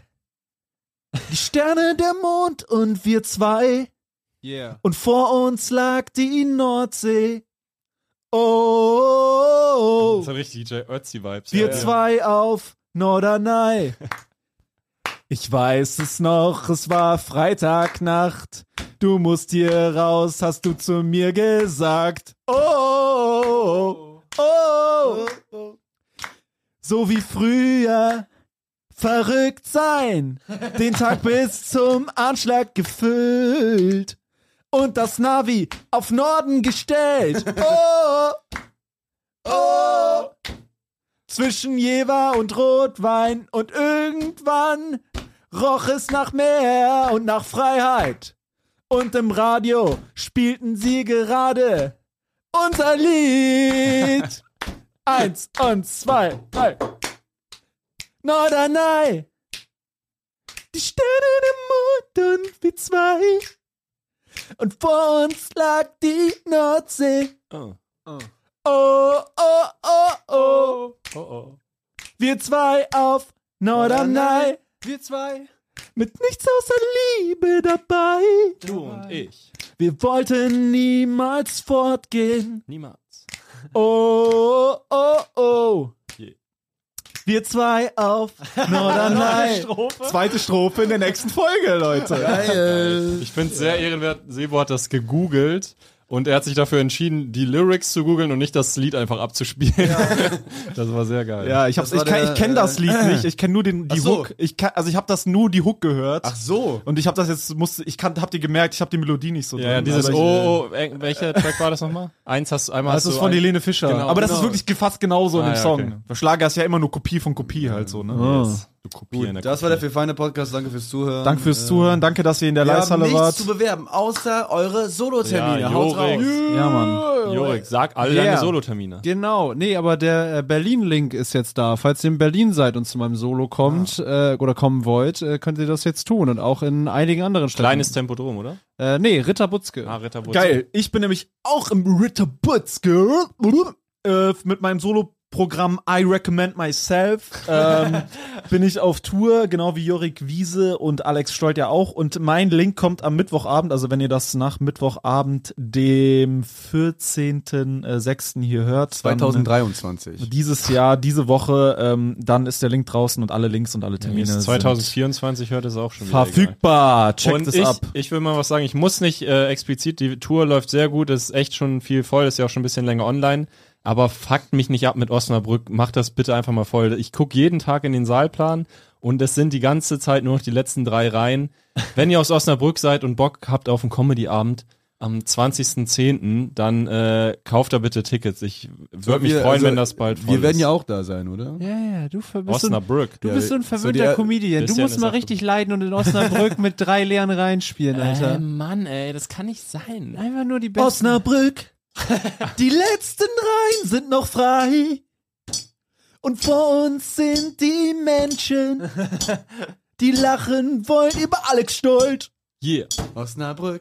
Speaker 4: die Sterne, der Mond und wir zwei.
Speaker 2: Yeah.
Speaker 4: Und vor uns lag die Nordsee. Oh,
Speaker 5: Das hat richtig DJ Ötzi-Vibes.
Speaker 4: wir
Speaker 5: Ja, ja.
Speaker 4: zwei auf Norderney. Ich weiß es noch, es war Freitagnacht. Du musst hier raus, hast du zu mir gesagt. Oh, oh, oh. So wie früher. Verrückt sein. Den Tag bis zum Anschlag gefüllt. Und das Navi auf Norden gestellt. Oh, oh. Zwischen Jever und Rotwein und irgendwann roch es nach Meer und nach Freiheit. Und im Radio spielten sie gerade unser Lied. Eins und zwei, drei. Norderney. Die Sterne im Mond und wir zwei.
Speaker 3: Und vor uns lag die Nordsee.
Speaker 5: Oh.
Speaker 3: Oh, oh, oh, oh.
Speaker 5: Oh, oh.
Speaker 3: Wir zwei auf Norderney.
Speaker 2: Wir zwei.
Speaker 3: Mit nichts außer Liebe dabei.
Speaker 5: Du und ich.
Speaker 3: Wir wollten niemals fortgehen.
Speaker 5: Niemals.
Speaker 3: Oh, oh, oh.
Speaker 5: Je.
Speaker 3: Wir zwei auf Norderney.
Speaker 4: Zweite Strophe in der nächsten Folge, Leute.
Speaker 3: Geil.
Speaker 5: Ich finde es sehr ehrenwert. Sebo hat das gegoogelt und er hat sich dafür entschieden, die Lyrics zu googeln und nicht das Lied einfach abzuspielen. Das war sehr geil.
Speaker 4: Ja, Also ich hab's,
Speaker 3: Das
Speaker 4: ich,
Speaker 3: war
Speaker 4: kenn-
Speaker 3: der,
Speaker 4: ich kenne das Lied
Speaker 3: Äh.
Speaker 4: nicht. Ich kenne nur den die
Speaker 3: Ach so.
Speaker 4: Hook. Ich kann, also ich habe das nur die Hook gehört.
Speaker 3: Ach so.
Speaker 4: Und ich habe das jetzt musste ich kann hab dir gemerkt, ich habe die Melodie nicht so
Speaker 5: Ja, ja, dieses
Speaker 4: aber ich,
Speaker 5: Oh, oh, äh, welcher Track war das nochmal? Eins hast einmal
Speaker 4: das
Speaker 5: hast
Speaker 4: ist
Speaker 5: du
Speaker 4: von
Speaker 5: Also ein-
Speaker 4: Helene Fischer.
Speaker 5: Genau.
Speaker 4: aber das
Speaker 5: Genau.
Speaker 4: ist wirklich fast genauso in dem
Speaker 5: Ah, ja,
Speaker 4: Schlager
Speaker 5: okay.
Speaker 4: Song. Der Schlager ist ja immer nur Kopie von Kopie halt so, ne?
Speaker 5: Yes. Du Kopie in der
Speaker 3: Das war der für feine Podcast. Danke fürs Zuhören.
Speaker 4: Danke fürs Zuhören, danke, dass ihr in der
Speaker 3: Wir haben
Speaker 4: Leisthalle
Speaker 3: nichts
Speaker 4: wart.
Speaker 3: zu bewerben, außer eure Solo-Termine.
Speaker 5: Ja,
Speaker 3: Haut raus.
Speaker 5: Jorik.
Speaker 4: Ja, Mann.
Speaker 5: Jorik, sag alle
Speaker 2: Yeah.
Speaker 5: deine Solotermine.
Speaker 2: Genau, nee, aber der äh, Berlin-Link ist jetzt da. Falls ihr in Berlin seid und zu meinem Solo kommt äh, oder kommen wollt, äh, könnt ihr das jetzt tun und auch in einigen anderen Städten.
Speaker 5: Kleines Tempodrom, oder?
Speaker 2: Äh, nee, Ritter Butzke.
Speaker 5: Ah, Ritter Wurzel.
Speaker 4: Geil. Ich bin nämlich auch im Ritter Butzke äh, mit meinem Solo-Programm I Recommend Myself. Ähm, bin ich auf Tour, genau wie Jorik Wiese und Alex Stolt ja auch. Und mein Link kommt am Mittwochabend, also wenn ihr das nach Mittwochabend, dem 14.06. hier hört. dann, äh,
Speaker 1: 2023.
Speaker 4: Dieses Jahr, diese Woche, ähm, dann ist der Link draußen und alle Links und alle
Speaker 5: Mir
Speaker 4: Termine
Speaker 5: ist 2024 hört es auch schon
Speaker 4: sind
Speaker 5: wieder. egal.
Speaker 4: verfügbar. Checkt
Speaker 5: und
Speaker 4: es
Speaker 5: ich,
Speaker 4: ab.
Speaker 5: ich will mal was sagen. Ich muss nicht äh, explizit, die Tour läuft sehr gut, ist echt schon viel voll, ist ja auch schon ein bisschen länger online. Aber fuckt mich nicht ab mit Osnabrück, macht das bitte einfach mal voll. Ich gucke jeden Tag in den Saalplan und es sind die ganze Zeit nur noch die letzten drei Reihen. Wenn ihr aus Osnabrück seid und Bock habt auf einen Comedy-Abend am 20.10., dann äh, kauft da bitte Tickets. Ich würde mich
Speaker 1: wir-
Speaker 5: freuen,
Speaker 1: also,
Speaker 5: wenn das bald voll
Speaker 1: Wir werden
Speaker 5: ist.
Speaker 1: ja auch da sein, oder?
Speaker 2: Ja, ja, du ver- bist so ein,
Speaker 5: Osnabrück.
Speaker 2: du bist so ein verwöhnter
Speaker 1: so die-
Speaker 2: Comedian. Du
Speaker 5: Christian
Speaker 2: musst
Speaker 5: ist
Speaker 2: mal
Speaker 5: auch-
Speaker 2: richtig leiden und in Osnabrück mit drei leeren Reihen spielen, Alter.
Speaker 5: Mann, ey, das kann nicht sein.
Speaker 2: Ähm, Einfach nur die besten.
Speaker 3: Osnabrück. Die letzten Reihen sind noch frei. Und vor uns sind die Menschen, die lachen wollen über Alex Stolt.
Speaker 5: Yeah.
Speaker 1: Osnabrück.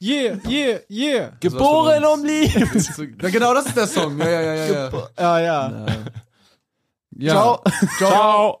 Speaker 2: Yeah, yeah, yeah.
Speaker 3: Geboren um Liebe.
Speaker 1: Ja, genau, das ist der Song. Ja, ja, ja, ja, ja.
Speaker 2: Ja, Ah, ja.
Speaker 1: ja. Ciao.
Speaker 5: Ciao.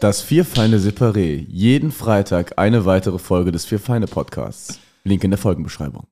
Speaker 1: Das Vierfeine Separé. Jeden Freitag eine weitere Folge des Vierfeine Podcasts. Link in der Folgenbeschreibung.